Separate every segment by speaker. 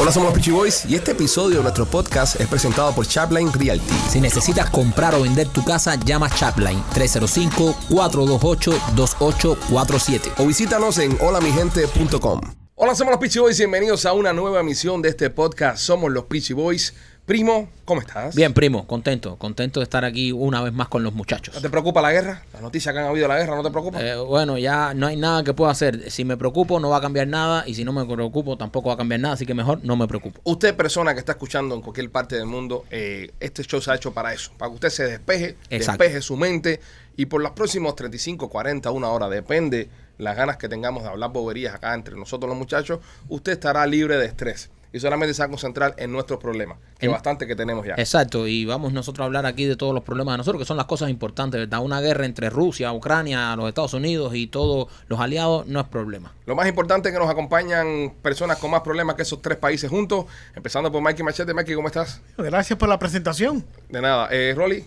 Speaker 1: Hola, somos los Peachy Boys y este episodio de nuestro podcast es presentado por Chapline Realty.
Speaker 2: Si necesitas comprar o vender tu casa, llama Chapline 305-428-2847.
Speaker 1: O visítanos en holamigente.com. Hola, somos los Peachy Boys, bienvenidos a una nueva emisión de este podcast. Somos los Peachy Boys. Primo, ¿cómo estás?
Speaker 2: Bien, primo, contento, contento de estar aquí una vez más con los muchachos.
Speaker 1: ¿No te preocupa la guerra? Las noticias que han habido de la guerra, ¿no te preocupa?
Speaker 2: Eh, bueno, ya no hay nada que pueda hacer. Si me preocupo, no va a cambiar nada. Y si no me preocupo, tampoco va a cambiar nada. Así que mejor no me preocupo.
Speaker 1: Usted, persona que está escuchando en cualquier parte del mundo, eh, este show se ha hecho para eso, para que usted se despeje,
Speaker 2: Exacto.
Speaker 1: despeje su mente y por los próximos 35, 40, una hora, depende las ganas que tengamos de hablar boberías acá entre nosotros los muchachos, usted estará libre de estrés y solamente se va a concentrar en nuestros problemas, que
Speaker 2: En-
Speaker 1: bastante que tenemos ya.
Speaker 2: Exacto, y vamos nosotros a hablar aquí de todos los problemas de nosotros, que son las cosas importantes, ¿verdad? Una guerra entre Rusia, Ucrania, los Estados Unidos y todos los aliados no es problema.
Speaker 1: Lo más importante es que nos acompañan personas con más problemas que esos tres países juntos, empezando por Mikey Machete. Mikey, ¿cómo estás?
Speaker 3: Gracias por la presentación.
Speaker 1: De nada. Eh, Rolly,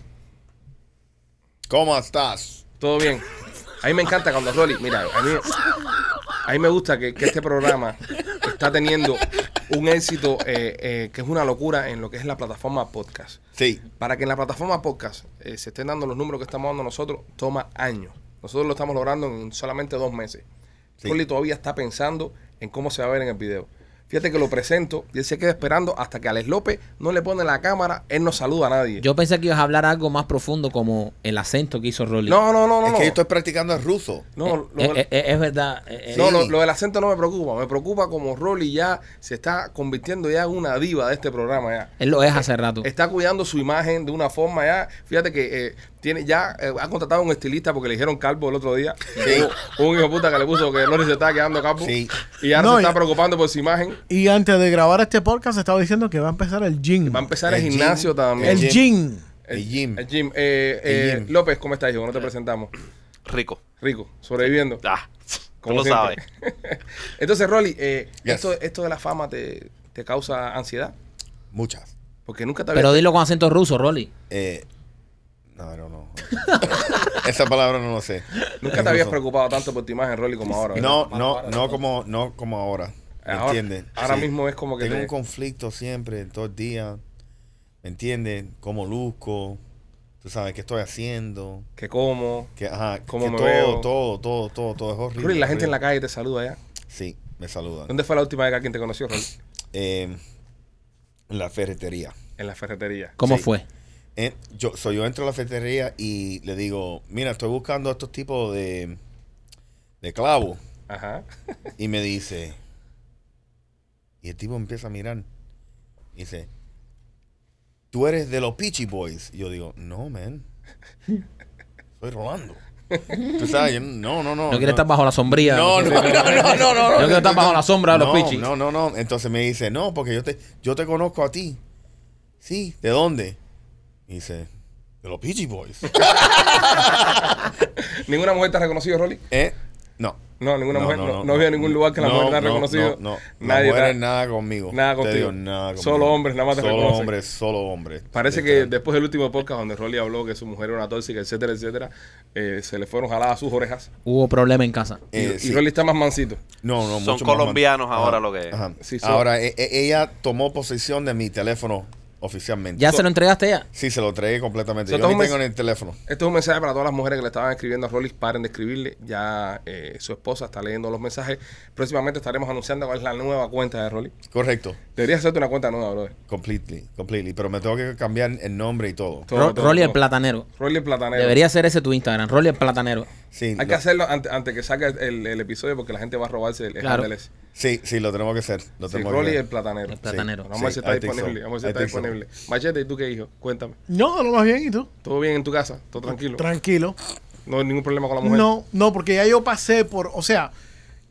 Speaker 4: ¿Cómo estás?
Speaker 1: Todo bien. A mí me encanta cuando Rolly, mira, a mí, a mí me gusta que, que este programa está teniendo un éxito eh, eh, que es una locura en lo que es la plataforma podcast.
Speaker 4: Sí.
Speaker 1: Para que en la plataforma podcast eh, se estén dando los números que estamos dando nosotros, toma años. Nosotros lo estamos logrando en solamente dos meses.
Speaker 4: Sí.
Speaker 1: Rolly todavía está pensando en cómo se va a ver en el video. Fíjate que lo presento y él se queda esperando hasta que Alex López no le pone la cámara, él no saluda a nadie.
Speaker 2: Yo pensé que ibas a hablar algo más profundo como el acento que hizo Rolly.
Speaker 1: no, no, no, no.
Speaker 4: es que
Speaker 1: no.
Speaker 4: yo estoy practicando el ruso.
Speaker 1: No,
Speaker 2: Eh,
Speaker 1: lo-
Speaker 2: eh, eh, eh, es verdad. eh, eh,
Speaker 1: No,
Speaker 4: Sí.
Speaker 1: lo, lo del acento no me preocupa. Me preocupa como Rolly ya se está convirtiendo ya en una diva de este programa ya.
Speaker 2: Él lo es hace rato.
Speaker 1: Está cuidando su imagen de una forma ya. Fíjate que eh, tiene ya eh, ha contratado a un estilista porque le dijeron calvo el otro día.
Speaker 4: Sí.
Speaker 1: Hubo un hijo de puta que le puso que Rolly se está quedando calvo.
Speaker 4: Sí.
Speaker 1: Y ahora
Speaker 3: No,
Speaker 1: se está
Speaker 3: y-
Speaker 1: preocupando por su imagen.
Speaker 3: Y antes de grabar este podcast estaba diciendo que va a empezar el gym.
Speaker 1: Va a empezar el,
Speaker 4: El gym.
Speaker 1: gimnasio también.
Speaker 3: el
Speaker 4: el
Speaker 3: gym.
Speaker 4: El gym.
Speaker 1: El gym. Eh, eh,
Speaker 4: El gym.
Speaker 1: López, ¿cómo estás, hijo? No te presentamos.
Speaker 5: Rico.
Speaker 1: Rico, sobreviviendo.
Speaker 5: Ah, tú
Speaker 1: como
Speaker 5: lo sabes.
Speaker 1: siempre. Entonces, Rolly, eh,
Speaker 4: Yes.
Speaker 1: esto, esto de la fama te, te causa ansiedad.
Speaker 4: Muchas.
Speaker 1: Porque nunca te había
Speaker 2: Pero dilo con acento ruso, Rolly.
Speaker 4: Eh, no, no, no. Esa palabra no lo sé.
Speaker 1: Nunca
Speaker 4: En
Speaker 1: te habías
Speaker 4: ruso.
Speaker 1: preocupado tanto por tu imagen, Rolly, como ahora. ¿verdad?
Speaker 4: No, no, no como, no como ahora. ¿Me
Speaker 1: Ahora-
Speaker 4: entiendes?
Speaker 1: ahora mismo es como que
Speaker 4: Tengo
Speaker 1: te-
Speaker 4: un conflicto siempre, todo el día. ¿Me entiendes? Cómo luzco. Tú sabes qué estoy haciendo.
Speaker 1: Que como.
Speaker 4: Que, ajá,
Speaker 1: Cómo
Speaker 4: que
Speaker 1: me
Speaker 4: todo,
Speaker 1: veo.
Speaker 4: todo, todo, todo, todo es horrible.
Speaker 1: Rolly, la gente en la
Speaker 4: horrible.
Speaker 1: calle te saluda ya.
Speaker 4: Sí, me saludan.
Speaker 1: ¿Dónde fue la última vez que alguien te conoció, Rolly?
Speaker 4: Eh, en la ferretería.
Speaker 1: En la ferretería.
Speaker 2: ¿Cómo
Speaker 4: Sí.
Speaker 2: fue?
Speaker 4: Eh, yo, so, yo entro a la ferretería y le digo, mira, estoy buscando estos tipos de, de clavos.
Speaker 1: Ajá.
Speaker 4: Y me dice, y el tipo empieza a mirar. Y dice, tú eres de los Peachy Boys. Y yo digo, no, man. Soy Rolando. Tú sabes, yo, no, no, no.
Speaker 2: No quiere estar bajo la sombrilla.
Speaker 4: No, no, no, no, no, no, no.
Speaker 2: Yo quiero estar bajo la sombra de los
Speaker 4: No,
Speaker 2: pichis.
Speaker 4: No, no, no. Entonces me dice, no, porque yo te, yo te conozco a ti. Sí, ¿de dónde? Y dice, de los Peachy Boys.
Speaker 1: ¿Ninguna mujer te ha reconocido, Rolly?
Speaker 4: ¿Eh? No.
Speaker 1: No, ninguna mujer. No, no, veo ningún lugar que la mujer te ha
Speaker 4: no,
Speaker 1: reconocido.
Speaker 4: No, no.
Speaker 1: Nadie.
Speaker 4: Nadie.
Speaker 1: te ha-
Speaker 4: nada conmigo.
Speaker 1: Nada
Speaker 4: Te
Speaker 1: contigo.
Speaker 4: digo, nada
Speaker 1: Solo hombres nada más te
Speaker 4: Solo
Speaker 1: reconocen.
Speaker 4: hombres, solo hombres. Este,
Speaker 1: Parece
Speaker 4: Te-
Speaker 1: que después del último podcast donde Rolly habló que su mujer era una tóxica, etcétera, etcétera, eh, se le fueron jaladas sus orejas.
Speaker 2: Hubo problema en casa.
Speaker 1: Y,
Speaker 4: Eh,
Speaker 1: y
Speaker 4: sí.
Speaker 1: Rolly está más mansito.
Speaker 4: No, no,
Speaker 5: Son
Speaker 4: mucho más-
Speaker 5: colombianos
Speaker 4: Ajá,
Speaker 5: ahora lo que es.
Speaker 4: ajá.
Speaker 1: Sí, son-
Speaker 4: ahora, e- e- ella tomó posesión de mi teléfono oficialmente.
Speaker 2: ¿Ya se lo entregaste ya?
Speaker 4: Sí, se lo tragué completamente.
Speaker 1: So,
Speaker 4: Yo ni
Speaker 1: toma-
Speaker 4: tengo en el teléfono.
Speaker 1: Esto Este es un mensaje para todas las mujeres que le estaban escribiendo a Rolly. Paren de escribirle. Ya eh, su esposa está leyendo los mensajes. Próximamente estaremos anunciando cuál es la nueva cuenta de Rolly.
Speaker 4: Correcto.
Speaker 1: Deberías hacerte una cuenta nueva, brother.
Speaker 4: Completely, completely. Pero me tengo que cambiar el nombre y todo.
Speaker 1: Todo,
Speaker 2: Ro-
Speaker 1: todo,
Speaker 2: Rolly
Speaker 1: todo.
Speaker 2: el platanero.
Speaker 1: Rolly el platanero.
Speaker 2: Debería ser ese tu Instagram, Rolly el platanero.
Speaker 4: Sí,
Speaker 1: Hay
Speaker 4: lo-
Speaker 1: que hacerlo ante- antes que saque el, el episodio porque la gente va a robarse el
Speaker 2: Claro.
Speaker 1: handle ese.
Speaker 4: sí, sí, lo tenemos que hacer. Lo
Speaker 1: Sí,
Speaker 4: tenemos
Speaker 1: Rolly
Speaker 4: que
Speaker 1: el platanero.
Speaker 2: El platanero.
Speaker 1: Vamos a ver si
Speaker 4: Sí,
Speaker 1: está
Speaker 4: I think so.
Speaker 1: disponible. Vamos a ver si
Speaker 4: I
Speaker 1: está
Speaker 4: think so.
Speaker 1: disponible. Machete, ¿y tú qué hijo? Cuéntame.
Speaker 3: No, no lo bien, ¿y tú?
Speaker 1: ¿Todo bien en tu casa? ¿Todo tranquilo?
Speaker 3: Tranquilo.
Speaker 1: ¿No hay ningún problema con la mujer?
Speaker 3: No, no, porque ya yo pasé por, o sea,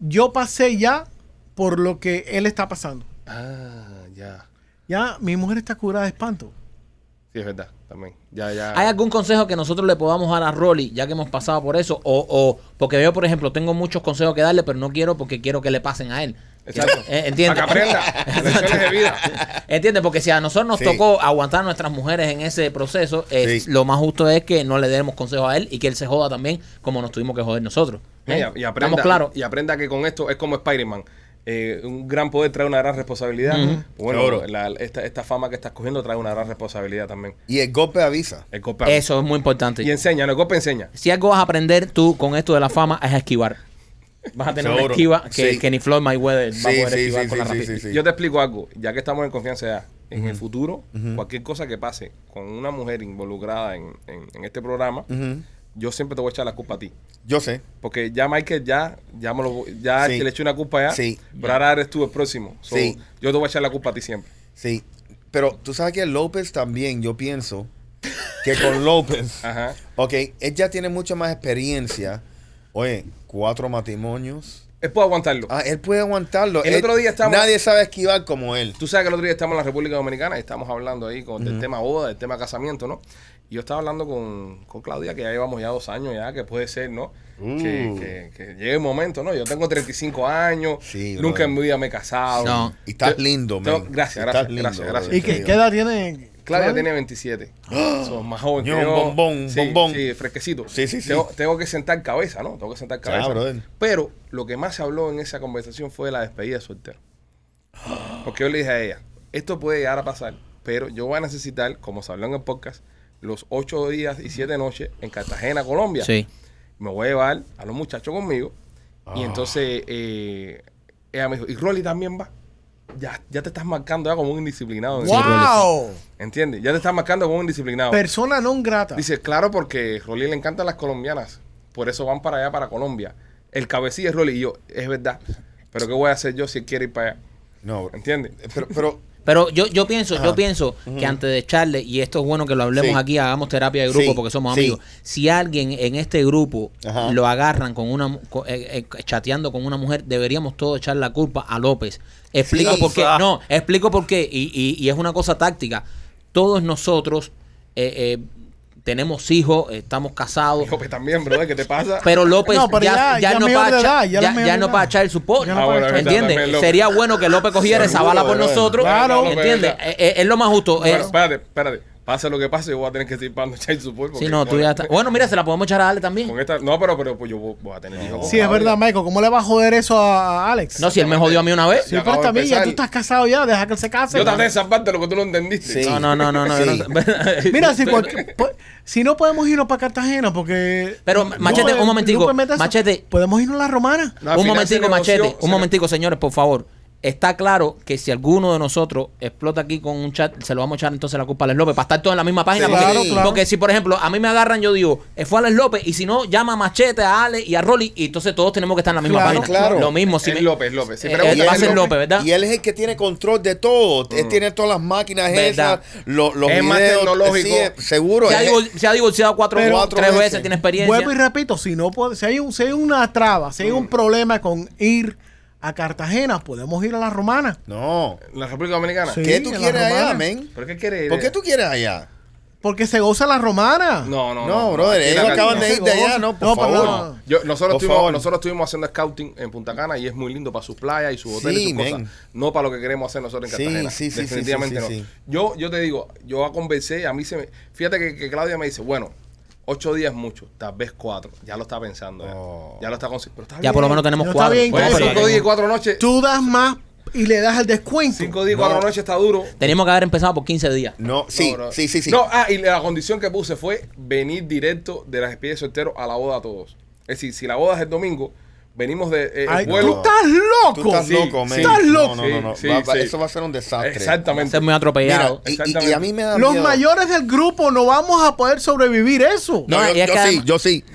Speaker 3: yo pasé ya por lo que él está pasando.
Speaker 1: Ah, ya.
Speaker 3: Ya mi mujer está curada de espanto.
Speaker 1: Sí, es verdad. También. Ya, ya.
Speaker 2: ¿Hay algún consejo que nosotros le podamos dar a Rolly, ya que hemos pasado por eso? O, o porque yo, por ejemplo, tengo muchos consejos que darle, pero no entiendo porque quiero que le pasen a él.
Speaker 1: Exacto.
Speaker 2: Eh, ¿Entiendes?
Speaker 1: Para que aprenda. Lecciones de vida.
Speaker 2: ¿Entiendes? Porque si a nosotros nos
Speaker 4: Sí.
Speaker 2: tocó aguantar a nuestras mujeres en ese proceso, es-
Speaker 4: Sí.
Speaker 2: lo más justo es que no le demos consejo a él y que él se joda también como nos tuvimos que joder nosotros.
Speaker 1: Y,
Speaker 2: ¿eh?
Speaker 1: a- y aprenda,
Speaker 2: Estamos claros.
Speaker 1: y aprenda que con esto es como Spider-Man. eh, un gran poder trae una gran responsabilidad.
Speaker 2: Ujú.
Speaker 1: Bueno,
Speaker 4: Seguro.
Speaker 1: la- esta, esta fama que estás cogiendo trae una gran responsabilidad también.
Speaker 4: Y el golpe avisa.
Speaker 1: El golpe.
Speaker 2: Eso es muy importante.
Speaker 1: Y enseña, no, el golpe enseña.
Speaker 2: Si algo vas a aprender tú con esto de la fama es a esquivar. Vas a tener una
Speaker 4: Seguro.
Speaker 2: esquiva que,
Speaker 4: Sí.
Speaker 2: que ni Floyd Mayweather va a
Speaker 4: Sí,
Speaker 2: poder
Speaker 4: sí,
Speaker 2: esquivar
Speaker 4: sí,
Speaker 2: con
Speaker 4: sí,
Speaker 2: la
Speaker 4: sí,
Speaker 2: rapidez.
Speaker 4: sí, sí.
Speaker 1: Yo te explico algo, ya que estamos en confianza ya. En el futuro, cualquier cosa que pase con una mujer involucrada en, en- en este programa,
Speaker 4: Ujú.
Speaker 1: yo siempre te voy a echar la culpa a ti.
Speaker 4: Yo sé.
Speaker 1: Porque ya Michael ya, ya, me lo- ya
Speaker 4: Sí.
Speaker 1: te le eché una culpa ya.
Speaker 4: Sí.
Speaker 1: Pero ahora eres tú el próximo. So,
Speaker 4: Sí.
Speaker 1: Yo te voy a echar la culpa a ti siempre.
Speaker 4: Sí. Pero tú sabes que López también, yo pienso que con López,
Speaker 1: Ajá.
Speaker 4: ok, él ya tiene mucha más experiencia. Oye, cuatro matrimonios.
Speaker 1: Él puede aguantarlo.
Speaker 4: Ah, él puede aguantarlo.
Speaker 1: El
Speaker 4: Él-
Speaker 1: otro día estábamos-
Speaker 4: Nadie sabe esquivar como él.
Speaker 1: Tú sabes que el otro día estamos en la República Dominicana y estamos hablando ahí con, del tema boda, del tema casamiento, ¿no? Y yo estaba hablando con, con Claudia, que ya llevamos ya dos años ya, que puede ser, ¿no?
Speaker 4: Mm.
Speaker 1: Que, que- que llegue el momento, ¿no? Yo tengo 35 años,
Speaker 4: Sí,
Speaker 1: nunca
Speaker 4: brother.
Speaker 1: en mi vida me he casado.
Speaker 2: No.
Speaker 4: Y estás
Speaker 1: Te-
Speaker 4: lindo,
Speaker 1: te-
Speaker 4: man.
Speaker 1: gracias,
Speaker 4: Estás
Speaker 1: gracias,
Speaker 4: lindo,
Speaker 1: gracias,
Speaker 4: brother.
Speaker 1: gracias.
Speaker 3: ¿Y qué, qué edad tiene?
Speaker 1: Claudia tiene 27. Son más jóvenes
Speaker 4: ¡Ah! Ño, un bombón,
Speaker 1: sí,
Speaker 4: bombón.
Speaker 1: Sí, fresquecito.
Speaker 4: Sí, sí, sí.
Speaker 1: Tengo, tengo que sentar cabeza, ¿no? Tengo que sentar
Speaker 4: Ya,
Speaker 1: cabeza.
Speaker 4: brother.
Speaker 1: Pero lo que más se habló en esa conversación fue de la despedida de soltero.
Speaker 4: ¡Ah!
Speaker 1: Porque yo le dije a ella, esto puede llegar a pasar, pero yo voy a necesitar, como se habló en el podcast, los ocho días y siete noches en Cartagena, Colombia.
Speaker 2: Sí.
Speaker 1: Me voy a llevar a los muchachos conmigo.
Speaker 4: Ah.
Speaker 1: Y entonces eh, ella me dijo, ¿y Rolly también va? Ya, ya te estás marcando ya como un indisciplinado.
Speaker 3: ¡Wow!
Speaker 1: ¿Entiendes? Ya te estás marcando como un indisciplinado.
Speaker 3: Persona non grata.
Speaker 1: Dice, claro, porque Rolly le encantan las colombianas. Por eso van para allá, para Colombia. El cabecilla es Rolly. Y yo, es verdad. Pero ¿qué voy a hacer yo si él quiere ir para allá?
Speaker 4: No,
Speaker 1: ¿Entiendes?
Speaker 4: pero, pero
Speaker 2: Pero yo, yo pienso, yo pienso que antes de echarle, y esto es bueno que lo hablemos
Speaker 4: Sí.
Speaker 2: aquí, hagamos terapia de grupo
Speaker 4: Sí,
Speaker 2: porque somos
Speaker 4: sí.
Speaker 2: amigos. Si alguien en este grupo
Speaker 4: Ajá.
Speaker 2: lo agarran con una mu- co- eh, eh, chateando con una mujer, deberíamos todos echar la culpa a López. Explico
Speaker 4: Sí.
Speaker 2: por qué.
Speaker 4: Ah.
Speaker 2: No, explico por qué. Y, y- y es una cosa táctica. Todos nosotros eh, eh, tenemos hijos, estamos casados.
Speaker 1: López pues, también, brother, ¿qué te pasa?
Speaker 2: Pero López
Speaker 3: No, pero
Speaker 2: ya,
Speaker 3: ya-
Speaker 2: ya
Speaker 3: ya
Speaker 2: no
Speaker 3: mayor
Speaker 2: para
Speaker 3: de edad,
Speaker 2: echar,
Speaker 3: ya
Speaker 2: ya,
Speaker 3: la mayor
Speaker 2: ya
Speaker 3: de
Speaker 2: no
Speaker 3: edad.
Speaker 2: para echar el support.
Speaker 3: Ya no Ah,
Speaker 1: para bueno, echar. verdad, también,
Speaker 2: ¿Entiendes?
Speaker 1: López.
Speaker 2: Sería bueno que López cogiera esa
Speaker 4: Seguro,
Speaker 2: bala por
Speaker 4: brother.
Speaker 2: nosotros.
Speaker 3: Claro.
Speaker 2: ¿Entiendes?
Speaker 1: López,
Speaker 2: Eh, eh, Es lo más justo.
Speaker 1: Bueno,
Speaker 2: es-
Speaker 1: espérate, espérate. Pase lo que pase, yo voy a tener que seguir pagando Chai Support.
Speaker 2: Sí, no, tú ya estás. Bueno, mira, se la podemos echar a Ale también.
Speaker 1: Con esta, no, pero, pero pues yo voy voy a tener hijos. con
Speaker 3: Sí, es
Speaker 1: Claudia.
Speaker 3: verdad, Michael. ¿Cómo le va a joder eso a Alex?
Speaker 2: No, si él me jodió a mí una vez.
Speaker 3: este Sí,
Speaker 1: Yo
Speaker 3: pero
Speaker 1: acabo de
Speaker 3: esta milla,
Speaker 1: empezar.
Speaker 3: tú estás casado ya, deja que él se case.
Speaker 1: Yo traté de salvarte lo que tú no entendiste.
Speaker 4: Sí.
Speaker 2: No, no, no, no. no, yo
Speaker 4: Sí.
Speaker 2: no-
Speaker 3: Mira, si, cualquier- po- si no podemos irnos para Cartagena, porque.
Speaker 2: Pero, Machete, un momentico,
Speaker 3: Lupe, mete eso.
Speaker 2: Machete.
Speaker 3: Podemos irnos a la romana.
Speaker 1: No, al
Speaker 2: un
Speaker 1: final se
Speaker 2: momentico,
Speaker 1: negoció,
Speaker 2: machete.
Speaker 1: se
Speaker 2: Un
Speaker 1: ne-
Speaker 2: momentico, señores, por favor. Está claro que si alguno de nosotros explota aquí con un chat, se lo vamos a echar entonces la culpa a Alex López para estar todos en la misma página.
Speaker 4: Sí,
Speaker 2: porque,
Speaker 4: claro,
Speaker 3: claro.
Speaker 2: porque si, por ejemplo, a mí me agarran, yo digo, eh, fue Alex López, y si no, llama a Machete, a Ale y a Rolly, y entonces todos tenemos que estar en la misma
Speaker 3: Claro,
Speaker 2: página.
Speaker 4: claro.
Speaker 2: Lo mismo. Si
Speaker 1: Es
Speaker 2: me-
Speaker 1: López, López. Sí,
Speaker 2: Eh,
Speaker 1: pero
Speaker 2: eh,
Speaker 1: bueno,
Speaker 2: va a
Speaker 1: es
Speaker 2: ser
Speaker 1: López. Mm.
Speaker 2: López, ¿verdad?
Speaker 4: Y él es el que tiene control de todo. Él tiene todas las máquinas
Speaker 2: ¿Verdad?
Speaker 4: esas, lo- los
Speaker 1: Es más
Speaker 4: videos, eh,
Speaker 1: tecnológico.
Speaker 4: sí, es- seguro.
Speaker 2: se, ha
Speaker 4: es-
Speaker 2: divor- se ha divorciado cuatro,
Speaker 4: Pero-
Speaker 2: tres
Speaker 4: cuatro
Speaker 2: veces,
Speaker 4: veces.
Speaker 2: tiene experiencia.
Speaker 3: Vuelvo y repito, si no puede- si hay un, si hay una traba, si hay
Speaker 2: Mm.
Speaker 3: un problema con ir a Cartagena, podemos ir a la romana.
Speaker 4: No.
Speaker 1: ¿En la República Dominicana?
Speaker 3: Sí.
Speaker 4: ¿Qué tú
Speaker 3: en la
Speaker 4: quieres allá,
Speaker 3: romana.
Speaker 4: men?
Speaker 1: ¿Por qué quieres ir?
Speaker 4: ¿Por qué tú quieres allá?
Speaker 3: Porque se goza la romana.
Speaker 1: No, no, no.
Speaker 4: No,
Speaker 1: aquí
Speaker 4: brother,
Speaker 1: la
Speaker 4: ellos
Speaker 1: Cali-
Speaker 4: acaban de ir de allá, ¿no? Por
Speaker 3: No, pero
Speaker 4: favor.
Speaker 3: no.
Speaker 1: Yo- nosotros,
Speaker 4: Por
Speaker 1: estuvimos,
Speaker 4: favor.
Speaker 1: nosotros estuvimos haciendo scouting en Punta Cana y es muy lindo para sus playas y sus hoteles y
Speaker 4: Sí,
Speaker 1: sus
Speaker 4: men.
Speaker 1: cosas. No para lo que queremos hacer nosotros en
Speaker 4: Sí,
Speaker 1: Cartagena.
Speaker 4: sí, sí, sí,
Speaker 1: Definitivamente
Speaker 4: sí, sí,
Speaker 1: no.
Speaker 4: sí.
Speaker 1: Yo, yo te digo, yo conversé, a mí se me. Fíjate que, que Claudia me dice, bueno, ocho días es mucho, tal vez cuatro. Ya lo está pensando. ya.
Speaker 4: Oh.
Speaker 1: Ya, lo está consi- pero está
Speaker 2: ya
Speaker 1: bien.
Speaker 2: por lo menos tenemos
Speaker 3: No, está
Speaker 2: cuatro.
Speaker 3: bien,
Speaker 1: Bueno,
Speaker 2: Bueno,
Speaker 3: está
Speaker 2: pero
Speaker 3: bien.
Speaker 1: cinco días y cuatro noches.
Speaker 3: Tú das más y le das el descuento.
Speaker 1: Cinco días y cuatro
Speaker 4: No.
Speaker 1: noches está duro.
Speaker 2: Teníamos que haber empezado por 15 días.
Speaker 4: No, sí,
Speaker 1: No, bro.
Speaker 4: sí, sí, sí.
Speaker 1: No, ah, y la condición que puse fue venir directo de las despedidas de soltero a la boda a todos. Es decir, si la boda es el domingo, venimos de eh, el
Speaker 3: Ay,
Speaker 1: vuelo.
Speaker 3: tú estás loco.
Speaker 4: Tú estás
Speaker 1: Sí,
Speaker 4: loco, men.
Speaker 3: estás loco.
Speaker 4: No, no, no, no.
Speaker 1: Sí,
Speaker 4: Va- va-
Speaker 1: sí.
Speaker 4: Eso va a ser un desastre.
Speaker 1: Exactamente.
Speaker 2: Ser muy
Speaker 4: Mira,
Speaker 2: atropellado.
Speaker 4: y- y, y
Speaker 1: Exactamente.
Speaker 4: a mí me da
Speaker 3: Los
Speaker 4: miedo.
Speaker 3: mayores del grupo no vamos a poder sobrevivir eso.
Speaker 4: No,
Speaker 2: No,
Speaker 4: yo,
Speaker 2: y es
Speaker 4: yo
Speaker 2: que
Speaker 4: sí,
Speaker 2: además-
Speaker 4: yo sí.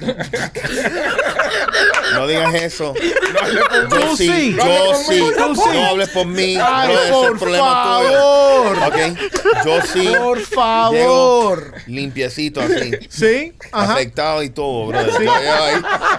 Speaker 4: no digas eso. Yo
Speaker 3: Tú
Speaker 4: sí,
Speaker 3: sí.
Speaker 4: yo
Speaker 1: hables
Speaker 4: sí.
Speaker 1: por mí,
Speaker 3: tú sí.
Speaker 4: No hables por mí.
Speaker 3: Ay,
Speaker 4: bro, ese es el
Speaker 3: por
Speaker 4: problema tuyo.
Speaker 3: favor.
Speaker 4: Ok, yo sí.
Speaker 3: Por
Speaker 4: Llego
Speaker 3: favor.
Speaker 4: Limpiecito así.
Speaker 3: Sí, ajá.
Speaker 4: Afectado y todo, bro. Yo llego ahí,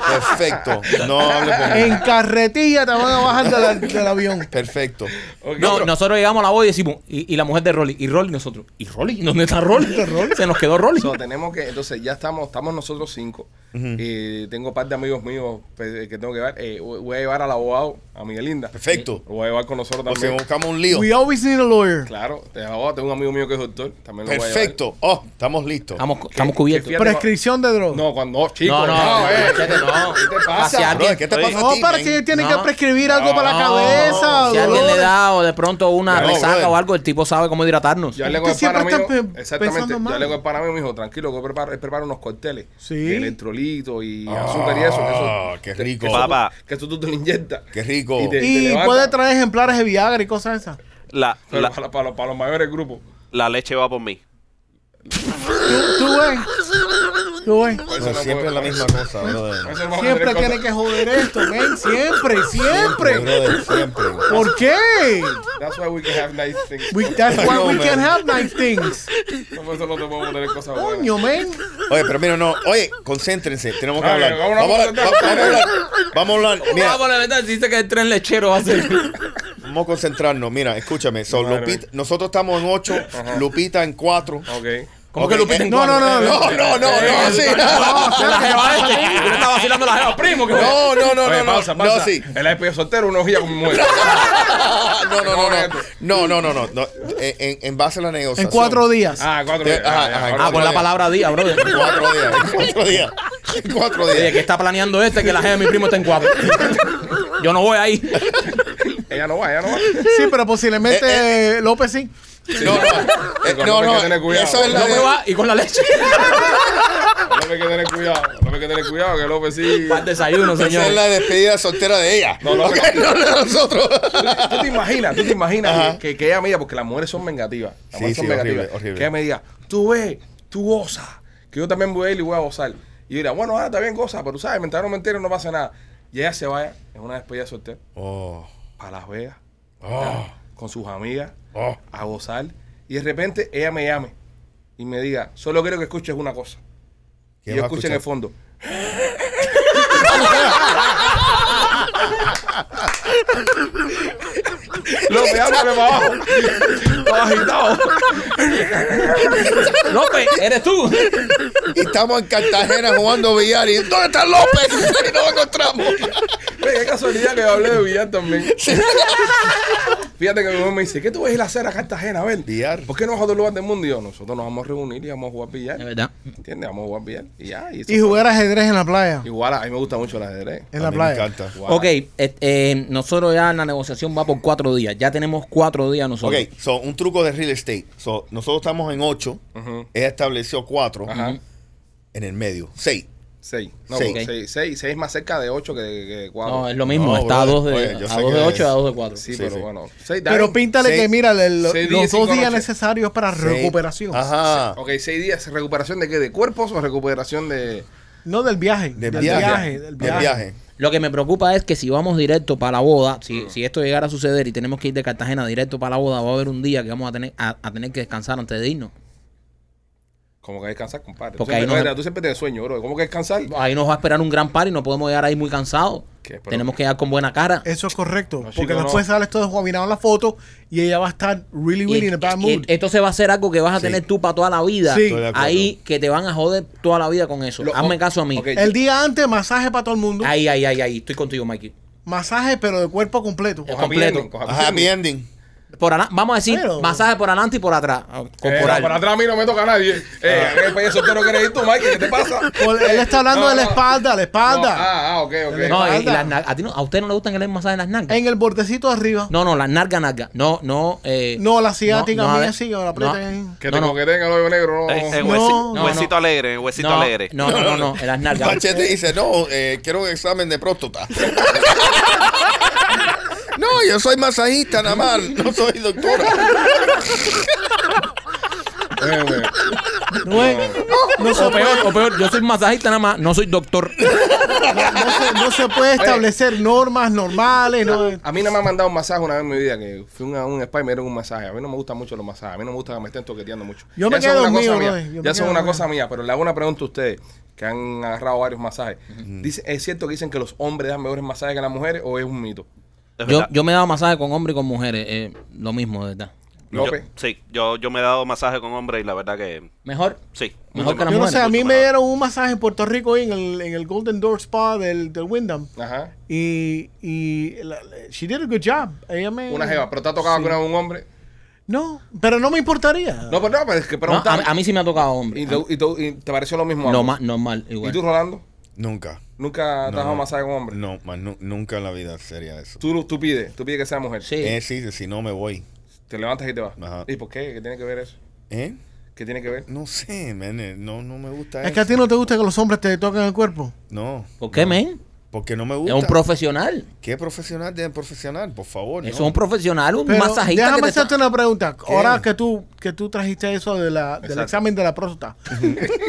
Speaker 4: Perfecto. No hables
Speaker 1: pues.
Speaker 4: por mí.
Speaker 3: En carretilla te van a bajar de la- del avión.
Speaker 4: Perfecto.
Speaker 1: Ok,
Speaker 2: No,
Speaker 1: pero-
Speaker 2: nosotros llegamos a la boda y decimos, y, y la mujer de Rolly, y Rolly nosotros, ¿y Rolly? ¿Dónde está Rolly? Se nos quedó Rolly.
Speaker 1: so, tenemos que, entonces ya estamos, estamos nosotros cinco. Eh, tengo un par de amigos míos pues, que tengo que llevar. Eh, voy a llevar al abogado, a Miguelinda.
Speaker 4: Perfecto.
Speaker 1: Lo voy a llevar con nosotros
Speaker 4: O sea,
Speaker 1: también.
Speaker 4: buscamos un lío.
Speaker 3: We always need a lawyer.
Speaker 1: Claro, el abogado, tengo un amigo mío que es doctor. También lo voy a llevar.
Speaker 4: Perfecto. Oh, estamos listos.
Speaker 2: Estamos, estamos cubiertos.
Speaker 1: que fíjate-
Speaker 3: Prescripción de droga.
Speaker 1: No, cuando, no, chicos,
Speaker 2: No,
Speaker 1: no,
Speaker 2: no,
Speaker 1: eh.
Speaker 2: machete, no. No,
Speaker 1: ¿Qué te pasa,
Speaker 2: si
Speaker 4: Bro,
Speaker 2: alguien,
Speaker 4: ¿Qué te
Speaker 5: Oye,
Speaker 4: pasa
Speaker 3: No,
Speaker 4: a ti,
Speaker 3: para
Speaker 4: men?
Speaker 3: que oh, tiene que
Speaker 2: No.
Speaker 3: prescribir algo para la
Speaker 2: No,
Speaker 3: cabeza.
Speaker 2: si alguien le
Speaker 3: dolores.
Speaker 2: da o de pronto una
Speaker 4: No,
Speaker 2: resaca
Speaker 4: brother.
Speaker 2: o algo, el tipo sabe cómo hidratarnos.
Speaker 1: Yo hablé con
Speaker 3: Usted
Speaker 1: el pana
Speaker 3: siempre está
Speaker 1: mío.
Speaker 3: pe-
Speaker 1: Exactamente.
Speaker 3: pensando
Speaker 1: Yo hablé
Speaker 3: mal.
Speaker 1: con el pana mío y me dijo, tranquilo, que preparo, él prepara unos cócteles.
Speaker 3: Sí.
Speaker 1: de Electrolito y
Speaker 4: Ah,
Speaker 1: azúcar y eso. que eso-
Speaker 4: qué
Speaker 1: que-
Speaker 4: rico.
Speaker 1: que eso-
Speaker 5: Papá.
Speaker 1: Que eso tú te lo inyectas.
Speaker 4: Qué rico.
Speaker 1: Y te-
Speaker 3: Y
Speaker 1: levanta.
Speaker 3: puede traer ejemplares de Viagra y cosas esas.
Speaker 5: La,
Speaker 1: Pero
Speaker 5: la,
Speaker 1: para, para- para los mayores grupos.
Speaker 5: la leche va por mí.
Speaker 3: Tú, tú ves. Tú ves.
Speaker 1: Por eso
Speaker 4: No,
Speaker 1: no
Speaker 4: siempre es
Speaker 1: puedo-
Speaker 4: la misma cosa, brother.
Speaker 1: por eso no vamos a
Speaker 3: Siempre
Speaker 1: tener
Speaker 3: tiene
Speaker 1: cosas.
Speaker 3: que joder esto, men. Siempre, siempre.
Speaker 4: brother, siempre.
Speaker 3: ¿Por qué?
Speaker 1: That's why we can have nice things.
Speaker 3: We- that's why
Speaker 4: No,
Speaker 3: we
Speaker 4: man.
Speaker 3: can have nice things.
Speaker 1: No, por eso no te podemos tener cosas buenas.
Speaker 3: Coño, men.
Speaker 4: Oye, pero mira, no. Oye, concéntrense. Tenemos que
Speaker 1: Ay,
Speaker 4: hablar.
Speaker 1: vamos,
Speaker 4: Vamos a hablar.
Speaker 1: vamos,
Speaker 4: va- Vamos a hablar. Vamos a hablar. Mira,
Speaker 2: Vamos, la verdad, dice que el tren lechero va a ser.
Speaker 4: vamos a concentrarnos. Mira, escúchame. So,
Speaker 1: Madre.
Speaker 4: Lupita- nosotros estamos en 8, Lupita en 4.
Speaker 1: Ok. Eh,
Speaker 2: ¿Cómo que
Speaker 4: Ok,
Speaker 2: Lupita
Speaker 4: eh,
Speaker 2: en
Speaker 4: no,
Speaker 2: cuatro?
Speaker 3: no,
Speaker 4: No, no, no, no, sí.
Speaker 2: Se la jeva este. Yo le estaba vacilando a la jeva, primo. que-
Speaker 4: No, no, no,
Speaker 1: Oye,
Speaker 4: no, no.
Speaker 1: pausa,
Speaker 4: no,
Speaker 1: pausa.
Speaker 4: sí. Ah,
Speaker 1: El IP soltero, unos días como muere.
Speaker 4: No, no, no, no.
Speaker 1: Correcto.
Speaker 4: No, no, no, no. no. En, en- en base a la negociación.
Speaker 3: En cuatro días.
Speaker 1: Ah, cuatro
Speaker 4: Te-
Speaker 1: días.
Speaker 4: Eh, ajá,
Speaker 1: ya,
Speaker 4: ajá,
Speaker 1: ahora
Speaker 2: Ah, por la
Speaker 4: días.
Speaker 2: palabra día, brother.
Speaker 4: En cuatro días. En cuatro días. En cuatro
Speaker 2: Oye, que
Speaker 4: días.
Speaker 2: está planeando este que la jeva de mi primo está en cuatro. Yo no voy ahí.
Speaker 1: sí. Ella no va, ella no va.
Speaker 3: Sí, pero posiblemente eh, López sí.
Speaker 4: No, no. Eh, No,
Speaker 1: Hay que tener
Speaker 4: no.
Speaker 1: cuidado.
Speaker 4: Eso es la
Speaker 2: No me
Speaker 4: de-
Speaker 2: va y con la leche.
Speaker 1: López hay que tener cuidado. López hay que tener cuidado, que López sí.
Speaker 2: Para el desayuno,
Speaker 4: Esa es
Speaker 2: señor.
Speaker 4: la despedida soltera de ella.
Speaker 1: No,
Speaker 4: No,
Speaker 1: no,
Speaker 4: no, no, de nosotros.
Speaker 1: Tú te imaginas, tú te imaginas
Speaker 4: Ajá.
Speaker 1: que, que ella me diga, porque las mujeres son vengativas. Las
Speaker 4: Sí,
Speaker 1: mujeres son
Speaker 4: sí, horrible,
Speaker 1: vengativas.
Speaker 4: horrible.
Speaker 1: Que ella me diga, tú ves, tú gozas, que yo también voy a ir y voy a gozar. Y yo diría, bueno, ah, está bien goza, pero sabes, mientras no me entere no pasa nada. Y ella se vaya, es una despedida soltera,
Speaker 4: Oh,
Speaker 1: para Las Vegas,
Speaker 4: oh,
Speaker 1: con sus amigas,
Speaker 4: oh.
Speaker 1: a gozar. Y de repente ella me llame y me diga, solo quiero que escuches una cosa.
Speaker 4: ¿Qué
Speaker 1: Y yo
Speaker 4: va a
Speaker 1: escucho en
Speaker 4: escuchar?
Speaker 1: el fondo. López, ándale para abajo. Todo agitado.
Speaker 2: López, eres tú.
Speaker 4: Y estamos en Cartagena jugando billar. ¿Y dónde está López? No lo encontramos.
Speaker 1: Oye, qué casualidad que hablé de billar también. Fíjate que mi mamá me dice, ¿qué tú vas a ir a hacer a Cartagena, a ver?
Speaker 4: Billar.
Speaker 1: ¿Por qué no vas a otro lugar del mundo? Y yo, nosotros nos vamos a reunir y vamos a jugar
Speaker 2: Es
Speaker 1: billar.
Speaker 2: verdad.
Speaker 1: ¿Entiendes? Vamos a jugar billar. Y ya. Y, eso
Speaker 3: Y
Speaker 1: fue.
Speaker 3: jugar ajedrez en la playa.
Speaker 1: Igual, a mí me gusta mucho el ajedrez.
Speaker 3: En
Speaker 4: A
Speaker 3: la
Speaker 4: mí
Speaker 3: playa.
Speaker 4: Me encanta.
Speaker 1: Jugar.
Speaker 2: Ok, et- eh, nosotros ya la negociación va por cuatro días. Ya tenemos cuatro días
Speaker 4: Ok,
Speaker 2: nosotros.
Speaker 4: so, un truco de real estate. So, nosotros estamos en 8.
Speaker 1: Ujú.
Speaker 4: Ella estableció 4
Speaker 1: Ajá.
Speaker 4: en el medio. 6.
Speaker 1: 6. No,
Speaker 4: Seis.
Speaker 1: 6. 6 es más cerca de 8 que de 4.
Speaker 2: No, es lo mismo.
Speaker 4: No,
Speaker 2: está a dos de,
Speaker 4: brother. Oye, yo
Speaker 2: a
Speaker 4: sé
Speaker 2: dos
Speaker 4: que
Speaker 2: de
Speaker 4: es-
Speaker 2: ocho y a dos de cuatro.
Speaker 1: Sí,
Speaker 4: Sí,
Speaker 1: pero
Speaker 4: sí.
Speaker 1: bueno. seis, da
Speaker 3: Pero
Speaker 1: bien.
Speaker 3: píntale
Speaker 4: seis-
Speaker 3: que, mira, el- los
Speaker 1: seis días y
Speaker 3: dos
Speaker 1: cinco
Speaker 3: días
Speaker 1: noches.
Speaker 3: necesarios para recuperación.
Speaker 4: Ajá.
Speaker 1: Ok, 6 días. ¿Recuperación de qué? ¿De cuerpos o recuperación de.?
Speaker 3: No del viaje.
Speaker 4: Del viaje.
Speaker 3: Del
Speaker 4: Del
Speaker 3: viaje.
Speaker 4: viaje.
Speaker 2: Lo que me preocupa es que si vamos directo para la boda, si, si esto llegara a suceder y tenemos que ir de Cartagena directo para la boda, va a haber un día que vamos a tener, a, a tener que descansar antes de irnos.
Speaker 1: Como que descansar, compadre.
Speaker 2: Porque
Speaker 1: tú,
Speaker 2: ahí
Speaker 1: siempre,
Speaker 2: no-
Speaker 1: tú siempre tienes sueño, bro. ¿Cómo que descansar?
Speaker 2: Ahí nos va a esperar un gran par y no podemos llegar ahí muy cansados.
Speaker 1: ¿Qué? Pero-
Speaker 2: Tenemos que llegar con buena cara.
Speaker 3: Eso es correcto.
Speaker 1: No,
Speaker 3: porque
Speaker 1: chico, no.
Speaker 3: después sales todo desguaminado en la foto y ella va a estar really,
Speaker 2: Y-
Speaker 3: really in a bad
Speaker 2: y-
Speaker 3: mood.
Speaker 2: esto se va a hacer algo que vas a
Speaker 4: Sí.
Speaker 2: tener tú para toda la vida.
Speaker 3: Sí.
Speaker 4: Estoy de acuerdo.
Speaker 2: Ahí que te van a joder toda la vida con eso.
Speaker 1: Lo-
Speaker 2: Hazme
Speaker 1: o-
Speaker 2: caso a mí.
Speaker 1: ok.
Speaker 3: el día antes, masaje para todo el mundo.
Speaker 2: Ahí, ahí, ahí, ahí. Estoy contigo, Mikey.
Speaker 3: Masaje, pero de cuerpo completo.
Speaker 2: Eh,
Speaker 1: Coja
Speaker 2: completo.
Speaker 1: bien, coja
Speaker 4: Ajá, happy
Speaker 1: bien.
Speaker 4: ending.
Speaker 2: Por ala- vamos a decir
Speaker 3: Pero-
Speaker 2: masaje por adelante y por atrás. ah,
Speaker 1: Eh,
Speaker 2: Corporal.
Speaker 1: no, para atrás a mí no me toca a nadie. Eh, el país soltero que eres tú, Mike, ¿qué te pasa?
Speaker 3: Por- él está hablando
Speaker 1: no,
Speaker 3: de la
Speaker 1: no.
Speaker 3: espalda, la
Speaker 1: No,
Speaker 3: espalda.
Speaker 1: ah, ah, ok, ok.
Speaker 2: No, y- y
Speaker 3: espalda.
Speaker 2: las nar- a, ti no- a usted no le gustan que le den masaje en las nalgas.
Speaker 3: En el bordecito arriba.
Speaker 2: No, no, la narga, narga. No, no. Eh,
Speaker 3: No, la asiática
Speaker 2: a
Speaker 3: mía
Speaker 2: ver,
Speaker 3: sí, que me la
Speaker 2: no,
Speaker 3: aprieten ahí.
Speaker 1: que
Speaker 2: eh, no,
Speaker 1: tengo
Speaker 2: no.
Speaker 1: que tenga el hoyo negro. No. Eh,
Speaker 5: En, en
Speaker 3: No,
Speaker 5: Eh, huesi-
Speaker 3: no,
Speaker 5: huesito
Speaker 2: no.
Speaker 5: alegre, en huesito
Speaker 2: No,
Speaker 5: alegre.
Speaker 2: no, no, no, no, en las nargas.
Speaker 4: Machete dice, no, eh, quiero un examen de próstata. no, yo soy masajista nada más, no soy doctora.
Speaker 1: Eh, güey.
Speaker 3: No, es- no se
Speaker 2: O
Speaker 3: puede,
Speaker 2: peor, o peor, yo soy masajista nada más, no soy doctor.
Speaker 3: no se- no se puede
Speaker 1: Eh.
Speaker 3: establecer normas normales. No, es-
Speaker 1: A mí no me han mandado un masaje una vez en mi vida, que fui a un spa y me dieron un masaje. A mí no me gustan mucho los masajes, a mí no me gusta que me estén toqueteando mucho.
Speaker 3: Yo
Speaker 1: Ya
Speaker 3: me
Speaker 1: eso
Speaker 3: quedo
Speaker 1: es una cosa mía,
Speaker 3: dormido, brother. Yo me
Speaker 1: Ya eso es
Speaker 3: quedo
Speaker 1: una
Speaker 3: dormido.
Speaker 1: cosa mía, pero le hago una pregunta a ustedes, que han agarrado varios masajes. Dice, ¿Es cierto que dicen que los hombres dan mejores masajes que las mujeres o es un mito?
Speaker 5: Es
Speaker 2: Yo,
Speaker 5: verdad.
Speaker 2: yo me he dado masaje con hombres y con mujeres. eh, lo mismo, de verdad.
Speaker 5: Yo-
Speaker 1: López.
Speaker 5: sí, yo, yo me he dado masaje con hombres y la verdad que
Speaker 2: Mejor.
Speaker 5: sí.
Speaker 2: Mejor
Speaker 5: mucho
Speaker 2: que las
Speaker 3: yo no
Speaker 5: mejor.
Speaker 3: sé, a mí
Speaker 5: Mucho
Speaker 3: me
Speaker 5: mejor.
Speaker 3: dieron un masaje en Puerto Rico ahí en el, en el Golden Door Spa del, del Wyndham.
Speaker 1: Ajá.
Speaker 3: Y, y la- la- she did a good job. Ella me...
Speaker 1: Una jeva, pero te ha tocado alguna vez un hombre.
Speaker 3: No, pero no me importaría.
Speaker 1: No, pero no, pero es que
Speaker 2: No, a,
Speaker 1: preguntar.
Speaker 2: a mí sí me ha tocado hombre.
Speaker 1: y, te, y te- y te pareció lo mismo. a
Speaker 2: Lo
Speaker 1: mí.
Speaker 2: ma- normal, igual.
Speaker 1: ¿Y tú, Rolando?
Speaker 4: Nunca.
Speaker 1: Nunca te has
Speaker 4: No,
Speaker 1: dado
Speaker 4: no.
Speaker 1: masaje con hombre.
Speaker 4: No, man, nu- nunca en la vida sería eso.
Speaker 1: Tú, tú pides, tú pides que sea mujer.
Speaker 2: Sí.
Speaker 4: Eh, sí, si no me voy.
Speaker 1: Te levantas y te vas.
Speaker 4: Ajá.
Speaker 1: ¿Y por qué? ¿Qué tiene que ver eso?
Speaker 4: ¿Eh?
Speaker 1: ¿Qué tiene que ver?
Speaker 4: No sé, man, eh, no, no me gusta
Speaker 3: Es que a ti no te gusta que los hombres te toquen el cuerpo.
Speaker 4: No.
Speaker 2: ¿Por qué, men?
Speaker 4: Porque no me
Speaker 2: Es
Speaker 4: gusta.
Speaker 2: un profesional.
Speaker 4: ¿Qué profesional de profesional? Por favor.
Speaker 2: Eso es
Speaker 4: no.
Speaker 2: un profesional, un
Speaker 3: Pero
Speaker 2: masajista. que
Speaker 3: déjame
Speaker 2: te está-
Speaker 3: hacerte una pregunta.
Speaker 4: ¿Qué?
Speaker 3: Ahora que tú, que tú trajiste eso de la- del
Speaker 1: Exacto.
Speaker 3: examen de la próstata.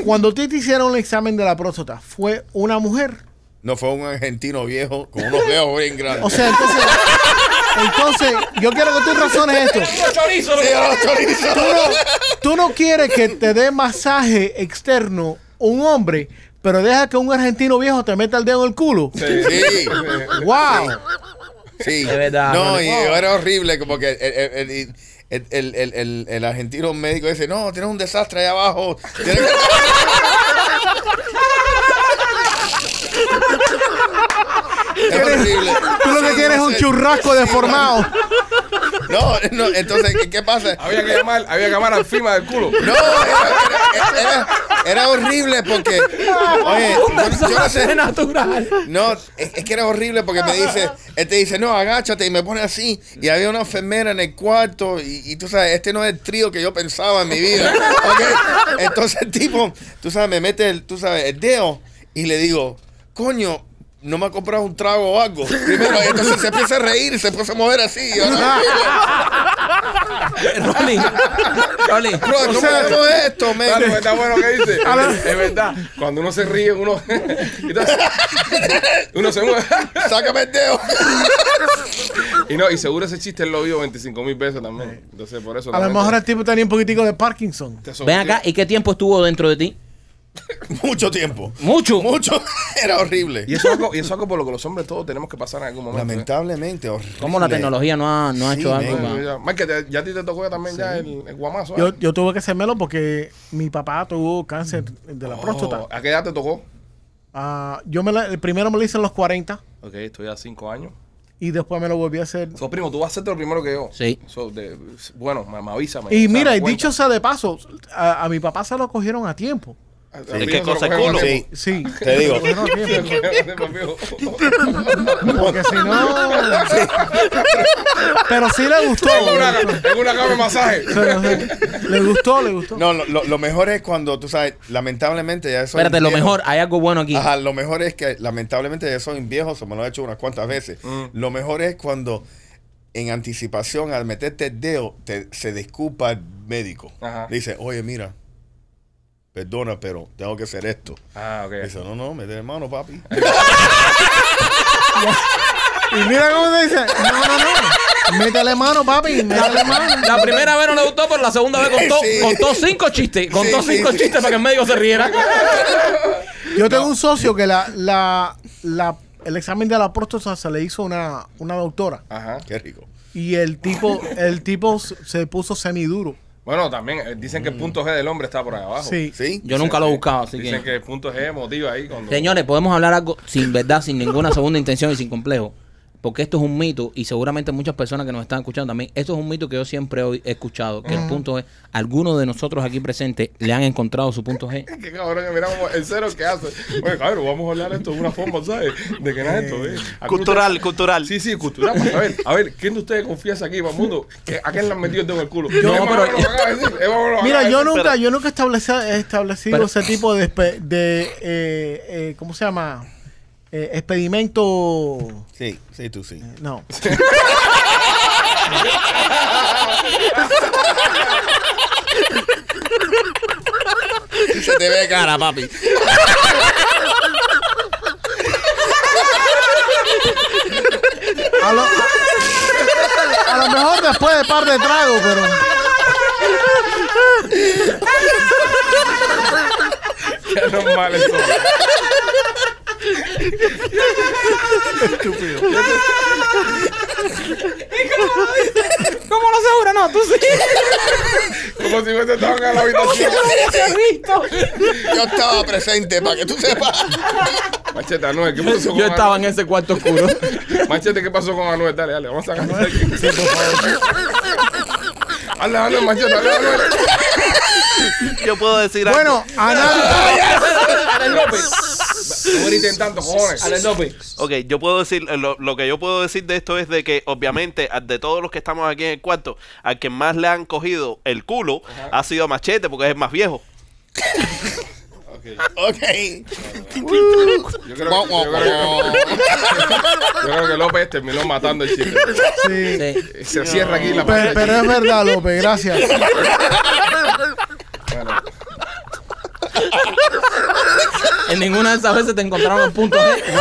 Speaker 3: Cuando a ti te hicieron el examen de la próstata, ¿fue una mujer?
Speaker 4: No, fue un argentino viejo con unos dedos bien grandes.
Speaker 3: O sea, entonces, entonces yo quiero que tú razones esto.
Speaker 4: Sí, a los chorizos.
Speaker 3: Tú no, tú no quieres que te dé masaje externo un hombre, pero deja que un argentino viejo te meta el dedo en el culo.
Speaker 4: Sí.
Speaker 3: ¡Wow!
Speaker 4: Sí.
Speaker 2: De verdad,
Speaker 4: No,
Speaker 2: no le
Speaker 4: y
Speaker 2: puedo.
Speaker 4: era horrible, como que el, el- el- el- el- el- el- el argentino médico dice, no, tienes un desastre ahí abajo. Tienes que- Es horrible.
Speaker 3: Tú lo que
Speaker 4: Sí,
Speaker 3: quieres es
Speaker 4: no
Speaker 3: un
Speaker 4: sé.
Speaker 3: churrasco deformado.
Speaker 4: No, no, entonces, ¿qué, qué pasa?
Speaker 1: Había que llamar, había que llamar al FIMA del culo.
Speaker 4: No, era, era- era- era horrible porque. Oye, yo, yo no sé.
Speaker 2: natural.
Speaker 4: No, es, es que era horrible porque me dice, este dice, no, agáchate y me pone así. Y había una enfermera en el cuarto y, y tú sabes, este no es el trío que yo pensaba en mi vida. ¿ok? Entonces el tipo, tú sabes, me mete, el, tú sabes, el dedo y le digo, coño, no me ha comprado un trago o algo. Primero, entonces se empieza a reír y se empieza a mover así. y yo,
Speaker 2: Rolly, Rolly.
Speaker 4: Bro, ¿cómo todo esto, man?
Speaker 1: Claro, está bueno que dice. Es verdad. Cuando uno se ríe, uno. Entonces, uno se mueve.
Speaker 4: Sácame el dedo.
Speaker 1: Y no, y seguro ese chiste él lo vio 25 mil veces también. Entonces, por eso.
Speaker 3: A lo
Speaker 1: también
Speaker 3: mejor
Speaker 1: te-
Speaker 3: el tipo tenía un poquitico de Parkinson.
Speaker 1: te sometió.
Speaker 2: Ven acá, ¿y qué tiempo estuvo dentro de ti?
Speaker 4: Mucho tiempo.
Speaker 2: Mucho.
Speaker 4: Mucho. Era horrible.
Speaker 1: Y eso, es algo, y eso es algo por lo que los hombres todos tenemos que pasar en algún momento.
Speaker 4: Lamentablemente, horrible.
Speaker 2: ¿Cómo la tecnología no ha, no ha
Speaker 4: Sí,
Speaker 2: hecho algo?
Speaker 4: men.
Speaker 1: Eh,
Speaker 2: para-
Speaker 1: ya- Mike, te- ya a ti te tocó también ya el, el guamazo. ¿eh?
Speaker 3: Yo, yo tuve que hacérmelo porque mi papá tuvo cáncer de la
Speaker 1: Oh,
Speaker 3: próstata.
Speaker 1: ¿A qué edad te tocó?
Speaker 3: Ah, yo me la- el primero me lo hice en los 40
Speaker 1: Ok, estoy a 5 años.
Speaker 3: y después me lo volví a hacer.
Speaker 1: So, primo, tú vas a hacerte lo primero que yo.
Speaker 2: Sí.
Speaker 1: So, de- bueno, me, me avisa. me-
Speaker 3: Y
Speaker 1: o sea,
Speaker 3: mira,
Speaker 1: me
Speaker 3: y
Speaker 1: cuenta.
Speaker 3: dicho sea de paso, a, a mi papá se lo cogieron a tiempo.
Speaker 1: Ah, A- a
Speaker 4: Sí.
Speaker 1: mí
Speaker 4: Es
Speaker 5: que
Speaker 1: no se lo
Speaker 5: cosa
Speaker 1: cogen
Speaker 5: culo.
Speaker 1: a tiempo.
Speaker 3: Sí.
Speaker 4: Sí. Te digo.
Speaker 3: Se lo cogieron a tiempo.
Speaker 1: Porque
Speaker 3: Porque si no. Pero sí le gustó.
Speaker 1: en una, en una cama de masaje.
Speaker 3: Pero, sí, le gustó, le gustó.
Speaker 4: No, lo, lo- lo mejor es cuando, tú sabes, lamentablemente ya eso.
Speaker 2: Espérate, lo mejor, hay algo bueno aquí.
Speaker 4: Ajá, lo mejor es que lamentablemente ya soy un viejo, se me lo he hecho unas cuantas veces.
Speaker 1: Mm.
Speaker 4: Lo mejor es cuando en anticipación al meterte el dedo te- se disculpa el médico.
Speaker 1: Ajá.
Speaker 4: Dice, oye, mira, perdona, pero tengo que hacer esto.
Speaker 1: Ah, ok.
Speaker 4: Dice, no, no, mete mano, papi.
Speaker 3: Y mira cómo te dice. No, no, no. Métele mano, papi. Métele mano.
Speaker 2: La primera vez no le gustó, pero la segunda vez contó,
Speaker 4: Sí.
Speaker 2: contó cinco chistes. Contó
Speaker 4: Sí, sí,
Speaker 2: cinco
Speaker 4: sí.
Speaker 2: chistes para que el médico se riera.
Speaker 3: Yo tengo un socio que la, la, la, el examen de la próstata se le hizo una, una doctora.
Speaker 1: Ajá.
Speaker 4: Qué rico.
Speaker 3: Y el tipo, el tipo se puso semiduro.
Speaker 1: Bueno, también eh, dicen que el punto G del hombre está por ahí abajo. Eh,
Speaker 3: Sí.
Speaker 4: ¿Sí?
Speaker 2: Yo nunca lo he buscado, así
Speaker 1: Dicen que el punto G motiva ahí cuando.
Speaker 2: Señores, podemos hablar algo sin verdad, sin ninguna segunda intención y sin complejo. Porque esto es un mito y seguramente muchas personas que nos están escuchando también. Esto es un mito que yo siempre he he escuchado. Que el punto es, algunos de nosotros aquí presentes le han encontrado su punto G.
Speaker 1: Qué cabrón que miramos el cero que hace. Oye, cabrón, vamos a hablar esto de una forma, ¿sabes? De que nada es esto, ¿eh? ¿A quién
Speaker 5: Cultural,
Speaker 1: usted-
Speaker 5: cultural.
Speaker 1: Sí, sí, cultural. pues, A ver, a ver, ¿quién de ustedes confiesa aquí, Mamundo? que ¿A quién le han metido el dedo en el culo?
Speaker 2: No,
Speaker 1: Es más
Speaker 2: pero-
Speaker 1: o menos lo que acaba de decir, es más o menos lo que
Speaker 3: Mira,
Speaker 1: acaba
Speaker 3: yo
Speaker 1: de decir.
Speaker 3: nunca, yo nunca establece- he establecido
Speaker 2: Pero-
Speaker 3: ese tipo de, espe- de eh, eh, ¿cómo se llama? Eh, experimento.
Speaker 4: Sí, sí, tú sí.
Speaker 3: No.
Speaker 4: Se te ve cara, papi.
Speaker 3: A lo, a- a lo mejor después de par de tragos, pero.
Speaker 1: Qué normal eso.
Speaker 2: ¿Cómo lo asegura? No, tú sí.
Speaker 1: Como si fuese estaban en la habitación.
Speaker 4: Yo estaba presente para que tú sepas.
Speaker 1: Macheta, Anuel, ¿qué pasó con
Speaker 2: Yo estaba en
Speaker 1: Anuel?
Speaker 2: ese cuarto oscuro.
Speaker 1: Machete, ¿qué pasó con Anuel? Dale, dale, vamos a sacar. Hazle, Anuel, machete, hazle, Anuel.
Speaker 5: Yo puedo decir
Speaker 4: Ah,
Speaker 3: Bueno, a nadie.
Speaker 1: Alex López. No griten tanto, cojones.
Speaker 6: Alex López.
Speaker 5: Ok, yo puedo decir, eh, lo, lo que yo puedo decir de esto es de que obviamente al de todos los que estamos aquí en el cuarto, al que más le han cogido el culo ha sido a Machete porque es el más viejo.
Speaker 1: Ok.
Speaker 4: Ok.
Speaker 1: Yo creo, yo creo que, yo creo que López terminó matando el chiste.
Speaker 3: Sí.
Speaker 2: Sí.
Speaker 1: Se cierra aquí la
Speaker 3: Pero,
Speaker 1: pantalla.
Speaker 3: pero es verdad, López, gracias.
Speaker 1: Bueno,
Speaker 2: En ninguna de esas veces te encontraron el punto G. ¿no?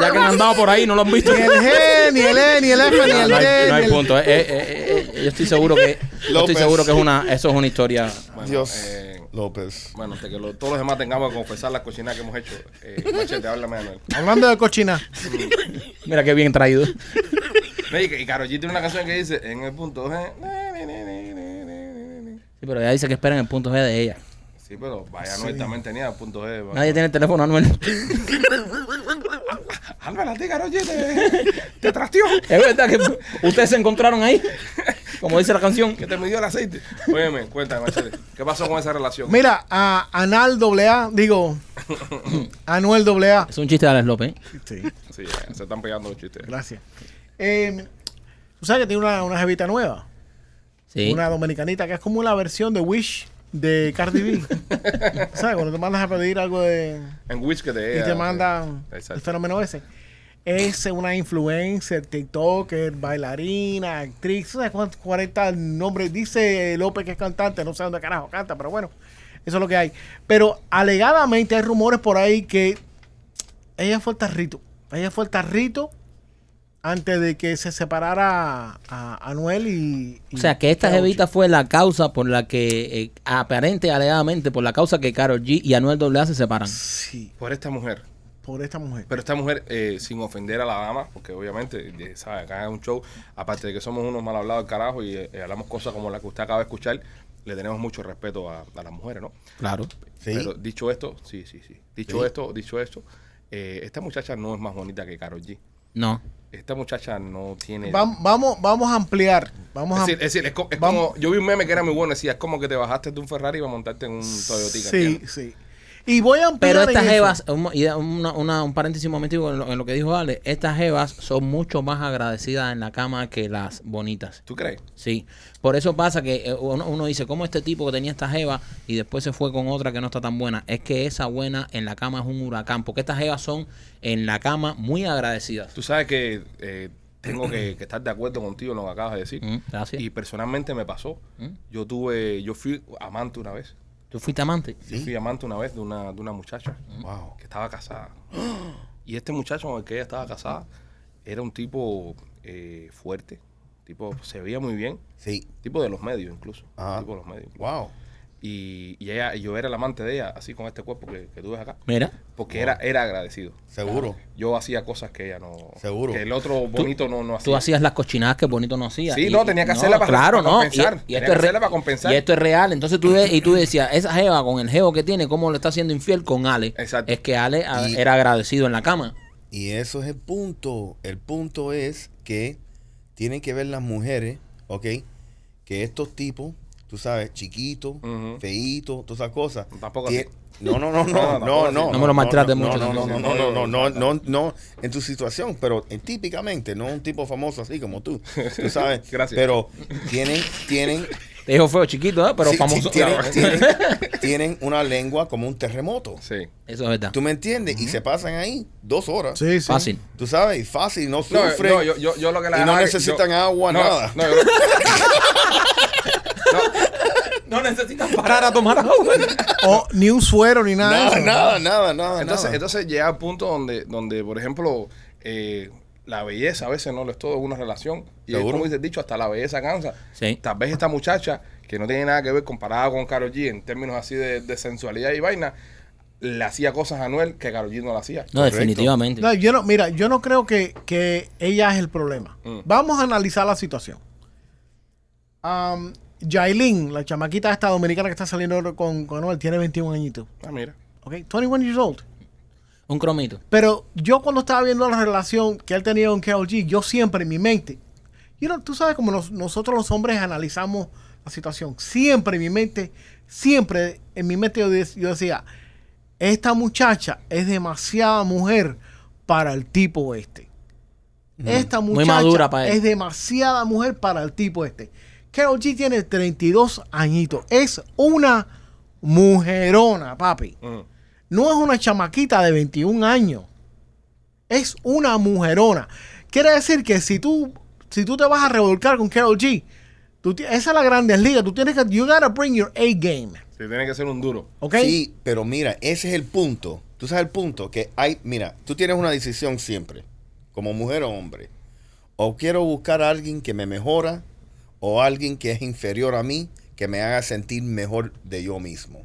Speaker 2: Ya que han andado por ahí, no lo han visto.
Speaker 3: Ni el G, ni el E, ni el F, ni el D.
Speaker 2: No hay, no hay
Speaker 3: ni el-
Speaker 2: punto. eh, eh, eh, eh, yo estoy seguro que yo estoy
Speaker 4: López.
Speaker 2: seguro que es una, eso es una historia.
Speaker 1: bueno,
Speaker 4: Dios.
Speaker 1: eh,
Speaker 4: López.
Speaker 1: bueno, hasta que lo- todos los demás tengamos que confesar las cochinadas que hemos hecho. Eh, machete, háblame, Manuel.
Speaker 3: Hablando de cochina.
Speaker 2: Mira qué bien traído.
Speaker 1: No, Y, y Karol G tiene una canción que dice, en el punto G. na, na, na, na, na, na, na, na".
Speaker 2: Sí, pero ella dice que esperen el punto G de ella.
Speaker 1: Sí, pero vaya, no, él también tenía el punto G. va.
Speaker 2: Nadie tiene el teléfono Anuel.
Speaker 1: Álvaro, a ti, Karol G, te, te trasteó.
Speaker 2: Es verdad que ustedes se encontraron ahí. Como dice la canción.
Speaker 1: Que te midió el aceite. Óyeme, cuéntame, machete. ¿Qué pasó con esa relación?
Speaker 3: Mira, a Anal AA, digo, Anuel AA.
Speaker 2: Es un chiste de Alex López. ¿eh?
Speaker 1: Sí, ya, se están pegando los chistes.
Speaker 3: Gracias. Eh, Tú sabes que tiene una, una jevita nueva,
Speaker 2: Sí.
Speaker 3: una dominicanita, que es como una versión de Wish de Cardi B. ¿Sabes? Cuando te mandas a pedir algo de...
Speaker 1: En Witch que te... eh,
Speaker 3: y te mandan el
Speaker 1: Exacto.
Speaker 3: fenómeno ese. Es una influencer, TikToker, bailarina, actriz, no sé cuántos, 40 nombres. Dice López que es cantante, no sé dónde carajo canta, pero bueno, eso es lo que hay. Pero alegadamente hay rumores por ahí que ella fue al tarrito. Ella fue al tarrito antes de que se separara a Anuel y, y
Speaker 2: O sea, que esta
Speaker 3: Karol G.
Speaker 2: jevita fue la causa por la que, eh, aparente, alegadamente, por la causa que Carol G y Anuel AA se separan.
Speaker 3: Sí,
Speaker 1: Por esta mujer.
Speaker 3: por esta mujer.
Speaker 1: Pero esta mujer, eh, sin ofender a la dama, porque obviamente, eh, sabe, acá es un show, aparte de que somos unos mal hablados del carajo y eh, hablamos cosas como la que usted acaba de escuchar, le tenemos mucho respeto a, a las mujeres, ¿no?
Speaker 2: Claro.
Speaker 4: Sí.
Speaker 1: Pero dicho esto, sí, sí, sí. Dicho
Speaker 4: Sí.
Speaker 1: esto, dicho esto, eh, esta muchacha no es más bonita que Karol G.
Speaker 2: No.
Speaker 1: Esta muchacha no tiene...
Speaker 3: Vam- vamos, vamos a ampliar. Vamos
Speaker 1: es
Speaker 3: a
Speaker 1: decir, es, decir, es co- es
Speaker 3: Vamos.
Speaker 1: como... Yo vi un meme que era muy bueno, decía, es como que te bajaste de un Ferrari para montarte en un Toyotica.
Speaker 3: Sí,
Speaker 1: ¿entiendes?
Speaker 3: sí. Y voy
Speaker 2: Pero
Speaker 3: a ampliar. en
Speaker 2: estas
Speaker 3: eso.
Speaker 2: jevas, un, y da una- una- un paréntesis momentico en lo, en lo que dijo Ale, estas jevas son mucho más agradecidas en la cama que las bonitas.
Speaker 1: ¿Tú crees?
Speaker 2: Sí, por eso pasa que eh, uno, uno dice, ¿cómo este tipo que tenía esta jeva y después se fue con otra que no está tan buena? Es que esa buena en la cama es un huracán, porque estas jevas son en la cama muy agradecidas.
Speaker 1: Tú sabes que eh, tengo que, que estar de acuerdo contigo en lo que acabas de decir.
Speaker 2: Mm, gracias.
Speaker 1: Y personalmente me pasó.
Speaker 2: Mm.
Speaker 1: Yo tuve, yo fui amante una vez.
Speaker 2: ¿Tú fuiste amante?
Speaker 1: Yo fui amante una vez de una, de una muchacha
Speaker 4: Wow.
Speaker 1: que estaba casada. Y este muchacho con el que ella estaba casada era un tipo eh, fuerte. Tipo, se veía muy bien.
Speaker 4: Sí.
Speaker 1: Tipo de los medios incluso.
Speaker 4: Ajá.
Speaker 1: Tipo de los medios.
Speaker 4: Wow.
Speaker 1: Y, y ella, yo era el amante de ella, así con este cuerpo que, que tú ves acá.
Speaker 2: Mira,
Speaker 1: Porque era, era agradecido.
Speaker 4: Seguro.
Speaker 1: Yo hacía cosas que ella no.
Speaker 4: Seguro.
Speaker 1: Que el otro bonito no, no hacía.
Speaker 2: tú hacías las cochinadas que bonito no hacía.
Speaker 1: Sí, no, tenía que hacerla para-
Speaker 2: claro,
Speaker 1: para
Speaker 2: no.
Speaker 1: compensar.
Speaker 2: Y, y
Speaker 1: Tenía
Speaker 2: esto
Speaker 1: que
Speaker 2: es re-
Speaker 1: hacerla para compensar.
Speaker 2: y esto es real. Entonces tú ves- y tú decías, esa jeva con el geo que tiene, ¿cómo le está haciendo infiel con Ale?
Speaker 1: Exacto.
Speaker 2: Es que Ale a-
Speaker 4: Y-
Speaker 2: era agradecido en la cama.
Speaker 4: Y eso es el punto. El punto es que tienen que ver las mujeres, ¿ok? Que estos tipos, tú sabes, chiquitos,
Speaker 1: Ujú.
Speaker 4: feitos, todas esas cosas.
Speaker 1: Tampoco
Speaker 4: tien-
Speaker 1: así.
Speaker 4: No, no,
Speaker 1: No,
Speaker 4: no, no,
Speaker 1: tampoco
Speaker 4: no,
Speaker 1: así.
Speaker 4: no.
Speaker 2: No me lo maltrates mucho,
Speaker 4: No, no,
Speaker 1: sí,
Speaker 4: no,
Speaker 1: sí.
Speaker 4: no, no, no, no, no, no, en tu situación, pero eh, típicamente, no un tipo famoso así como tú, tú sabes.
Speaker 1: Gracias.
Speaker 4: Pero tienen, tienen,
Speaker 2: Te dijo feo chiquito, ¿eh? pero
Speaker 4: sí, sí,
Speaker 2: famoso.
Speaker 4: tienen, tienen, tienen una lengua como un terremoto.
Speaker 1: Sí.
Speaker 2: Eso es verdad.
Speaker 4: ¿Tú me entiendes? Y se pasan ahí dos horas.
Speaker 3: Sí, sí.
Speaker 2: Fácil.
Speaker 4: Tú sabes, y fácil, no
Speaker 1: No, eh,
Speaker 4: sufren.
Speaker 1: no, yo, yo, yo lo que la
Speaker 4: y no
Speaker 1: ganaba es-
Speaker 4: necesitan agua,
Speaker 1: no,
Speaker 4: nada.
Speaker 1: No, yo,
Speaker 2: No necesitas parar a tomar agua.
Speaker 3: O ni un suero ni nada. de
Speaker 4: nada,
Speaker 3: eso.
Speaker 4: nada, nada, nada.
Speaker 1: entonces,
Speaker 4: nada.
Speaker 1: entonces llega el punto donde, donde por ejemplo, eh, la belleza a veces no lo es todo en una relación. Y es
Speaker 4: Seguro.
Speaker 1: como dices dicho, hasta la belleza cansa.
Speaker 2: Sí.
Speaker 1: Tal vez esta muchacha, que no tiene nada que ver comparada con Karol G en términos así de, de sensualidad y vaina, le hacía cosas a Anuel que Karol G no le hacía.
Speaker 2: No, definitivamente.
Speaker 3: No, yo no, mira, yo no creo que, que ella es el problema.
Speaker 1: Mm.
Speaker 3: Vamos a analizar la situación. Am, Yailin, la chamaquita esta dominicana que está saliendo ahora con, con Anuel, tiene 21 añitos.
Speaker 1: Ah, mira.
Speaker 3: ¿Ok? 21 years old.
Speaker 2: Un cromito.
Speaker 3: Pero yo cuando estaba viendo la relación que él tenía con Karol G, yo siempre en mi mente, you know, tú sabes como nos- nosotros los hombres analizamos la situación. Siempre en mi mente, siempre en mi mente yo, de- yo decía, esta muchacha es demasiada mujer para el tipo este. Esta
Speaker 2: Muy
Speaker 3: muchacha
Speaker 2: madura para él.
Speaker 3: es demasiada mujer para el tipo este. Carol G tiene 32 añitos. Es una mujerona, papi.
Speaker 1: Mm.
Speaker 3: No es una chamaquita de 21 años. Es una mujerona. Quiere decir que si tú, si tú te vas a revolcar con Carol G, tú ti- esa es la grandes ligas. Tú tienes que. You gotta bring your A game.
Speaker 1: Se tiene que ser un duro.
Speaker 3: ¿Ok?
Speaker 4: Sí, pero mira, ese es el punto. Tú sabes el punto que hay, mira, tú tienes una decisión siempre, como mujer o hombre. O quiero buscar a alguien que me mejora o alguien que es inferior a mí, que me haga sentir mejor de yo mismo.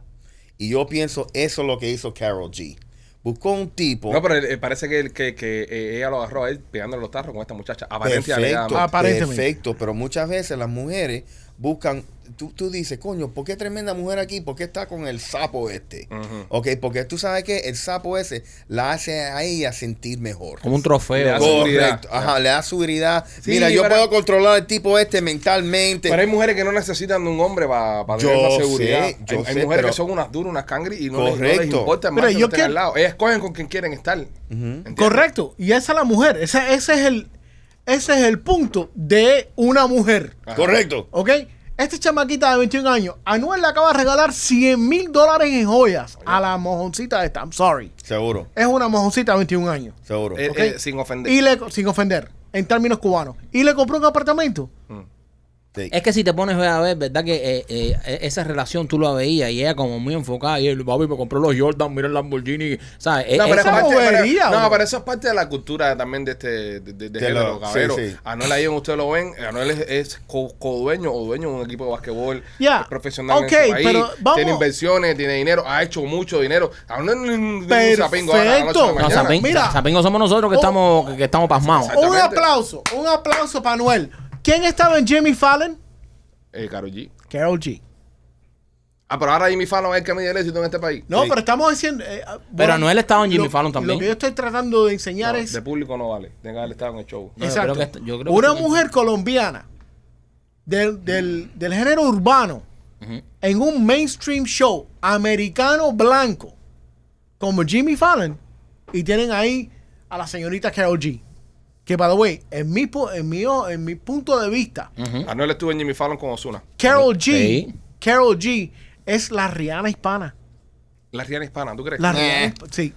Speaker 4: Y yo pienso, eso es lo que hizo Carol G. Buscó un tipo...
Speaker 1: No, pero eh, parece que, el- que, que, eh, ella lo agarró a él pegándole los tarros con esta muchacha. Aparente y
Speaker 4: Perfecto,
Speaker 1: alegadamente.
Speaker 3: Aparentemente.
Speaker 4: perfecto, pero muchas veces las mujeres buscan, tú, tú dices, coño, ¿por qué tremenda mujer aquí? ¿Por qué está con el sapo este?
Speaker 1: Ujú.
Speaker 4: Ok, porque tú sabes que el sapo ese la hace a ella sentir mejor.
Speaker 2: Como un
Speaker 1: Le
Speaker 2: trofeo.
Speaker 1: hace-
Speaker 4: Correcto,
Speaker 1: seguridad.
Speaker 4: ajá, le da seguridad.
Speaker 1: Sí,
Speaker 4: Mira, yo
Speaker 1: pero-
Speaker 4: puedo controlar al tipo este mentalmente.
Speaker 1: Pero hay mujeres que no necesitan de un hombre para tener
Speaker 4: Yo
Speaker 1: esa seguridad.
Speaker 4: sé, yo
Speaker 1: hay, hay
Speaker 4: sé,
Speaker 1: mujeres
Speaker 4: pero-
Speaker 1: que son unas duras, unas cangri y no, les- no les
Speaker 4: Correcto.
Speaker 1: importa el
Speaker 3: Pero
Speaker 1: macho que
Speaker 3: yo
Speaker 1: esté
Speaker 3: quiero-
Speaker 1: al lado. Ellas cogen con quien quieren estar. ¿Entiendes?
Speaker 3: Correcto. Y esa es la mujer. Ese, ese es el, ese es el punto de una mujer.
Speaker 1: Ajá.
Speaker 4: Correcto.
Speaker 3: ¿Ok? Esta chamaquita de 21 años, Anuel le acaba de regalar 100 mil dólares en joyas a la mojoncita esta. I'm sorry.
Speaker 4: Seguro,
Speaker 3: Es una mojoncita de 21 años.
Speaker 4: seguro.
Speaker 1: Eh,
Speaker 3: Ok.
Speaker 1: eh, sin ofender.
Speaker 3: Y le, sin ofender, en términos cubanos. Y le compró un apartamento.
Speaker 4: Sí.
Speaker 2: Es que si te pones a ver, ¿verdad? Que eh, eh, esa relación tú la veías y ella como muy enfocada. Y el papi me compró los Jordan, mira el Lamborghini. ¿Sabes? Eh,
Speaker 1: No, pero,
Speaker 2: esa-
Speaker 1: es parte-
Speaker 3: bobería,
Speaker 1: pero- no,
Speaker 3: bro.
Speaker 1: pero eso es parte de la cultura también de este de, de, de
Speaker 4: De
Speaker 1: género,
Speaker 4: lo-
Speaker 1: cabrero.
Speaker 4: sí, sí.
Speaker 1: Anuel ahí, ustedes lo ven, Anuel es, es co- co-dueño o dueño de un equipo de basquetbol
Speaker 3: Ya.
Speaker 1: eh, profesional en
Speaker 3: Ok,
Speaker 1: su país.
Speaker 3: pero vamos-
Speaker 1: Tiene inversiones, tiene dinero, ha hecho mucho dinero. Anuel no es un no es un sapingo ahora, a la noche a la
Speaker 3: Perfecto.
Speaker 1: mañana.
Speaker 2: no,
Speaker 1: Oh.
Speaker 2: Sapin-
Speaker 3: Mira.
Speaker 2: Sapingo somos nosotros que
Speaker 3: Oh.
Speaker 2: estamos que- que estamos pasmados.
Speaker 1: Exacto.
Speaker 3: Un
Speaker 1: Exactamente.
Speaker 3: aplauso, un aplauso para Anuel. ¿Quién estaba en Jimmy Fallon?
Speaker 1: Eh, Karol G.
Speaker 3: Carol G.
Speaker 1: Ah, pero ahora Jimmy Fallon es el que mide el éxito en este país.
Speaker 3: No,
Speaker 4: Sí.
Speaker 3: pero estamos diciendo. eh, bueno,
Speaker 2: Anuel estaba en Jimmy
Speaker 3: lo-
Speaker 2: Fallon también.
Speaker 3: Lo que yo estoy tratando de enseñar
Speaker 1: No,
Speaker 3: es.
Speaker 1: de público no vale. Tenga que haber estado en el show.
Speaker 2: No, yo
Speaker 3: Exacto.
Speaker 2: creo que esto- yo creo que
Speaker 3: una
Speaker 2: esto-
Speaker 3: mujer colombiana del, del- del género urbano en un mainstream show americano blanco como Jimmy Fallon y tienen ahí a la señorita Carol G. Que, by the way, en mi, pu- en mi, o- en mi punto de vista,
Speaker 1: Anuel estuvo en Jimmy Fallon con Osuna.
Speaker 3: Carol G,
Speaker 2: Mm, Sí.
Speaker 3: Carol G es la Rihanna hispana.
Speaker 1: La Rihanna hispana, ¿tú crees?
Speaker 3: La
Speaker 2: Eh.
Speaker 1: no,
Speaker 3: Rihanna hisp- sí.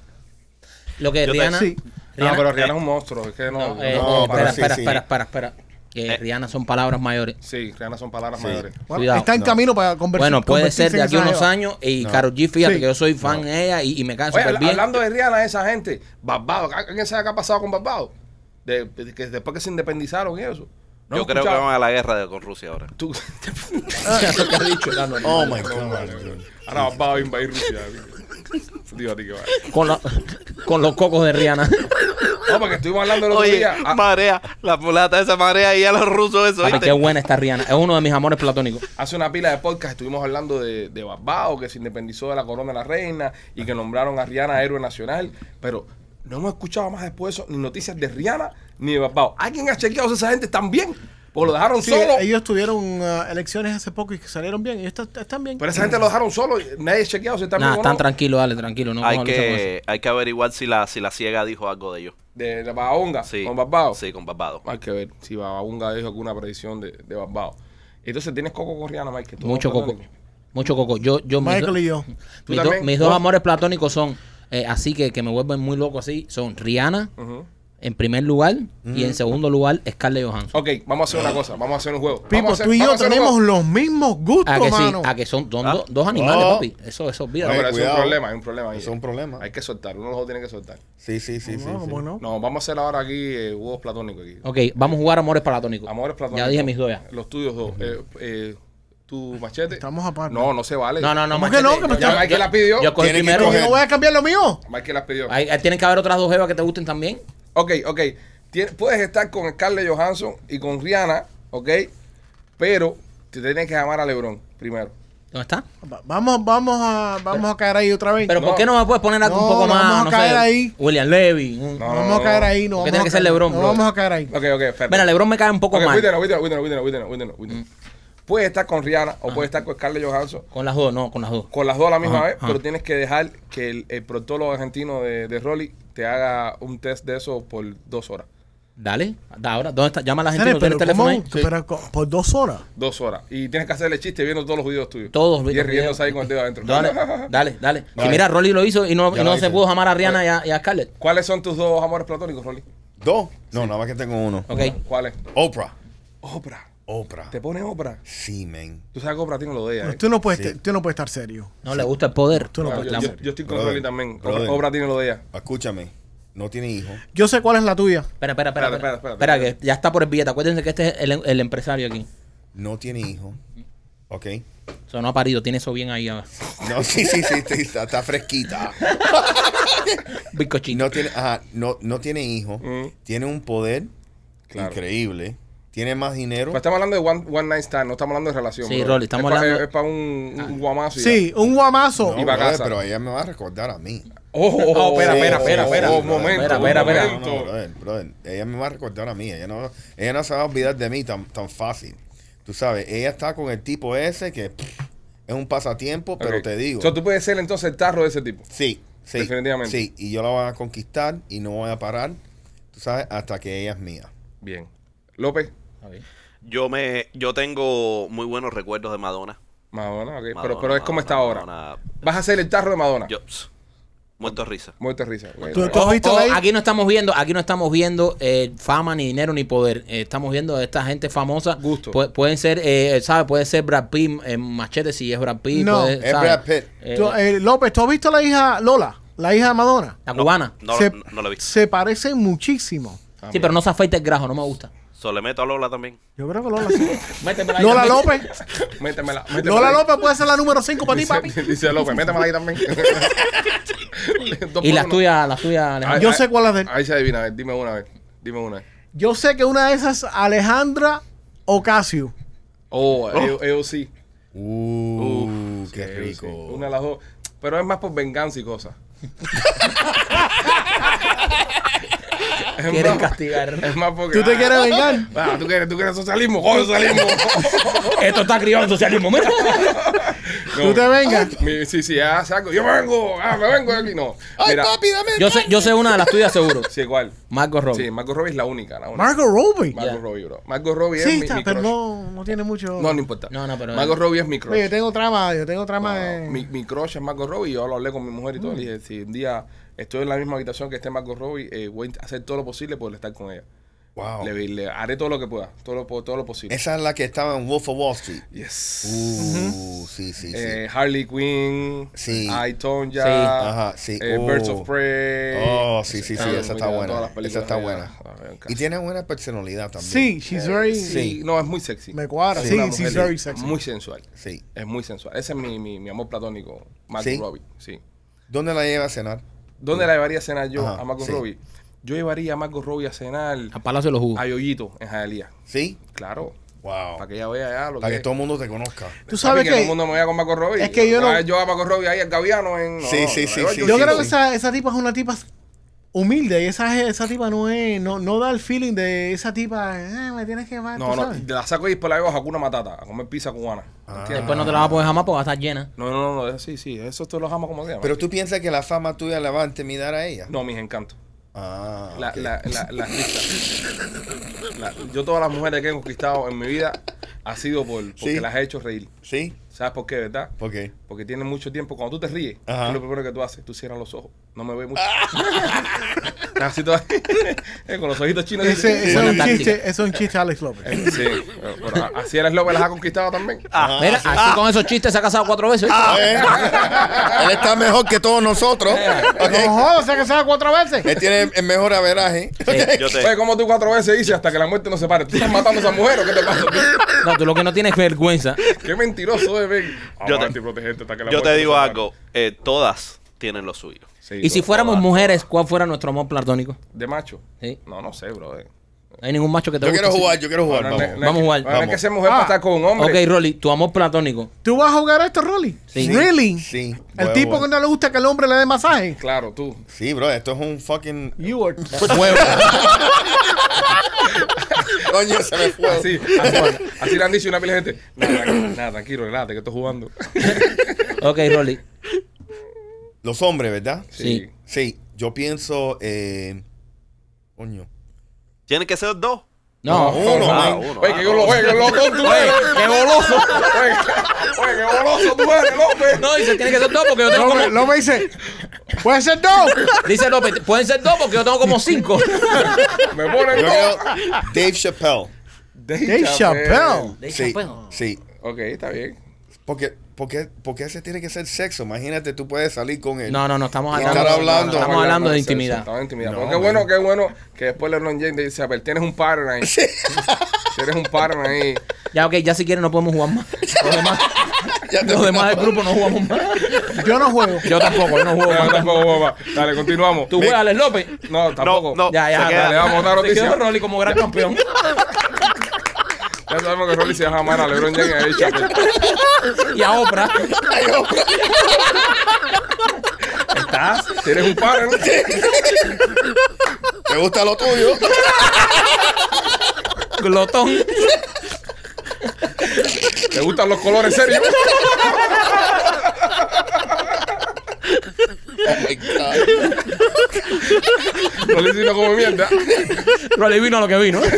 Speaker 2: Lo que
Speaker 5: Yo te-
Speaker 2: Rihanna.
Speaker 3: sí.
Speaker 2: Rihanna-
Speaker 1: pero Rihanna es un monstruo. Es que Eh. no.
Speaker 2: No, eh,
Speaker 4: No,
Speaker 2: eh,
Speaker 4: pero
Speaker 2: espera,
Speaker 4: sí,
Speaker 2: espera,
Speaker 4: sí.
Speaker 2: espera, espera, espera. Que Rihanna son palabras mayores.
Speaker 1: Sí, Rihanna son palabras
Speaker 4: Sí.
Speaker 1: mayores.
Speaker 3: Bueno,
Speaker 2: Cuidado,
Speaker 3: está en
Speaker 4: no.
Speaker 3: camino para conversar.
Speaker 2: Bueno, puede ser de aquí a unos años. Y Karol G, fíjate
Speaker 3: Sí.
Speaker 2: que yo soy fan de ella y, y me cae
Speaker 1: Oye,
Speaker 2: súper
Speaker 1: habla-
Speaker 2: bien.
Speaker 1: hablando de Rihanna, esa gente, Barbados, ¿alguien sabe qué ha pasado con Barbados? De, de que después que se independizaron y eso. No
Speaker 5: Yo creo que
Speaker 1: escuchaba-
Speaker 5: van a la guerra de- con Rusia ahora.
Speaker 1: Tú,
Speaker 2: Lo que ha dicho, ya no,
Speaker 4: Oh
Speaker 2: no.
Speaker 4: my God.
Speaker 1: ahora Barbados va a invadir Rusia. Digo a ti que vaya.
Speaker 2: con, la- con los cocos de Rihanna.
Speaker 1: No, porque estuvimos hablando el otro
Speaker 5: Oye,
Speaker 1: día. Ah,
Speaker 5: marea, la mulata esa marea y a los rusos eso,
Speaker 2: Papi,
Speaker 5: ¿viste?
Speaker 2: qué buena está Rihanna. Es uno de mis amores platónicos.
Speaker 1: Hace una pila de podcast estuvimos hablando de, de Barbados, que se independizó de la corona de la reina y que nombraron a Rihanna héroe nacional, pero no hemos escuchado más después de eso, ni noticias de Rihanna ni de Barbados. ¿Alguien ha chequeado si esa gente también? Porque lo dejaron
Speaker 3: Sí,
Speaker 1: solo.
Speaker 3: ellos tuvieron uh, elecciones hace poco y que salieron bien. Y está- están bien.
Speaker 1: Pero esa gente lo dejaron solo, y nadie ha chequeado si está
Speaker 2: Nada,
Speaker 1: vivo o
Speaker 2: están
Speaker 1: no.
Speaker 2: tranquilos, dale, tranquilo. No
Speaker 5: hay
Speaker 2: cojan lucha con eso.
Speaker 5: que, hay que averiguar si la, si la ciega dijo algo de ellos.
Speaker 1: De, de Baonga,
Speaker 5: Sí.
Speaker 1: Ah, con Barbados.
Speaker 5: Sí, con Barbados.
Speaker 1: Hay que ver si Baonga dijo alguna predicción de, de Barbados. Entonces tienes coco con Rihanna, Mike. que todo
Speaker 2: Mucho
Speaker 1: es
Speaker 2: coco.
Speaker 1: platónico.
Speaker 2: Mucho coco. Yo, yo, mis
Speaker 3: Michael
Speaker 2: do-
Speaker 3: y yo.
Speaker 1: Tú
Speaker 2: mis do-
Speaker 1: también.
Speaker 2: mis dos
Speaker 1: Oh.
Speaker 2: amores platónicos son, eh, así que, que me vuelven muy loco así, son Rihanna
Speaker 1: Ujú.
Speaker 2: en primer lugar y
Speaker 3: Mm.
Speaker 2: en segundo lugar Scarlett Johansson.
Speaker 1: Ok, vamos a hacer una cosa, vamos a hacer un juego. Vamos a
Speaker 3: Pipo,
Speaker 1: hacer-
Speaker 3: tú y
Speaker 1: vamos a
Speaker 3: yo
Speaker 1: hacer un
Speaker 3: tenemos
Speaker 1: juego.
Speaker 3: los mismos gustos,
Speaker 2: A Ah, que sí,
Speaker 3: mano.
Speaker 2: a que son son
Speaker 5: Ah.
Speaker 2: do- dos animales,
Speaker 4: Oh.
Speaker 2: papi. Eso, eso,
Speaker 1: No,
Speaker 2: olvídate.
Speaker 1: pero
Speaker 4: Oye,
Speaker 1: es un
Speaker 4: cuidado.
Speaker 1: problema, es un problema. ahí.
Speaker 4: Es un problema.
Speaker 1: Hay que soltar, uno de los dos tiene que soltar.
Speaker 4: Sí, sí, sí, sí.
Speaker 3: No,
Speaker 4: sí.
Speaker 3: ¿cómo no?
Speaker 1: No, vamos a hacer ahora aquí eh, huevos platónicos. Aquí.
Speaker 2: Ok, vamos a jugar amores platónicos.
Speaker 1: Amores platónicos.
Speaker 2: Ya dije mis dos ya.
Speaker 1: Los tuyos dos. Eh, eh, tu machete.
Speaker 3: Estamos aparte.
Speaker 1: No, no se vale.
Speaker 2: No, no, no,
Speaker 3: ¿Cómo que no? Que me
Speaker 1: Ya
Speaker 3: está-
Speaker 1: Mike las pidió.
Speaker 2: Yo escogí
Speaker 4: Tiene que
Speaker 2: primero.
Speaker 3: Pero yo no voy a cambiar lo mío.
Speaker 1: Mike las pidió.
Speaker 2: Hay- hay- tienen que haber otras dos jevas que te gusten también.
Speaker 1: Ok, ok. Tien- puedes estar con Scarlett Johansson y con Rihanna, ok. Pero te tienes que llamar a LeBron primero.
Speaker 2: ¿Dónde está?
Speaker 3: Va- Vamos, vamos a, vamos a caer ahí otra vez.
Speaker 2: Pero
Speaker 1: No.
Speaker 2: ¿por qué no me puedes poner algo
Speaker 3: No,
Speaker 2: un poco
Speaker 3: no
Speaker 2: más?
Speaker 3: vamos a
Speaker 2: no sé,
Speaker 3: caer ahí.
Speaker 2: William Levy. un-
Speaker 1: No.
Speaker 3: no vamos a caer ahí,
Speaker 2: Porque
Speaker 3: no. vamos
Speaker 2: tiene
Speaker 3: a
Speaker 2: que ser
Speaker 3: caer-
Speaker 2: LeBron,
Speaker 3: No
Speaker 2: bro.
Speaker 3: vamos a caer ahí.
Speaker 1: Ok, ok, espérate.
Speaker 2: Mira, Lebron me cae un poco
Speaker 1: Ok,
Speaker 2: mal. Mm.
Speaker 1: cuídenos, cuídenos, cuídenos, cuídenos, cuídenos, cuídenos, cuídenos. Puedes estar con Rihanna o puedes estar con Scarlett Johansson.
Speaker 2: Con las dos, no, con las dos.
Speaker 1: Con las dos a la misma
Speaker 2: Ajá,
Speaker 1: vez,
Speaker 2: ajá.
Speaker 1: pero tienes que dejar que el, el proctólogo argentino de, de Rolly te haga un test de eso por dos horas.
Speaker 2: Dale, da ahora. ¿Dónde está? Llama a la gente.
Speaker 3: Sale,
Speaker 2: ¿No tiene
Speaker 3: pero,
Speaker 2: el teléfono
Speaker 3: ¿cómo?
Speaker 2: ahí?
Speaker 3: Pero co- por dos horas.
Speaker 1: Dos horas. Y tienes que hacerle chiste viendo todos los videos tuyos.
Speaker 2: Todos
Speaker 1: Y
Speaker 2: videos.
Speaker 1: riéndose ahí con el dedo adentro.
Speaker 2: Dale, dale, dale. Que
Speaker 4: Vale.
Speaker 2: mira, Rolly lo hizo y no,
Speaker 4: Ya
Speaker 2: y no
Speaker 4: lo
Speaker 2: se
Speaker 4: hice.
Speaker 2: pudo llamar a Rihanna y a, y a Scarlett.
Speaker 1: ¿Cuáles son tus dos amores platónicos, Rolly?
Speaker 4: ¿Dos? No, nada más que tengo uno.
Speaker 2: Ok.
Speaker 1: ¿Cuáles?
Speaker 4: Oprah.
Speaker 1: Oprah.
Speaker 4: Oprah.
Speaker 1: ¿Te pone Oprah?
Speaker 4: Sí, man.
Speaker 1: Tú sabes que Oprah tiene lo de ella.
Speaker 3: Pero
Speaker 1: ¿eh?
Speaker 3: tú, no puedes,
Speaker 4: Sí.
Speaker 3: tú no puedes estar serio.
Speaker 2: No le gusta el poder.
Speaker 3: Tú no
Speaker 1: Ah,
Speaker 3: puedes
Speaker 1: yo,
Speaker 2: La-
Speaker 3: estar
Speaker 1: yo-
Speaker 3: serio.
Speaker 1: yo estoy con
Speaker 4: Brother,
Speaker 1: Rolly también.
Speaker 4: brother.
Speaker 1: Oprah, Oprah tiene lo de ella.
Speaker 4: Escúchame. No tiene hijos.
Speaker 3: Yo sé cuál es la tuya.
Speaker 2: Espera, espera, espera.
Speaker 1: Espérate,
Speaker 2: Espera,
Speaker 1: espérate,
Speaker 2: Espera,
Speaker 1: espérate.
Speaker 2: que ya está por el billete. Acuérdense que este es el, el empresario aquí.
Speaker 4: No tiene hijos. ¿Ok?
Speaker 2: O sea, no ha parido, tiene eso bien ahí. ah.
Speaker 4: No, sí, sí, sí. sí, está, está fresquita.
Speaker 2: Bizcochito.
Speaker 4: No tiene, ajá, no, no tiene hijos.
Speaker 1: Mm.
Speaker 4: Tiene un poder
Speaker 1: Claro.
Speaker 4: increíble. Tiene más dinero.
Speaker 1: Pero estamos hablando de one, one night stand, no estamos hablando de relación.
Speaker 2: Sí,
Speaker 1: bro.
Speaker 2: Rolly, estamos
Speaker 1: Es pa-
Speaker 2: hablando-
Speaker 1: Es para un, un guamazo. y
Speaker 3: Sí, un guamazo.
Speaker 4: No,
Speaker 1: Y va a
Speaker 4: brother,
Speaker 1: casa.
Speaker 4: pero ella me va a recordar a mí.
Speaker 1: ya. Oh, oh, oh, espera,
Speaker 4: Sí,
Speaker 1: espera,
Speaker 4: sí,
Speaker 1: espera,
Speaker 4: sí,
Speaker 1: espera.
Speaker 4: sí,
Speaker 1: Un
Speaker 4: brother.
Speaker 1: momento.
Speaker 2: Espera,
Speaker 1: un
Speaker 2: espera, espera.
Speaker 4: No,
Speaker 1: momento.
Speaker 4: no, brother, brother, Ella me va a recordar a mí. Ella no, ella no se va a olvidar de mí tan, tan fácil. Tú sabes, ella está con el tipo ese que pff, es un pasatiempo, pero
Speaker 1: Ok.
Speaker 4: te digo.
Speaker 1: O sea, tú puedes ser entonces el tarro de ese tipo.
Speaker 4: Sí, sí.
Speaker 1: Definitivamente.
Speaker 4: Sí, y yo la voy a conquistar y no voy a parar, tú sabes, hasta que ella es mía.
Speaker 1: Bien. López,
Speaker 2: Ok.
Speaker 5: Yo me, yo tengo muy buenos recuerdos de Madonna.
Speaker 1: Madonna, ok. pero,
Speaker 5: Madonna,
Speaker 1: pero es como está
Speaker 5: Madonna,
Speaker 1: ahora.
Speaker 5: Madonna.
Speaker 1: Vas a ser el tarro de Madonna.
Speaker 5: Yo, pss, muerto de risa.
Speaker 1: Muerto de risa. ok.
Speaker 3: Tú- tú-
Speaker 2: Ojo,
Speaker 3: has visto
Speaker 2: ojo,
Speaker 3: ahí?
Speaker 2: aquí no estamos viendo, aquí no estamos viendo eh, fama, ni dinero, ni poder. Eh, estamos viendo a esta gente famosa.
Speaker 1: Gusto.
Speaker 2: Pu- pueden ser, eh, ¿sabes? Puede ser Brad Pitt, eh, Machete, si es Brad Pitt.
Speaker 3: No.
Speaker 2: puede-
Speaker 4: Es
Speaker 2: ¿sabe?
Speaker 4: Brad Pitt.
Speaker 2: Eh,
Speaker 3: Tú, eh, López, ¿tú has visto la hija Lola? La hija de Madonna.
Speaker 2: la
Speaker 5: No,
Speaker 2: cubana.
Speaker 5: No,
Speaker 3: se,
Speaker 5: no, no la he visto.
Speaker 3: se parecen muchísimo.
Speaker 1: Ah,
Speaker 2: sí,
Speaker 1: mira.
Speaker 2: pero no se afeita el grajo, no me gusta.
Speaker 5: So, le meto a Lola también.
Speaker 3: Yo creo que Lola sí.
Speaker 2: Métemela ahí
Speaker 3: Lola
Speaker 2: también.
Speaker 3: López.
Speaker 1: Métemela. métemela
Speaker 3: Lola
Speaker 1: ahí.
Speaker 3: López puede ser la número 5 para ti,
Speaker 1: Dice-
Speaker 3: papi.
Speaker 1: Dice López, métemela ahí también. Dos
Speaker 2: Y
Speaker 1: por
Speaker 2: las
Speaker 1: uno.
Speaker 2: tuyas, las tuyas, Alejandro.
Speaker 1: Ay,
Speaker 3: Yo
Speaker 1: ay,
Speaker 3: sé cuál es de él.
Speaker 1: Ahí se adivina, a ver, dime una vez. Dime una vez.
Speaker 3: Yo sé que una de esas es Alejandra Ocasio.
Speaker 1: Oh, ellos ellos sí.
Speaker 4: Uh, qué
Speaker 1: Ellos sí.
Speaker 4: rico.
Speaker 1: E Una de las dos. Pero es más por venganza y cosas. Es
Speaker 2: Quieren
Speaker 1: más-
Speaker 2: castigar.
Speaker 1: Es más porque.
Speaker 3: ¿Tú te
Speaker 1: ah,
Speaker 3: quieres vengar?
Speaker 1: Ah, tú quieres, tú quieres socialismo, coño, socialismo.
Speaker 2: Esto está criado en socialismo, mira.
Speaker 1: No,
Speaker 3: ¿Tú te vengas?
Speaker 1: mi- sí, sí, ah, saco. Yo me vengo, ah, me vengo de aquí. No.
Speaker 4: Ay,
Speaker 1: Mira,
Speaker 4: papi, dame
Speaker 2: Yo sé, yo sé una de las tuyas seguro.
Speaker 1: Sí, igual.
Speaker 2: Marco Robbie.
Speaker 1: Sí, Margot Robbie es la única. La única.
Speaker 3: Margot Robbie.
Speaker 1: Margot
Speaker 2: Ya.
Speaker 1: Robbie, bro. Margot Robbie es
Speaker 3: Sí,
Speaker 1: mi,
Speaker 3: está,
Speaker 1: mi
Speaker 3: pero
Speaker 1: crush.
Speaker 3: no, no tiene mucho.
Speaker 1: No, no importa.
Speaker 2: No, no, pero-
Speaker 1: Margot Robbie es mi crush.
Speaker 3: Oye, yo tengo eh. trama, yo tengo trama de.
Speaker 1: No, mi, mi crush es Margot Robbie. Yo lo hablé con mi mujer y
Speaker 3: Mm.
Speaker 1: todo. Le dije, si un día estoy en la misma habitación que esté Margot Robbie, eh, voy a hacer todo lo posible por estar con ella.
Speaker 2: Oh.
Speaker 4: Wow.
Speaker 1: Le, le haré todo lo que pueda. Todo lo, po- todo lo posible.
Speaker 4: Esa es la que estaba en Wolf of Wall Street.
Speaker 1: Yes.
Speaker 4: Uh, sí, sí, sí.
Speaker 1: Eh, Harley Quinn.
Speaker 4: Sí.
Speaker 1: I, Tonya.
Speaker 2: Sí.
Speaker 4: Ajá, sí.
Speaker 1: eh,
Speaker 4: Oh.
Speaker 1: Birds of Prey.
Speaker 4: Oh, sí, sí,
Speaker 1: Ah,
Speaker 4: sí, esa
Speaker 1: me
Speaker 4: está
Speaker 1: quedan todas
Speaker 4: buena.
Speaker 1: las películas
Speaker 4: Esa está
Speaker 1: de-
Speaker 4: buena.
Speaker 1: Ah, me encanta.
Speaker 4: Y tiene buena personalidad también.
Speaker 3: Sí, she's very.
Speaker 1: Sí, no, es muy sexy.
Speaker 3: Me cuadra.
Speaker 1: Es
Speaker 3: Sí,
Speaker 1: una
Speaker 3: she's
Speaker 1: mujer
Speaker 3: very sexy.
Speaker 1: Muy sensual.
Speaker 4: Sí.
Speaker 1: Es muy sensual. Ese es mi, mi, mi amor platónico, Margot
Speaker 4: ¿Sí?
Speaker 1: Robbie. Sí.
Speaker 4: ¿Dónde la lleva a cenar?
Speaker 1: ¿Dónde la llevaría a cenar yo
Speaker 4: Ajá,
Speaker 1: a Margot
Speaker 4: sí.
Speaker 1: Robbie? Yo llevaría a Margot Robbie a cenar
Speaker 2: A Palacio de los Jugos.
Speaker 1: a Yoyito en Jaelía.
Speaker 4: ¿Sí.
Speaker 1: Claro.
Speaker 4: Wow.
Speaker 1: Para que ella vea ya lo
Speaker 4: Oh. Para
Speaker 1: que,
Speaker 4: que todo el mundo te conozca.
Speaker 3: Tú
Speaker 1: Papi,
Speaker 3: sabes
Speaker 1: que todo el
Speaker 3: que.
Speaker 1: mundo me vea con Margot Robbie.
Speaker 3: Es que yo
Speaker 1: Voy a
Speaker 3: no-
Speaker 1: ver Yo a Margot Robbie ahí al Gaviano en...
Speaker 4: Sí, sí, sí,
Speaker 1: yo-
Speaker 4: sí,
Speaker 1: yo-
Speaker 3: Yo
Speaker 4: sí,
Speaker 3: creo que
Speaker 4: sí.
Speaker 3: esa, esa tipa es una tipa humilde y esa, esa tipa no es. No, no da el feeling de esa tipa. eh, me tienes que llevar.
Speaker 1: No,
Speaker 3: tú
Speaker 1: no,
Speaker 3: sabes.
Speaker 1: la saco ahí por la veo a Hakuna Matata, a comer pizza cubana.
Speaker 4: Ah.
Speaker 1: ¿Entiendes?
Speaker 2: Ah, Después no te la vas a poner jamás porque va a estar llena.
Speaker 1: No, no, no, no, sí, sí, eso tú los amas como sea.
Speaker 4: Pero tú piensas que la fama tuya la va a intimidar a ella.
Speaker 1: No, mis encantos.
Speaker 4: Ah.
Speaker 1: La,
Speaker 4: ok.
Speaker 1: la, la, la risa. La- yo todas las mujeres que he conquistado en mi vida ha sido por, porque
Speaker 4: Sí.
Speaker 1: las he hecho reír.
Speaker 4: ¿Sí?
Speaker 1: ¿Sabes por qué, verdad?
Speaker 4: ¿Por qué?
Speaker 1: Porque tienen mucho tiempo. Cuando tú te ríes, ¿qué
Speaker 4: Ajá.
Speaker 1: es lo primero que tú haces. Tú cierras los ojos. No me ve mucho.
Speaker 4: Ah.
Speaker 1: Así todo. eh, con los ojitos chinos.
Speaker 3: Ese, ese es
Speaker 2: Buena
Speaker 3: un
Speaker 2: táctica.
Speaker 3: chiste, ese es un chiste, Alex López.
Speaker 1: Eh, Sí. pero- pero a- así eres López las ha conquistado también.
Speaker 4: Ah,
Speaker 2: Mira, así con esos chistes se ha casado cuatro veces. ¿viste?
Speaker 4: ¿Eh? Él está mejor que todos nosotros.
Speaker 1: Eh.
Speaker 3: No
Speaker 4: Ok.
Speaker 3: jodas, o sea que sea cuatro veces.
Speaker 4: Él tiene el mejor averaje.
Speaker 2: Sí.
Speaker 5: Yo te,
Speaker 1: Oye, como tú cuatro veces dices hasta que la muerte nos separe. Tú estás matando a esa mujer o qué te pasa?
Speaker 2: No, tú lo que no tienes es vergüenza.
Speaker 1: Qué mentiroso es, ven.
Speaker 5: Yo te-
Speaker 1: Amarte y protegerte hasta que la
Speaker 5: yo
Speaker 1: muerte
Speaker 5: te
Speaker 1: nos
Speaker 5: digo
Speaker 1: separe.
Speaker 5: algo. eh, todas tienen lo suyo.
Speaker 1: Sí,
Speaker 2: Y si
Speaker 1: todo.
Speaker 2: fuéramos mujeres, ¿cuál fuera nuestro amor platónico?
Speaker 1: ¿De macho?
Speaker 2: Sí.
Speaker 1: No, no sé, bro. eh.
Speaker 2: No hay ningún macho que te
Speaker 4: Yo
Speaker 2: guste,
Speaker 4: quiero
Speaker 2: sí.
Speaker 4: jugar, yo quiero jugar.
Speaker 1: No, no, no,
Speaker 4: vamos.
Speaker 1: no,
Speaker 2: Vamos a jugar.
Speaker 1: No, no hay
Speaker 4: Vamos.
Speaker 1: que ser mujer
Speaker 3: Ah,
Speaker 1: para estar con un hombre.
Speaker 2: Ok, Rolly, tu amor platónico.
Speaker 3: ¿Tú vas a jugar a esto, Rolly?
Speaker 2: Sí.
Speaker 3: ¿Really?
Speaker 4: Sí.
Speaker 3: El
Speaker 4: voy,
Speaker 3: tipo que
Speaker 4: voy.
Speaker 3: no le gusta que el hombre le dé masaje.
Speaker 1: Claro, tú.
Speaker 4: Sí, bro, esto es un fucking
Speaker 3: You are.
Speaker 4: huevo. Coño, se me fue.
Speaker 1: Así, así, así le han dicho una pila de gente. Nada, nada, tranquilo, relájate que estoy jugando.
Speaker 2: Ok, Rolly.
Speaker 4: Los hombres, ¿verdad?
Speaker 2: Sí.
Speaker 4: Sí, yo pienso. Eh, coño.
Speaker 5: Tienen que ser dos.
Speaker 2: No,
Speaker 4: No, uno,
Speaker 2: ah,
Speaker 4: man.
Speaker 5: uno.
Speaker 1: Oye, que golo- oye, que loco tú eres.
Speaker 2: qué goloso.
Speaker 1: Oye, que- oye, que goloso tú eres, López.
Speaker 2: No, dice, tiene que ser dos porque yo tengo
Speaker 3: López,
Speaker 2: como.
Speaker 3: López dice, puede ser dos.
Speaker 2: Dice López, pueden ser dos porque yo tengo como cinco.
Speaker 1: Me ponen
Speaker 4: Yo
Speaker 1: loco.
Speaker 4: creo Dave Chappelle.
Speaker 3: Dave Chappelle.
Speaker 4: Sí,
Speaker 2: pues,
Speaker 4: sí.
Speaker 1: Ok, está bien.
Speaker 4: Porque, porque, porque ese tiene que ser sexo. Imagínate, tú puedes salir con él.
Speaker 2: No, no, no, estamos
Speaker 4: Estar
Speaker 2: hablando.
Speaker 4: hablando.
Speaker 2: Estamos hablando de
Speaker 1: Sí, sí,
Speaker 2: intimidad.
Speaker 1: Estamos de intimidad.
Speaker 4: No,
Speaker 1: Pero qué bueno, qué bueno que después LeBron James dice, a ver, tienes un partner ahí. tienes un partner ahí.
Speaker 2: Ya, ok, ya si quieren no podemos jugar más. Los demás,
Speaker 4: Ya te-
Speaker 2: los demás del grupo no jugamos más.
Speaker 3: Yo no juego.
Speaker 2: Yo tampoco, yo no juego
Speaker 1: No,
Speaker 2: más.
Speaker 1: tampoco, papá. Dale, continuamos.
Speaker 2: ¿Tú juegas, Alex López?
Speaker 1: No, tampoco.
Speaker 5: No, no.
Speaker 2: Ya, ya,
Speaker 5: Se queda.
Speaker 2: dale,
Speaker 1: Le vamos a dar
Speaker 2: Se quedó
Speaker 1: noticia.
Speaker 2: Rolly como gran campeón.
Speaker 1: Ya sabemos que Rolly se va a amar a LeBron James y a Dave Chappelle.
Speaker 2: Y a Oprah.
Speaker 1: ¿Estás? ¿Tienes un partner?
Speaker 4: ¿Te gusta lo tuyo?
Speaker 2: Glotón.
Speaker 1: ¿Te gustan los colores serios?
Speaker 4: Oh my God.
Speaker 1: Rolly sino como mierda.
Speaker 2: Rolly vino lo que vino. ¿eh?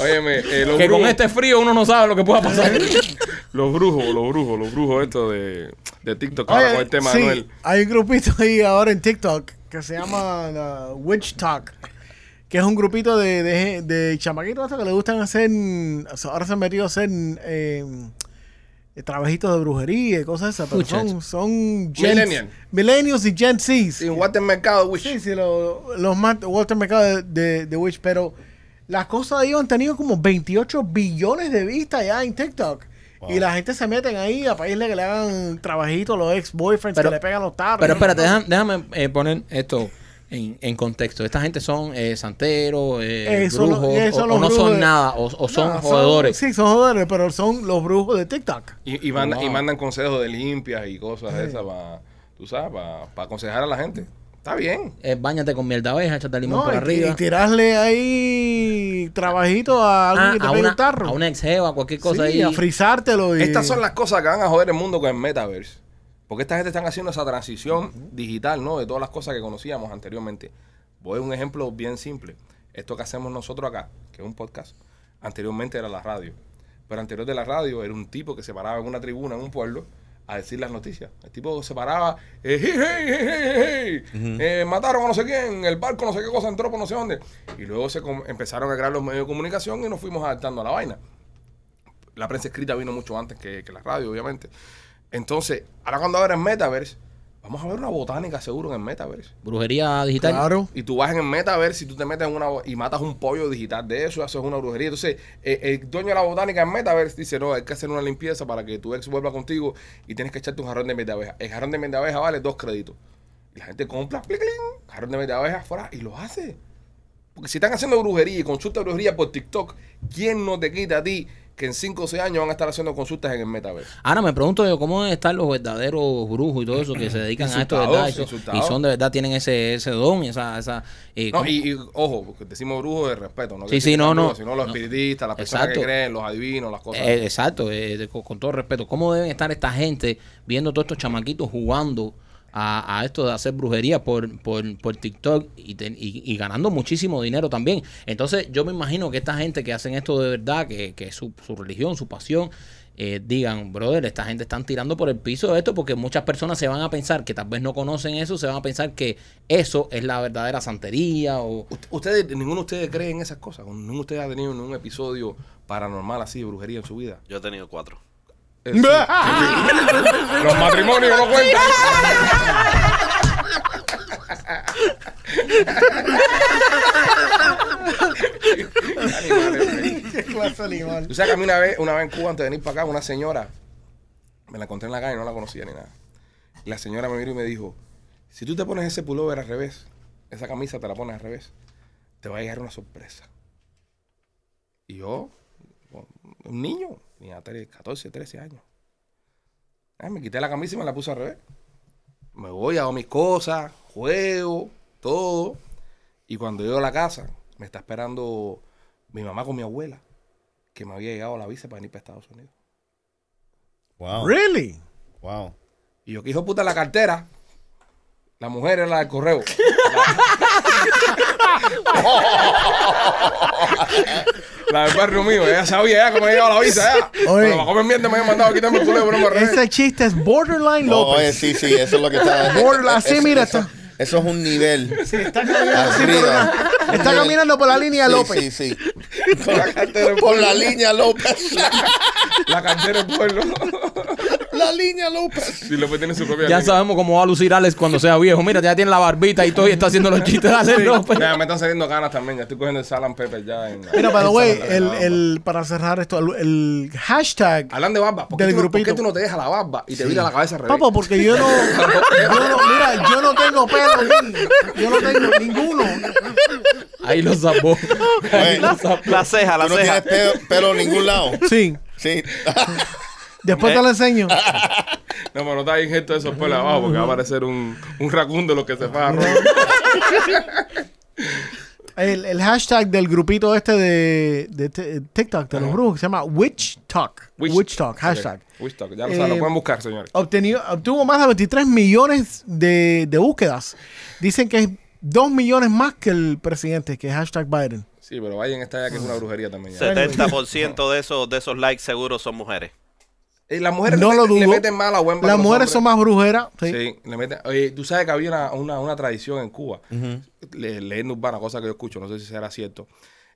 Speaker 1: Óyeme, eh, los
Speaker 2: Que con
Speaker 1: brujos-
Speaker 2: este frío uno no sabe lo que pueda pasar.
Speaker 1: Los brujos, los brujos, los brujos estos de, de TikTok ahora con
Speaker 3: Oye,
Speaker 1: el tema
Speaker 3: sí,
Speaker 1: de Noel.
Speaker 3: hay un grupito ahí ahora en TikTok que se llama la Witch Talk, que es un grupito de, de, de chamaquitos estos que le gustan hacer, o sea, ahora se han metido a hacer eh, eh, trabajitos de brujería y cosas esas, pero
Speaker 2: Muchachos.
Speaker 3: son, son
Speaker 1: Millennial.
Speaker 3: millennials y Gen Zs.
Speaker 1: Sin Watermercado, Wish.
Speaker 3: Sí, sí, lo- los más Walter Mercado de, de, de Witch, pero las cosas de ellos han tenido como 28 billones de vistas ya en TikTok.
Speaker 4: Wow.
Speaker 3: Y la gente se meten ahí a pedirle que le hagan trabajitos los ex boyfriends
Speaker 2: Pero-
Speaker 3: que le pegan los tarros.
Speaker 2: Pero espérate, déjame, déjame, eh, poner esto en, en contexto. Esta gente son eh, santeros, eh,
Speaker 3: Eh, son los-
Speaker 2: brujos,
Speaker 3: eh, son
Speaker 2: o,
Speaker 3: los
Speaker 2: o no
Speaker 3: brujos
Speaker 2: son
Speaker 3: de-
Speaker 2: nada, o, o son
Speaker 3: No,
Speaker 2: jodedores.
Speaker 3: Sí, son jodedores, pero son los brujos de TikTok.
Speaker 1: Y, y, mandan-
Speaker 2: Wow.
Speaker 1: y mandan consejos de limpias y cosas de esas para, tú sabes, para aconsejar a la gente. Está bien.
Speaker 2: Eh, báñate con miel de abeja, échate limón
Speaker 3: No,
Speaker 2: por
Speaker 3: y-
Speaker 2: arriba.
Speaker 3: Y, tirarle ahí trabajito a alguien
Speaker 2: Ah,
Speaker 3: que te
Speaker 2: a,
Speaker 3: pegue
Speaker 2: una,
Speaker 3: un tarro.
Speaker 2: a una ex jeva, cualquier cosa
Speaker 3: sí,
Speaker 2: ahí.
Speaker 3: a frizártelo. Y...
Speaker 1: Estas son las cosas que van a joder el mundo con el metaverse. Porque esta gente están haciendo esa transición digital, ¿no? De todas las cosas que conocíamos anteriormente. Voy a un ejemplo bien simple. Esto que hacemos nosotros acá, que es un podcast, anteriormente era la radio. Pero anterior de la radio era un tipo que se paraba en una tribuna, en un pueblo, a decir las noticias. El tipo se paraba, eh, "Hey, hey, hey, hey, hey, hey, eh, mataron a no sé quién, el barco no sé qué cosa entró por no sé dónde. Y luego se com- empezaron a crear los medios de comunicación y nos fuimos adaptando a la vaina la prensa escrita vino mucho antes que, que la radio, obviamente. Entonces, ahora cuando ahora en Metaverse, vamos a ver una botánica seguro en el Metaverse.
Speaker 2: Brujería digital.
Speaker 3: Claro.
Speaker 1: Y tú vas en el Metaverse y tú te metes en una bo- y matas un pollo digital de eso, haces una brujería. Entonces, eh, el dueño de la botánica en Metaverse dice, no, hay que hacer una limpieza para que tu ex vuelva contigo y tienes que echarte un jarrón de miel de abeja. El jarrón de miel de abeja vale dos créditos. Y la gente compra, clic, clic, jarrón de miel de abeja fuera y lo hace. Porque si están haciendo brujería y consulta de brujería por TikTok, ¿quién no te quita a ti que en 5 o 6 años van a estar haciendo consultas en el metaverso?
Speaker 2: Ahora me pregunto yo cómo están los verdaderos brujos y todo eso que se dedican a esto, de ¿verdad?
Speaker 1: Insultados,
Speaker 2: Y son- Y
Speaker 1: insultados.
Speaker 2: son de verdad, tienen ese, ese don, esa... esa eh,
Speaker 1: No,
Speaker 2: ¿cómo?
Speaker 1: y, y, ojo, porque decimos brujos de respeto, ¿no?
Speaker 2: Sí,
Speaker 1: que
Speaker 2: sí,
Speaker 1: sean
Speaker 2: no, no.
Speaker 1: brujos, Sino los
Speaker 2: No.
Speaker 1: espiritistas, las personas
Speaker 2: Exacto.
Speaker 1: que creen, los adivinos, las cosas.
Speaker 2: Eh, exacto, eh, de- con, con todo respeto. ¿Cómo deben estar esta gente viendo todos estos chamaquitos jugando a, a esto de hacer brujería por, por, por TikTok y, ten- y- y ganando muchísimo dinero también? Entonces yo me imagino que esta gente que hacen esto de verdad, que, que es su, su religión, su pasión, eh, digan, brother, esta gente están tirando por el piso esto porque muchas personas se van a pensar que tal vez no conocen eso, se van a pensar que eso es la verdadera santería o...
Speaker 1: Ust- Ustedes, ninguno de ustedes cree en esas cosas. Ninguno de ustedes ha tenido ningún episodio paranormal así de brujería en su vida.
Speaker 5: Yo he tenido cuatro.
Speaker 1: Eh, sí. Los matrimonios no cuentan. Animales, güey.
Speaker 3: Qué clase de animal.
Speaker 1: Tú sabes que a mí una vez, una vez en Cuba, antes de venir para acá, una señora, me la encontré en la calle, no la conocía ni nada. La señora me miró y me dijo, si tú te pones ese pullover al revés, esa camisa te la pones al revés, te va a llegar una sorpresa. Y yo, bueno, un niño, tenía tre- 14, 13 años. Ah, me quité la camisa y me la puse al revés. Me voy, hago mis cosas, juego, todo. Y cuando llego a la casa, me está esperando mi mamá con mi abuela, que me había llegado la visa para venir para Estados Unidos.
Speaker 4: Wow.
Speaker 3: Really?
Speaker 4: Wow.
Speaker 1: Y yo que hijo de puta la cartera. La mujer era la del correo. La, la del barrio mío. Ella sabía ya cómo me llegaba la visa. Ya.
Speaker 3: Oye.
Speaker 1: Pero la comen mierda me había mandado a quitarme el culo de broma. al revés.
Speaker 3: Ese chiste es borderline
Speaker 4: Oh,
Speaker 3: López.
Speaker 1: eh,
Speaker 4: oye, sí, sí, eso es lo que está.
Speaker 3: Por- así,
Speaker 4: eso-
Speaker 3: mira,
Speaker 4: Eso,
Speaker 3: está-
Speaker 4: eso es un nivel.
Speaker 3: Está caminando, sí, por
Speaker 4: Arriba.
Speaker 3: una- está caminando por la línea
Speaker 4: Sí,
Speaker 3: López.
Speaker 4: Sí, sí.
Speaker 1: Con la cartera del
Speaker 4: Por
Speaker 1: pueblo.
Speaker 4: la línea López.
Speaker 1: La cartera del pueblo.
Speaker 4: La línea López.
Speaker 1: Si López tiene su propia
Speaker 2: Ya
Speaker 1: línea.
Speaker 2: sabemos cómo va a lucir Alex cuando sea viejo. Mira, ya tiene la barbita y todo y está haciendo los chistes de Alex López.
Speaker 1: Ya, me están saliendo ganas también. Ya estoy cogiendo el salam pepper ya. En,
Speaker 3: pues. Mira, by the way,
Speaker 1: en-
Speaker 3: el, el- para cerrar esto, el, el hashtag.
Speaker 1: Hablan de barba. ¿Por qué,
Speaker 3: del
Speaker 1: tú, no- por qué
Speaker 3: grupito.
Speaker 1: tú no te dejas la barba y te vira la cabeza al revés?
Speaker 3: Papo, porque yo no, yo no- Mira, yo no tengo pelo aquí. Yo no tengo ninguno.
Speaker 2: Ahí lo zapó. Ahí
Speaker 4: Oye,
Speaker 2: lo zapó.
Speaker 5: La ceja, la
Speaker 4: Tú no
Speaker 5: ceja.
Speaker 4: tienes pelo, pelo en ningún lado.
Speaker 3: Sí.
Speaker 4: Sí.
Speaker 3: Después te lo enseño.
Speaker 1: No, pero no está bien gesto de esos pelos abajo porque va a parecer un, un racún de los que se pagan.
Speaker 3: El, el hashtag del grupito este de, de t- TikTok de los brujos que se llama Witch Talk. Witch, Talk, hashtag.
Speaker 1: Witch Talk. Ya lo saben, lo
Speaker 3: Eh,
Speaker 1: pueden buscar, señores.
Speaker 3: Obtenido, obtuvo más de 23 millones de, de búsquedas. Dicen que es 2 millones más que el presidente, que es hashtag Biden.
Speaker 1: Sí, pero vayan esta ya que es una brujería también. ya.
Speaker 5: 70% de esos, de esos likes seguros son mujeres.
Speaker 1: Eh, las mujeres
Speaker 3: No
Speaker 1: le,
Speaker 3: lo
Speaker 1: meten- le
Speaker 3: dudo.
Speaker 1: meten mal a buen
Speaker 3: Las mujeres son más brujeras. Sí.
Speaker 1: Sí, le meten. Oye, tú sabes que había una, una, una tradición en Cuba, le, leyenda urbana, cosa que yo escucho, no sé si será cierto.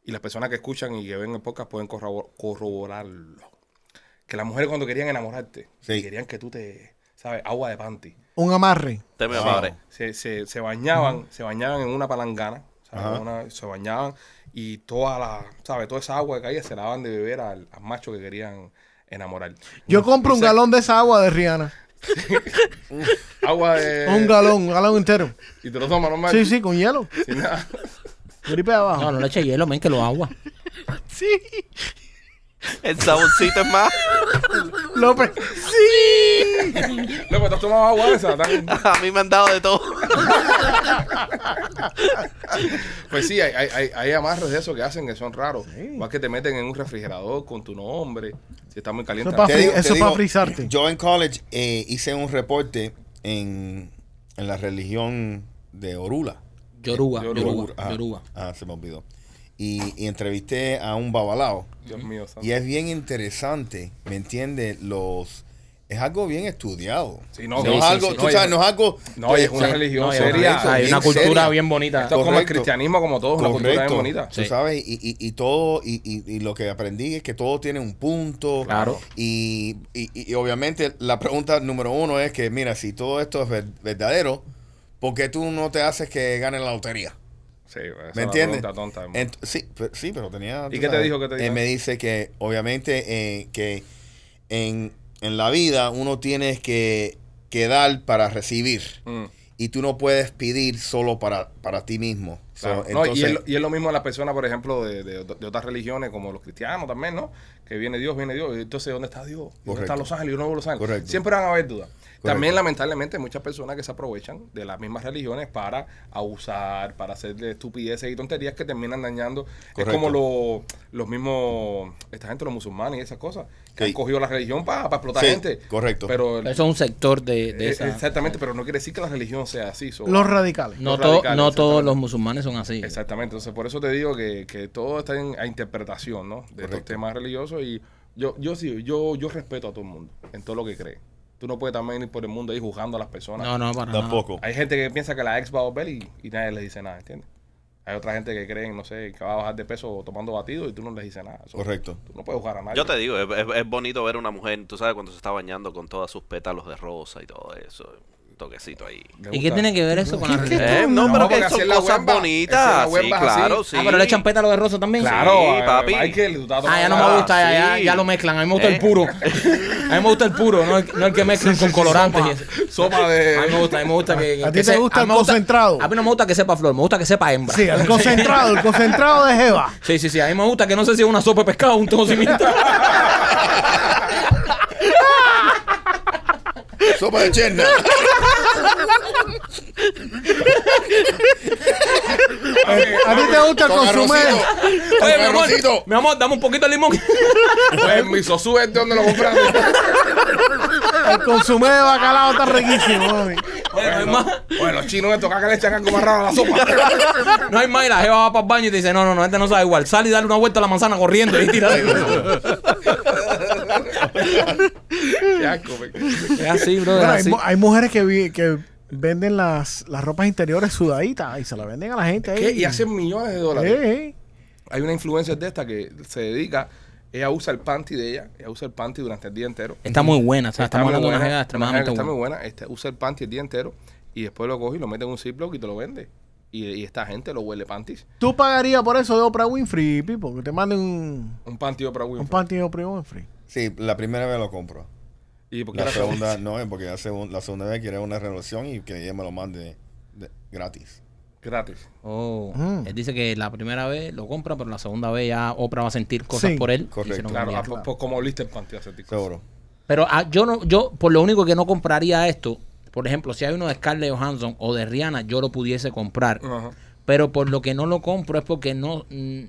Speaker 1: Y las personas que escuchan y que ven el podcast pueden corrobor- corroborarlo. Que las mujeres cuando querían enamorarte,
Speaker 4: Sí.
Speaker 1: querían que tú te, ¿sabes? Agua de panty.
Speaker 3: Un amarre.
Speaker 5: Te me
Speaker 4: Wow.
Speaker 5: madre.
Speaker 1: se, se, se bañaban, se bañaban en una palangana, ¿sabes? Una- se bañaban y toda la, ¿sabes? Toda esa agua que caía se la daban de beber al, al macho que querían enamorar.
Speaker 3: Yo compro un galón de esa agua de Rihanna.
Speaker 1: Agua de...
Speaker 3: Un galón, un galón entero.
Speaker 1: Y te lo tomas normal.
Speaker 3: Sí, sí, con hielo.
Speaker 1: Sin nada.
Speaker 3: Gripe de abajo.
Speaker 2: No, no le eche hielo, men, que lo agua.
Speaker 3: Sí.
Speaker 5: El saborcito es más.
Speaker 3: López. Sí.
Speaker 1: No, pero te has tomado agua de esa. tan-
Speaker 5: A mí me han dado de todo.
Speaker 1: Pues sí, hay, hay, hay, hay amarres de eso que hacen que son raros. Igual que te meten en un refrigerador con tu nombre. Si está muy caliente.
Speaker 3: Eso pa-
Speaker 4: Te
Speaker 3: Fri-
Speaker 4: digo- te
Speaker 3: eso
Speaker 4: digo,
Speaker 3: pa' frizarte.
Speaker 4: Yo en college eh, hice un reporte en, en la religión de Orula.
Speaker 2: Yoruba,
Speaker 1: Yoruba,
Speaker 2: yoruba,
Speaker 4: Ah,
Speaker 2: yoruba.
Speaker 4: ah, se me olvidó. Y, y entrevisté a un babalao.
Speaker 1: Dios mío, santo.
Speaker 4: Y es bien interesante, ¿me entiendes? Los... Es algo bien estudiado.
Speaker 1: Sí, no,
Speaker 4: no,
Speaker 1: sí,
Speaker 4: es
Speaker 1: sí,
Speaker 4: algo,
Speaker 1: sí.
Speaker 4: tú
Speaker 1: No, y-
Speaker 4: sabes, no es algo...
Speaker 1: No, y es
Speaker 4: o
Speaker 1: una
Speaker 4: sea,
Speaker 1: religión
Speaker 2: No, hay
Speaker 1: seria.
Speaker 2: una, hay una
Speaker 4: bien
Speaker 2: cultura
Speaker 4: seria.
Speaker 2: bien bonita.
Speaker 1: Esto es como el
Speaker 4: correcto.
Speaker 1: cristianismo como todo, es una cultura bien
Speaker 4: Correcto.
Speaker 1: bonita.
Speaker 4: Tú
Speaker 2: Sí.
Speaker 4: sabes, y, y- y todo, y, y- y lo que aprendí es que todo tiene un punto.
Speaker 2: Claro.
Speaker 4: Y, y- y obviamente la pregunta número uno es que, mira, si todo esto es ver- verdadero, ¿por qué tú no te haces que gane la lotería?
Speaker 1: Sí, esa es la
Speaker 4: ¿Me entiendes?
Speaker 1: pregunta tonta, hermano.
Speaker 4: Ent- sí, pe- sí, pero tenía...
Speaker 1: ¿Y
Speaker 4: tú
Speaker 1: qué te dijo, qué te
Speaker 4: él
Speaker 1: dijo?
Speaker 4: me dice que, obviamente, eh, que en, en la vida uno tiene que, que dar para recibir.
Speaker 1: Mm.
Speaker 4: Y tú no puedes pedir solo para, para ti mismo. So,
Speaker 1: Claro. No, y,
Speaker 4: entonces-
Speaker 1: es lo, y es lo mismo a las personas, por ejemplo, de, de- de otras religiones, como los cristianos también, ¿no? Que viene Dios, viene Dios. y Entonces, ¿dónde está Dios? ¿Y ¿Dónde
Speaker 4: Correcto.
Speaker 1: están los ángeles? Yo no veo los ángeles.
Speaker 4: Correcto.
Speaker 1: Siempre van a haber dudas. También, lamentablemente, hay muchas personas que se aprovechan de las mismas religiones para abusar, para hacer estupideces y tonterías que terminan dañando. Es
Speaker 4: Correcto.
Speaker 1: como lo- los mismos, esta gente, los musulmanes y esas cosas, que
Speaker 4: Sí.
Speaker 1: han cogido la religión para explotar
Speaker 4: Sí,
Speaker 1: gente.
Speaker 4: correcto.
Speaker 1: Pero,
Speaker 2: Eso es un sector de, de
Speaker 1: eh,
Speaker 2: esa-
Speaker 1: Exactamente, pero no quiere decir que la religión sea así. so-
Speaker 3: Los radicales.
Speaker 2: No,
Speaker 1: los
Speaker 2: to-
Speaker 1: radicales,
Speaker 2: no todos
Speaker 1: exactamente.
Speaker 2: los musulmanes son así.
Speaker 1: Exactamente, entonces por eso te digo que, que todo está en, a interpretación, ¿no? De los
Speaker 4: Correcto.
Speaker 1: temas religiosos y yo yo sí, yo yo respeto a todo el mundo en todo lo que cree. Tú no puedes también ir por el mundo ahí juzgando a las personas.
Speaker 2: No, no, para nada.
Speaker 4: Tampoco.
Speaker 1: Hay gente que piensa que la ex va a volver y, y nadie les dice nada, ¿entiendes? Hay otra gente que cree, no sé, que va a bajar de peso tomando batido y tú no les dices nada. Eso-
Speaker 4: Correcto.
Speaker 1: Tú no puedes juzgar a nadie.
Speaker 5: Yo te digo, es, es- es bonito ver una mujer, tú sabes, cuando se está bañando con todas sus pétalos de rosa y todo eso. Un toquecito ahí.
Speaker 1: Le
Speaker 2: ¿Y qué
Speaker 1: gusta-
Speaker 2: tiene que ver eso con la
Speaker 3: ¿Qué- qué-
Speaker 2: religión?
Speaker 5: Eh, no,
Speaker 1: No,
Speaker 5: pero que
Speaker 1: porque así
Speaker 5: son
Speaker 1: es la
Speaker 5: cosas
Speaker 1: huemba, así es la
Speaker 5: bonitas. Sí,
Speaker 1: huemba, es así.
Speaker 5: claro, Oh, sí.
Speaker 2: Ah, pero le echan pétalo de rosa también.
Speaker 1: Claro,
Speaker 5: Sí,
Speaker 1: eh,
Speaker 5: papi.
Speaker 1: Michael, tú estás
Speaker 2: Ah, ya no
Speaker 1: tomando-
Speaker 2: me gusta, ya, ya,
Speaker 5: sí.
Speaker 2: ya lo mezclan. A mí me gusta
Speaker 5: Eh.
Speaker 2: el puro. A mí me gusta el puro, no el, no el que mezclan con colorantes. y eso.
Speaker 1: Sopa de
Speaker 2: A mí me gusta, a mí me gusta que. que
Speaker 3: ¿A ti te
Speaker 2: se-
Speaker 3: gusta
Speaker 2: a mí
Speaker 3: el
Speaker 2: me
Speaker 3: concentrado?
Speaker 2: A mí no me gusta que sepa flor, me gusta que sepa hembra.
Speaker 3: Sí, el concentrado, el concentrado de Jeva.
Speaker 2: Sí, sí, sí. A mí me gusta que no sé si es una sopa de pescado o un tocimiento.
Speaker 4: Sopa de cherna.
Speaker 3: Eh,
Speaker 2: Ah,
Speaker 3: ¿A ti te gusta consumir?
Speaker 2: Oye, mi amor,
Speaker 4: Arrocito.
Speaker 2: mi amor, dame un poquito de limón.
Speaker 1: Pues mi sosú es de donde lo compraste.
Speaker 3: El consumé de bacalao está riquísimo, mami.
Speaker 2: Oye, no hay más.
Speaker 1: Bueno, los chinos estos acá que le echan algo más raro a la sopa.
Speaker 2: No hay más. Y la jeva va para el baño y te dice, no, no, no, este no sabe igual. Sal y dale una vuelta a la manzana corriendo y tira.
Speaker 1: Qué asco, me-
Speaker 2: es así, brother,
Speaker 3: Bueno, hay,
Speaker 2: así.
Speaker 3: mu- hay mujeres que, vi- que venden las, las ropas interiores sudaditas y se las venden a la gente.
Speaker 1: ¿Qué?
Speaker 3: ahí.
Speaker 1: Y hacen millones de dólares.
Speaker 3: Eh, eh.
Speaker 1: Hay una influencer de esta que se dedica, ella usa el panty de ella, ella usa el panty durante el día entero.
Speaker 2: Está muy buena, o sea, estamos
Speaker 1: muy
Speaker 2: hablando de una
Speaker 1: buena,
Speaker 2: jega extremadamente
Speaker 1: una jeva que Está muy
Speaker 2: buena.
Speaker 1: buena, este, usa el panty el día entero y después lo coge y lo mete en un ziploc y te lo vende. Y, y esta gente lo huele panties.
Speaker 3: ¿Tú pagarías por eso de Oprah Winfrey, Pipo? Que te manden un,
Speaker 1: Un panty para Winfrey.
Speaker 3: un panty de Oprah Winfrey.
Speaker 4: Sí, la primera vez lo compro.
Speaker 1: Y porque
Speaker 4: La
Speaker 1: era-
Speaker 4: segunda, no, es porque la, segun- la segunda vez quiere una relación y que ella me lo mande de- gratis.
Speaker 1: gratis.
Speaker 2: Oh,
Speaker 3: Mm.
Speaker 2: él dice que la primera vez lo compra, pero la segunda vez ya Oprah va a sentir cosas
Speaker 3: Sí.
Speaker 2: por él. y se
Speaker 4: Correcto.
Speaker 2: lo
Speaker 4: No,
Speaker 1: Claro,
Speaker 2: envía.
Speaker 1: ah, por- por como oliste el panty hace tico.
Speaker 4: Seguro.
Speaker 2: Pero ah, yo no, yo por lo único que no compraría esto, por ejemplo, si hay uno de Scarlett Johansson o de Rihanna, yo lo pudiese comprar.
Speaker 1: Ajá.
Speaker 2: Pero por lo que no lo compro es porque no, mm,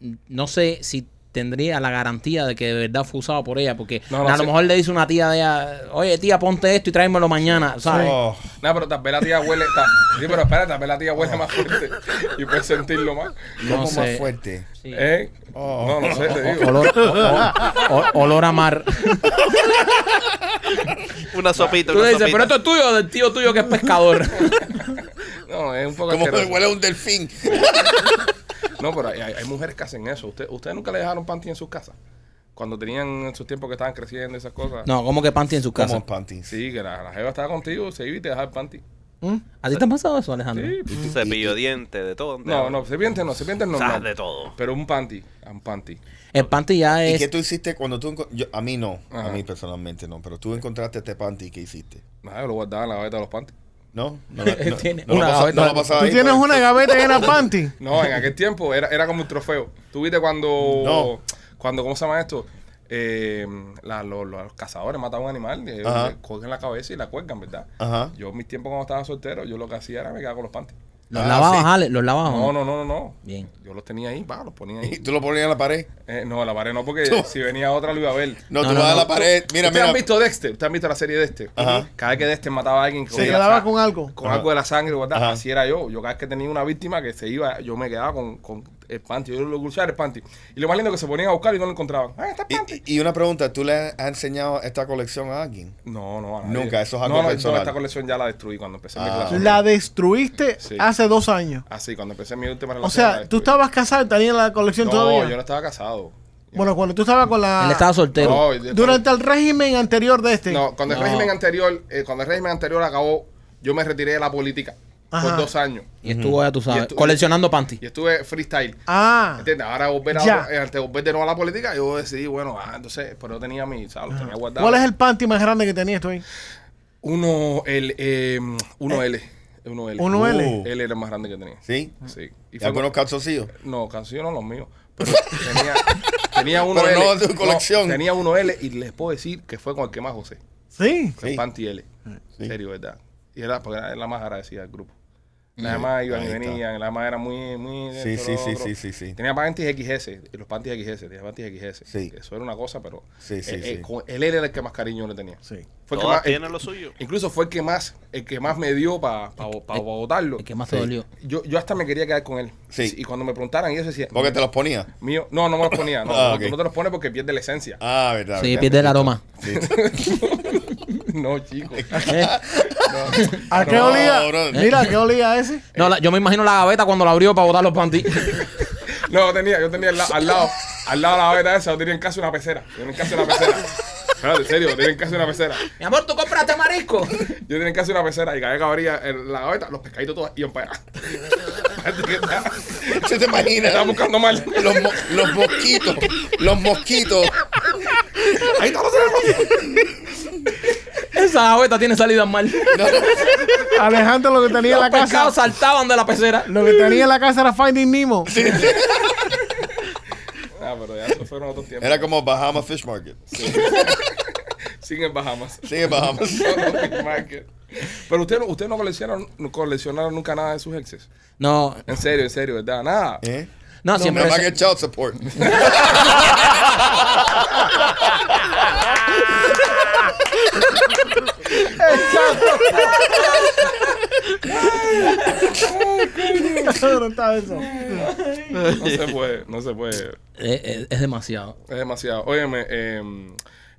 Speaker 2: mm, no sé si tendría la garantía de que de verdad fue usado por ella. Porque
Speaker 1: No, no
Speaker 2: a lo
Speaker 1: sé.
Speaker 2: mejor le dice una tía de ella, oye tía, ponte esto y tráemelo mañana, ¿sabes?
Speaker 4: Oh,
Speaker 1: No, pero tal vez la tía huele. ta- sí, pero espérate, tal vez la tía huele más fuerte y puedes sentirlo más.
Speaker 2: No
Speaker 4: ¿cómo
Speaker 2: sé.
Speaker 4: más fuerte?
Speaker 2: Sí.
Speaker 1: ¿Eh?
Speaker 4: Oh.
Speaker 1: No, no sé, te digo.
Speaker 2: Olor, o- o- olor a mar.
Speaker 5: Una sopita,
Speaker 2: Ah, Tú
Speaker 5: una
Speaker 2: le dices,
Speaker 5: sopita.
Speaker 2: pero esto es tuyo, o del tío tuyo que es pescador.
Speaker 1: No, es un poco
Speaker 4: ¿Cómo
Speaker 1: asqueroso.
Speaker 4: huele un delfín?
Speaker 1: No, pero hay, hay mujeres que hacen eso. ¿Usted- ¿Ustedes nunca le dejaron panty en sus casas? Cuando tenían en sus tiempos que estaban creciendo esas cosas.
Speaker 2: no, como que panty en su casa.
Speaker 4: Como panties.
Speaker 1: Sí, que la, la jeva estaba contigo, se iba y te dejaba el panty.
Speaker 2: ¿Mm? ¿A ti te ha pasado eso, Alejandro?
Speaker 1: Sí.
Speaker 4: ¿Y tú-
Speaker 5: Cepillo
Speaker 4: y-
Speaker 5: de dientes, de todo.
Speaker 1: No, no, se piensa no, se piensa
Speaker 5: O sea,
Speaker 1: normal.
Speaker 5: de todo.
Speaker 1: Pero un panty, un panty.
Speaker 2: El panty ya
Speaker 4: ¿Y
Speaker 2: es...
Speaker 4: qué tú hiciste cuando tú enco- yo- A mí no,
Speaker 1: Ajá.
Speaker 4: a mí personalmente no, pero tú encontraste este panty, ¿qué hiciste?
Speaker 1: Nada, yo lo guardaba en la gaveta de los panties.
Speaker 4: ¿No? No, la- no,
Speaker 2: Tiene
Speaker 4: no lo
Speaker 2: una
Speaker 4: pasaba-
Speaker 2: gaveta.
Speaker 4: no lo pasaba
Speaker 3: ¿Tú
Speaker 4: ahí,
Speaker 3: tienes
Speaker 4: pero-
Speaker 1: pues.
Speaker 3: una gaveta llena de panty?
Speaker 1: No, en aquel tiempo era, era como un trofeo. ¿Tú viste cuando,
Speaker 4: No.
Speaker 1: cuando ¿cómo se llama esto? Eh, la- lo- lo- los cazadores mataban a un animal, eh,
Speaker 4: Ajá.
Speaker 1: le cogen la cabeza y la cuelgan, ¿verdad?
Speaker 4: Ajá.
Speaker 1: Yo en mis tiempos cuando estaba soltero, yo lo que hacía era me quedaba con los panties.
Speaker 2: Los
Speaker 4: Ah,
Speaker 2: lavabas,
Speaker 4: sí.
Speaker 2: Ale, los lavabas.
Speaker 4: Mm.
Speaker 1: No, no, no, no, no.
Speaker 2: Bien.
Speaker 1: Yo los tenía ahí, va, los ponía
Speaker 4: Y
Speaker 1: ahí.
Speaker 4: tú lo ponías en la pared.
Speaker 1: Eh, no, la pared no, porque si venía otra lo iba a ver.
Speaker 4: No,
Speaker 2: No,
Speaker 4: tú
Speaker 2: no,
Speaker 4: vas a
Speaker 2: no.
Speaker 4: la pared. Mira,
Speaker 1: ¿Ustedes
Speaker 4: mira.
Speaker 1: han visto Dexter? ¿Ustedes han visto la serie Dexter?
Speaker 4: Ajá.
Speaker 1: Cada vez que Dexter mataba a alguien,
Speaker 3: Se
Speaker 1: cogía la
Speaker 3: quedaba
Speaker 1: sa-
Speaker 3: con algo.
Speaker 1: con algo de la sangre, ¿verdad?
Speaker 4: Ajá.
Speaker 1: Así era yo. Yo cada vez que tenía una víctima que se iba, yo me quedaba con, con el panty. Yo lo usaba el panty. Y lo más lindo es que se ponían a buscar y no lo encontraban. Ah, está el panty.
Speaker 4: Y, y una pregunta, ¿tú le has enseñado esta colección a alguien?
Speaker 1: No, no, a
Speaker 4: Nunca, eso es algo
Speaker 1: no, no,
Speaker 4: personal.
Speaker 1: No, esta colección ya la destruí cuando empecé mi
Speaker 4: Ah.
Speaker 1: relación.
Speaker 3: La destruiste
Speaker 1: Sí. Ah,
Speaker 3: hace dos años.
Speaker 1: Así, cuando empecé mi última
Speaker 3: O
Speaker 1: relación.
Speaker 3: sea, tú estabas casado y tenías la colección
Speaker 1: no,
Speaker 3: todavía.
Speaker 1: yo no estaba casado.
Speaker 3: Bueno, cuando tú estabas con la.
Speaker 2: Él estaba soltero.
Speaker 1: No, yo-
Speaker 3: Durante el régimen anterior de este.
Speaker 1: No, cuando el
Speaker 2: No.
Speaker 1: régimen anterior, eh, cuando el régimen anterior acabó, yo me retiré de la política
Speaker 3: Ajá.
Speaker 1: por dos años.
Speaker 2: Y estuvo, ya tú sabes,
Speaker 1: estu-
Speaker 2: coleccionando panty.
Speaker 1: Y estuve freestyle.
Speaker 3: Ah.
Speaker 1: ¿Entiendes? Ahora volver a,
Speaker 3: Ya.
Speaker 1: eh, antes de volver de nuevo a la política, yo decidí, bueno, ah, entonces, pero yo tenía mi, ¿sabes? Lo tenía guardado.
Speaker 3: ¿Cuál es el panty más grande que tenías tú ahí?
Speaker 1: Uno, el, eh, uno L. Uno L.
Speaker 3: ¿Uno L?
Speaker 1: Uh. L era el más grande que tenía.
Speaker 4: ¿Sí?
Speaker 1: Sí. Y
Speaker 4: ¿Y
Speaker 1: fue
Speaker 4: algunos calzoncillos?
Speaker 1: No, canciones los míos. Pero tenía, tenía uno
Speaker 4: Pero
Speaker 1: L.
Speaker 4: no de tu colección.
Speaker 1: tenía uno L y les puedo decir que fue con el que más gocé.
Speaker 3: Sí.
Speaker 1: Con
Speaker 4: Sí.
Speaker 1: Panty L.
Speaker 4: Sí.
Speaker 1: Serio, ¿verdad? Y era, porque era la más agradecida del grupo.
Speaker 5: Mm.
Speaker 1: La demás iban y
Speaker 4: ahí está.
Speaker 1: venían, la demás era muy, muy.
Speaker 4: Sí,
Speaker 1: esto,
Speaker 4: sí,
Speaker 1: lo
Speaker 4: sí,
Speaker 1: otro.
Speaker 4: sí, sí, sí.
Speaker 1: Tenía panties XS, y los panties XS, tenía panties XS.
Speaker 4: Sí.
Speaker 1: Eso era una cosa, pero
Speaker 4: Sí, sí,
Speaker 1: eh, eh,
Speaker 4: sí.
Speaker 1: con- el L era el que más cariño le tenía.
Speaker 3: Sí.
Speaker 1: Fue el que
Speaker 5: Todas
Speaker 1: más- el-
Speaker 5: tienen lo suyo.
Speaker 1: Incluso fue el que más, el que más me dio para votarlo.
Speaker 2: El que más te dolió.
Speaker 1: Yo, yo hasta me quería quedar con él.
Speaker 4: Sí.
Speaker 1: Y cuando me preguntaran, ellos decían,
Speaker 4: Porque te los ponía.
Speaker 1: mío, no, no me los ponía. No,
Speaker 4: Ah,
Speaker 1: no,
Speaker 4: ok.
Speaker 1: tú no te los pones porque pierde la esencia.
Speaker 4: Ah, verdad.
Speaker 2: Sí,
Speaker 4: verdad.
Speaker 2: pierde el aroma.
Speaker 4: Sí.
Speaker 1: no, chico.
Speaker 2: ¿Eh?
Speaker 3: ¿A qué
Speaker 4: No,
Speaker 3: olía?
Speaker 4: brother.
Speaker 3: Mira, ¿a qué olía ese?
Speaker 2: No, la- yo me imagino la gaveta cuando la abrió para botar los panty.
Speaker 1: No, yo tenía, yo tenía al, la- al lado, al lado de la gaveta esa, yo tenía en casa una pecera. Yo tenía en casa una pecera. No, en serio, yo tenía en casa una pecera.
Speaker 2: Mi amor, tú compraste marisco.
Speaker 1: Yo tenía en casa una pecera y cada vez que abría el- la gaveta, los pescaditos todos iban para allá.
Speaker 4: ¿Se te
Speaker 1: Estaba
Speaker 4: imaginas?
Speaker 1: buscando mal.
Speaker 4: Los, mo- los mosquitos. Los mosquitos.
Speaker 1: Ahí está los cerros.
Speaker 2: Esa gaveta tiene salida mal.
Speaker 4: No, no.
Speaker 3: Alejandro lo que tenía en
Speaker 2: Los
Speaker 3: la casa.
Speaker 2: pescados saltaban de la pecera.
Speaker 3: Lo que tenía en la casa era Finding Nemo.
Speaker 1: Ah, pero ya eso fueron otros tiempos.
Speaker 4: Era como Bahamas Fish Market.
Speaker 1: Sin en Bahamas.
Speaker 4: Sí, Bahamas.
Speaker 1: Solo Big Mac. Pero usted, no- usted no coleccionaron, no coleccionaron nunca nada de sus exes.
Speaker 2: No,
Speaker 1: En serio, en serio, ¿verdad? Nada.
Speaker 4: ¿Eh?
Speaker 2: no, siempre.
Speaker 4: Nada más
Speaker 2: se-
Speaker 4: que child support.
Speaker 3: Cabrón, está eso.
Speaker 1: No se puede, no se puede.
Speaker 2: eh, eh, es demasiado.
Speaker 1: Es demasiado. Óyeme, eh, en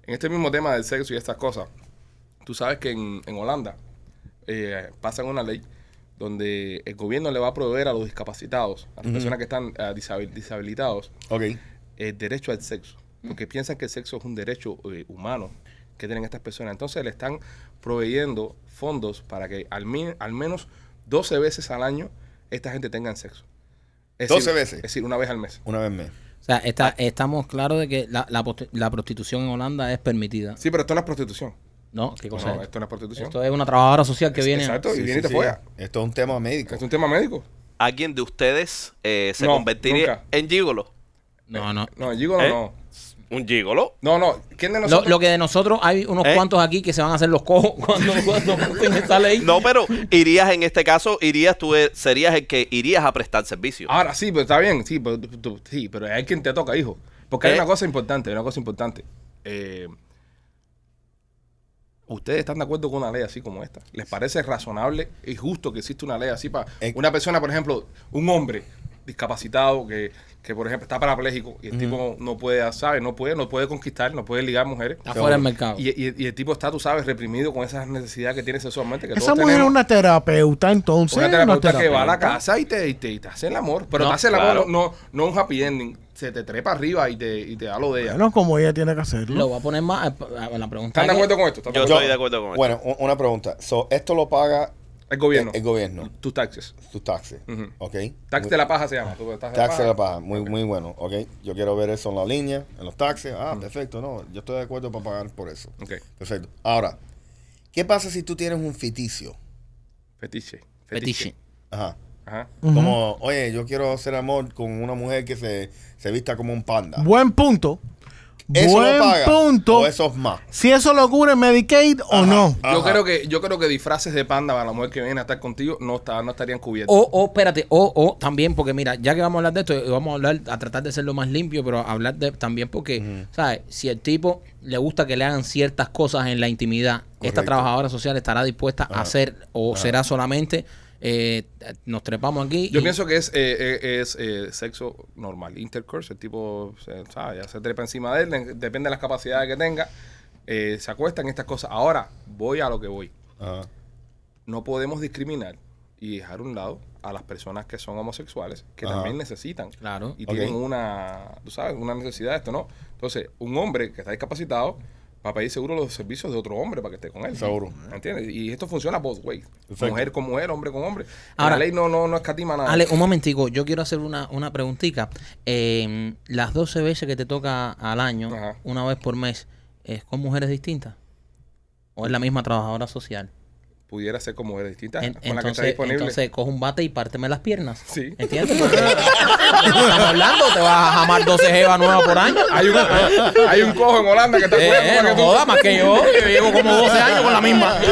Speaker 1: este mismo tema del sexo y estas cosas, tú sabes que en, en Holanda eh, pasan una ley donde el gobierno le va a proveer a los discapacitados, a las personas que están eh, disabil- deshabilitados,
Speaker 4: ok.
Speaker 1: el derecho al sexo. Porque piensan que el sexo es un derecho eh, humano que tienen estas personas. Entonces le están proveyendo fondos para que al, mi- al menos 12 veces al año esta gente tenga sexo. Es
Speaker 4: 12
Speaker 1: decir-
Speaker 4: veces.
Speaker 1: Es decir, una vez al mes.
Speaker 4: Una vez más.
Speaker 2: O sea, está, estamos claros de que la, la post- la prostitución en Holanda es permitida.
Speaker 1: Sí, pero esto no es prostitución.
Speaker 2: No, qué cosa
Speaker 1: No,
Speaker 2: es.
Speaker 1: esto no es prostitución.
Speaker 2: Esto es una trabajadora social que
Speaker 1: Es-
Speaker 2: viene.
Speaker 1: exacto. y
Speaker 4: Sí,
Speaker 1: viene y
Speaker 4: sí,
Speaker 1: te
Speaker 4: sí.
Speaker 1: follas.
Speaker 4: Esto es un tema médico.
Speaker 1: Es un tema médico.
Speaker 5: ¿Alguien de ustedes eh, se
Speaker 1: No,
Speaker 5: convertiría
Speaker 1: nunca.
Speaker 5: en gigolo?
Speaker 2: No, no.
Speaker 1: No, el gigolo
Speaker 5: ¿Eh?
Speaker 1: no.
Speaker 5: ¿Un gigolo?
Speaker 1: No, no. ¿Quién de
Speaker 2: Lo,
Speaker 1: nosotros?
Speaker 2: lo que de nosotros hay unos
Speaker 5: ¿Eh?
Speaker 2: cuantos aquí que se van a hacer los cojos cuando, cuando cumplen esta ley.
Speaker 5: No, pero irías en este caso, irías tú, eh, serías el que irías a prestar servicio.
Speaker 1: Ahora sí, pero está bien. Sí, pero, tú- tú- sí, pero hay quien te toca, hijo. Porque hay
Speaker 5: ¿Eh?
Speaker 1: una cosa importante, hay una cosa importante. Eh, ¿Ustedes están de acuerdo con una ley así como esta? ¿Les parece razonable y justo que existe una ley así para
Speaker 4: Eh.
Speaker 1: una persona, por ejemplo, un hombre discapacitado que, que por ejemplo, está parapléjico y el tipo no puede, ¿sabes? No puede, no puede conquistar, no puede ligar mujeres.
Speaker 2: Está fuera del mercado.
Speaker 1: Y, y- y el tipo está, tú sabes, reprimido con esas necesidades que tiene sexualmente. Que
Speaker 3: Esa
Speaker 1: todos
Speaker 3: mujer es
Speaker 1: tenemos.
Speaker 3: una terapeuta, entonces.
Speaker 1: Una terapeuta que va a la
Speaker 3: terapeuta.
Speaker 1: casa y te, y te, y te hace el amor. Pero
Speaker 2: No,
Speaker 1: te hace el
Speaker 5: claro.
Speaker 1: amor, no, no un happy ending. Se te trepa arriba y te, y te da lo de ella.
Speaker 3: Bueno, como ella tiene que
Speaker 2: Lo
Speaker 3: hacerlo.
Speaker 2: voy a poner más eh, a, a la pregunta.
Speaker 1: ¿Están de
Speaker 2: que-
Speaker 1: acuerdo con esto? ¿Están de
Speaker 5: Yo
Speaker 1: acuerdo?
Speaker 5: estoy de acuerdo con
Speaker 4: Bueno, u- una pregunta. So, esto lo paga
Speaker 1: El gobierno.
Speaker 4: el, el gobierno,
Speaker 1: Tus taxes.
Speaker 4: tus taxes.
Speaker 1: Ujú.
Speaker 4: ¿Ok?
Speaker 1: Tax de la paja se llama. Tú estás de
Speaker 4: Tax de la
Speaker 1: paja.
Speaker 4: paja. Muy, muy bueno. ¿Ok? Yo quiero ver eso en la línea, en los taxes. Ah, perfecto. No, yo estoy de acuerdo para pagar por eso.
Speaker 1: Ok.
Speaker 4: Perfecto. Ahora, ¿qué pasa si tú tienes un ficticio?
Speaker 1: Fetiche.
Speaker 2: Fetiche.
Speaker 4: Ajá.
Speaker 1: Ajá.
Speaker 4: Como, oye, yo quiero hacer amor con una mujer que se, se vista como un panda.
Speaker 3: Buen punto.
Speaker 4: ¿Eso
Speaker 3: Buen
Speaker 4: lo paga?
Speaker 3: punto.
Speaker 4: ¿O eso es más?
Speaker 3: Si eso lo cubre Medicaid o no.
Speaker 1: Yo
Speaker 4: Ajá.
Speaker 1: creo que yo creo que disfraces de panda para la mujer que viene a estar contigo no, está, no estarían cubiertos.
Speaker 2: O, o, espérate, o, o también, porque mira, ya que vamos a hablar de esto, eh, vamos a hablar, a tratar de ser lo más limpio, pero hablar de también porque, ¿sabes? Si el tipo le gusta que le hagan ciertas cosas en la intimidad, esta
Speaker 4: Correcto.
Speaker 2: trabajadora social estará dispuesta
Speaker 1: Ah,
Speaker 2: a hacer o será solamente, eh, nos trepamos aquí.
Speaker 1: Yo
Speaker 2: y-
Speaker 1: pienso que es, eh, eh, es eh, sexo normal, intercourse. El tipo se, sabe, ya se trepa encima de él, en- depende de las capacidades que tenga. eh, se acuestan estas cosas. Ahora voy a lo que voy.
Speaker 4: Ajá.
Speaker 1: No podemos discriminar y dejar a un lado a las personas que son homosexuales, que
Speaker 4: Ajá.
Speaker 1: también necesitan.
Speaker 2: Claro.
Speaker 1: Y
Speaker 4: Ok.
Speaker 1: tienen una, tú sabes, una necesidad de esto, ¿no? Entonces, un hombre que está discapacitado va a pedir seguro los servicios de otro hombre para que esté con él.
Speaker 4: Seguro.
Speaker 1: ¿Entiendes? Y esto funciona both ways.
Speaker 4: Perfecto.
Speaker 1: Mujer con mujer, hombre con hombre.
Speaker 2: Ahora-
Speaker 1: la ley no, no, no escatima nada.
Speaker 2: Ale, un momentico, yo quiero hacer una, una preguntita. Em, las 12 veces que te toca al año,
Speaker 1: Ajá.
Speaker 2: una vez por mes, ¿es con mujeres distintas? ¿O es la misma trabajadora social?
Speaker 1: pudiera ser como mujeres distintas con
Speaker 2: En-
Speaker 1: la que está
Speaker 2: entonces,
Speaker 1: disponible.
Speaker 2: entonces, coge un bate y párteme las piernas.
Speaker 1: Sí.
Speaker 2: ¿Entiendes? Porque estamos hablando, te vas a jamar 12 jevas nuevas por año.
Speaker 1: hay, un, hay un cojo en Holanda que está
Speaker 2: Eh,
Speaker 1: cuidando
Speaker 2: eh,
Speaker 1: para
Speaker 2: no
Speaker 1: que tú-
Speaker 2: jodas, más que yo, yo llevo como 12 años con la misma.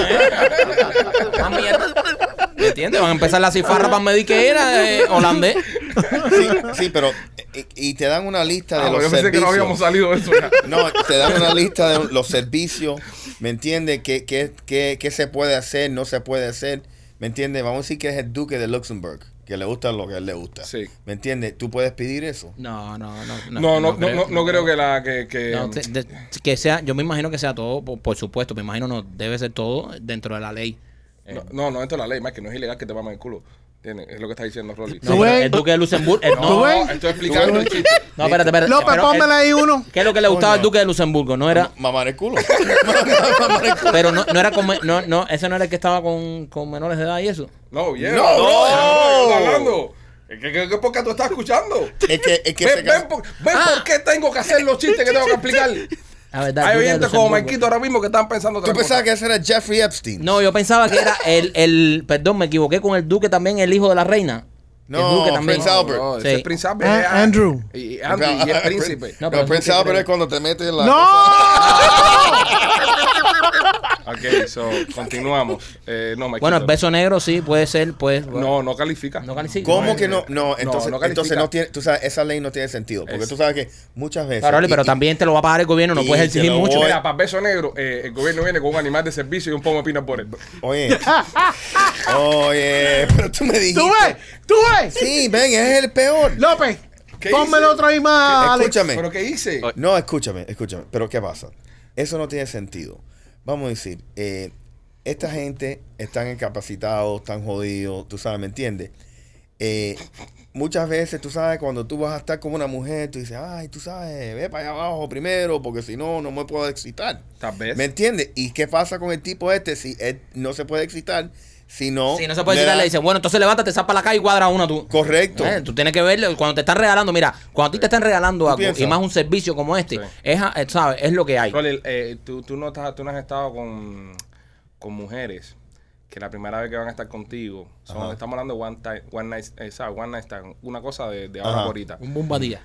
Speaker 2: Ah, mierda. ¿Me entiendes? Van a empezar las cifarras para mediquera eh, holandés.
Speaker 4: Sí, sí, pero. eh, Y, y te dan una lista de
Speaker 1: Ah,
Speaker 4: los
Speaker 1: yo pensé
Speaker 4: servicios.
Speaker 1: que no habíamos salido de eso. ya.
Speaker 4: No, te dan una lista de los servicios, ¿me entiendes? ¿Qué, qué, qué, qué se puede hacer, no se puede hacer? ¿Me entiendes? Vamos a decir que es el duque de Luxemburg, que le gusta lo que a él le gusta.
Speaker 1: Sí.
Speaker 4: ¿Me entiendes? Tú puedes pedir eso.
Speaker 2: No, no, no.
Speaker 1: No, no, no, no- no creo que la que, que-
Speaker 2: No, te- de- que sea, yo me imagino que sea todo, por, por supuesto, me imagino no, debe ser todo dentro de la ley.
Speaker 1: no, no, no, esto es la ley, más que no es ilegal que te mamen el culo. ¿Entiendes? Es lo que está diciendo Rolly.
Speaker 2: No,
Speaker 3: ¿Tú
Speaker 2: pero
Speaker 3: ves?
Speaker 2: el duque de Luxemburgo, el-
Speaker 3: ¿Tú
Speaker 2: no,
Speaker 3: ves?
Speaker 1: No, estoy explicando el chiste.
Speaker 2: no, espérate, espérate.
Speaker 3: López,
Speaker 2: pero,
Speaker 3: pónmela ahí uno.
Speaker 2: ¿Qué es lo que le gustaba al
Speaker 4: Coño.
Speaker 2: duque de Luxemburgo? No era,
Speaker 4: Mamar el culo.
Speaker 2: pero no, no era con, no, no, ese no era el que estaba con, con menores de edad y eso.
Speaker 1: No, bien.
Speaker 4: No,
Speaker 1: bro,
Speaker 4: no.
Speaker 1: ¿de qué estás hablando? ¿Qué, qué, qué podcast tú estás escuchando?
Speaker 4: es que, es que
Speaker 1: ¿Ven,
Speaker 4: se
Speaker 1: ven
Speaker 4: casó-
Speaker 1: por, ven
Speaker 2: Ah.
Speaker 1: por qué tengo que hacer los chistes que tengo que explicar?
Speaker 2: La verdad,
Speaker 1: Hay
Speaker 2: el duque de
Speaker 1: oyentes como
Speaker 2: Luxemburgo.
Speaker 1: Marquito ahora mismo que están pensando otra
Speaker 4: Tú
Speaker 1: cosa.
Speaker 4: pensabas que ese era Jeffrey Epstein.
Speaker 2: No, yo pensaba que era el, el, perdón, me equivoqué con el duque también, el hijo de la reina. El
Speaker 4: No,
Speaker 2: duque también.
Speaker 4: Prince Albert.
Speaker 1: No, ese
Speaker 2: Sí.
Speaker 1: es príncipe.
Speaker 3: Ah,
Speaker 1: eh,
Speaker 3: Andrew.
Speaker 1: Y, y Andrew, y es príncipe.
Speaker 2: No,
Speaker 4: No,
Speaker 2: pero
Speaker 4: Prince
Speaker 2: no te
Speaker 4: Albert
Speaker 2: creo.
Speaker 4: es cuando te metes en la.
Speaker 3: ¡No!
Speaker 1: Ok, so, continuamos. Eh, no,
Speaker 2: Bueno, el
Speaker 1: Maikito,
Speaker 2: beso negro sí puede ser, pues.
Speaker 1: No, no califica.
Speaker 2: No califica.
Speaker 4: ¿Cómo
Speaker 1: No,
Speaker 4: que no?
Speaker 1: eh,
Speaker 4: No, entonces no,
Speaker 1: califica.
Speaker 4: entonces no tiene, tú sabes, esa ley no tiene sentido. Porque
Speaker 1: Es-
Speaker 4: tú sabes que muchas veces.
Speaker 2: Claro, Ale,
Speaker 4: y-
Speaker 2: pero
Speaker 4: y-
Speaker 2: también te lo va a pagar el gobierno, no
Speaker 4: y
Speaker 2: puedes
Speaker 4: se
Speaker 2: exigir
Speaker 4: lo
Speaker 2: mucho.
Speaker 4: voy-
Speaker 1: Mira, para beso negro, eh, el gobierno viene con un animal de servicio y un pomo de peanut butter.
Speaker 4: Oye. Oye, pero tú me dijiste.
Speaker 3: ¿Tú ves? ¿Tú ves?
Speaker 4: Sí, ven, es el peor.
Speaker 3: López,
Speaker 1: ¿Qué
Speaker 3: ponme
Speaker 1: hice?
Speaker 3: otra vez más, Alex.
Speaker 4: Escúchame.
Speaker 1: ¿Pero qué hice?
Speaker 5: Oye.
Speaker 4: No, escúchame, escúchame. Pero ¿qué pasa? Eso no tiene sentido. Vamos a decir, eh, esta gente están incapacitados, están jodidos, tú sabes, ¿me entiendes? Eh, muchas veces, tú sabes, cuando tú vas a estar con una mujer, tú dices, ay, tú sabes, ve para allá abajo primero, porque si no, no me puedo excitar.
Speaker 1: Tal vez.
Speaker 4: ¿Me entiendes? ¿Y qué pasa con el tipo este? Si él no se puede excitar, si no...
Speaker 2: Si no se puede
Speaker 4: da-
Speaker 2: excitar, le dicen, bueno, entonces levántate, zapa la calle y cuadra una tú.
Speaker 4: Correcto.
Speaker 2: Eh, tú tienes que verlo cuando te están regalando. Mira, cuando a ti te están regalando algo
Speaker 4: piensas?
Speaker 2: y más un servicio como este,
Speaker 1: Sí.
Speaker 2: es, a- eh, ¿sabes? es lo que hay.
Speaker 1: Rolly, eh, tú, tú no estás, tú no has estado con, con mujeres que la primera vez que van a estar contigo, son,
Speaker 4: Ajá.
Speaker 1: estamos hablando de one, time, one, night, eh, ¿sabes? one night stand, una cosa de, de
Speaker 4: Ajá.
Speaker 1: ahora a ahorita.
Speaker 2: Un bombadilla.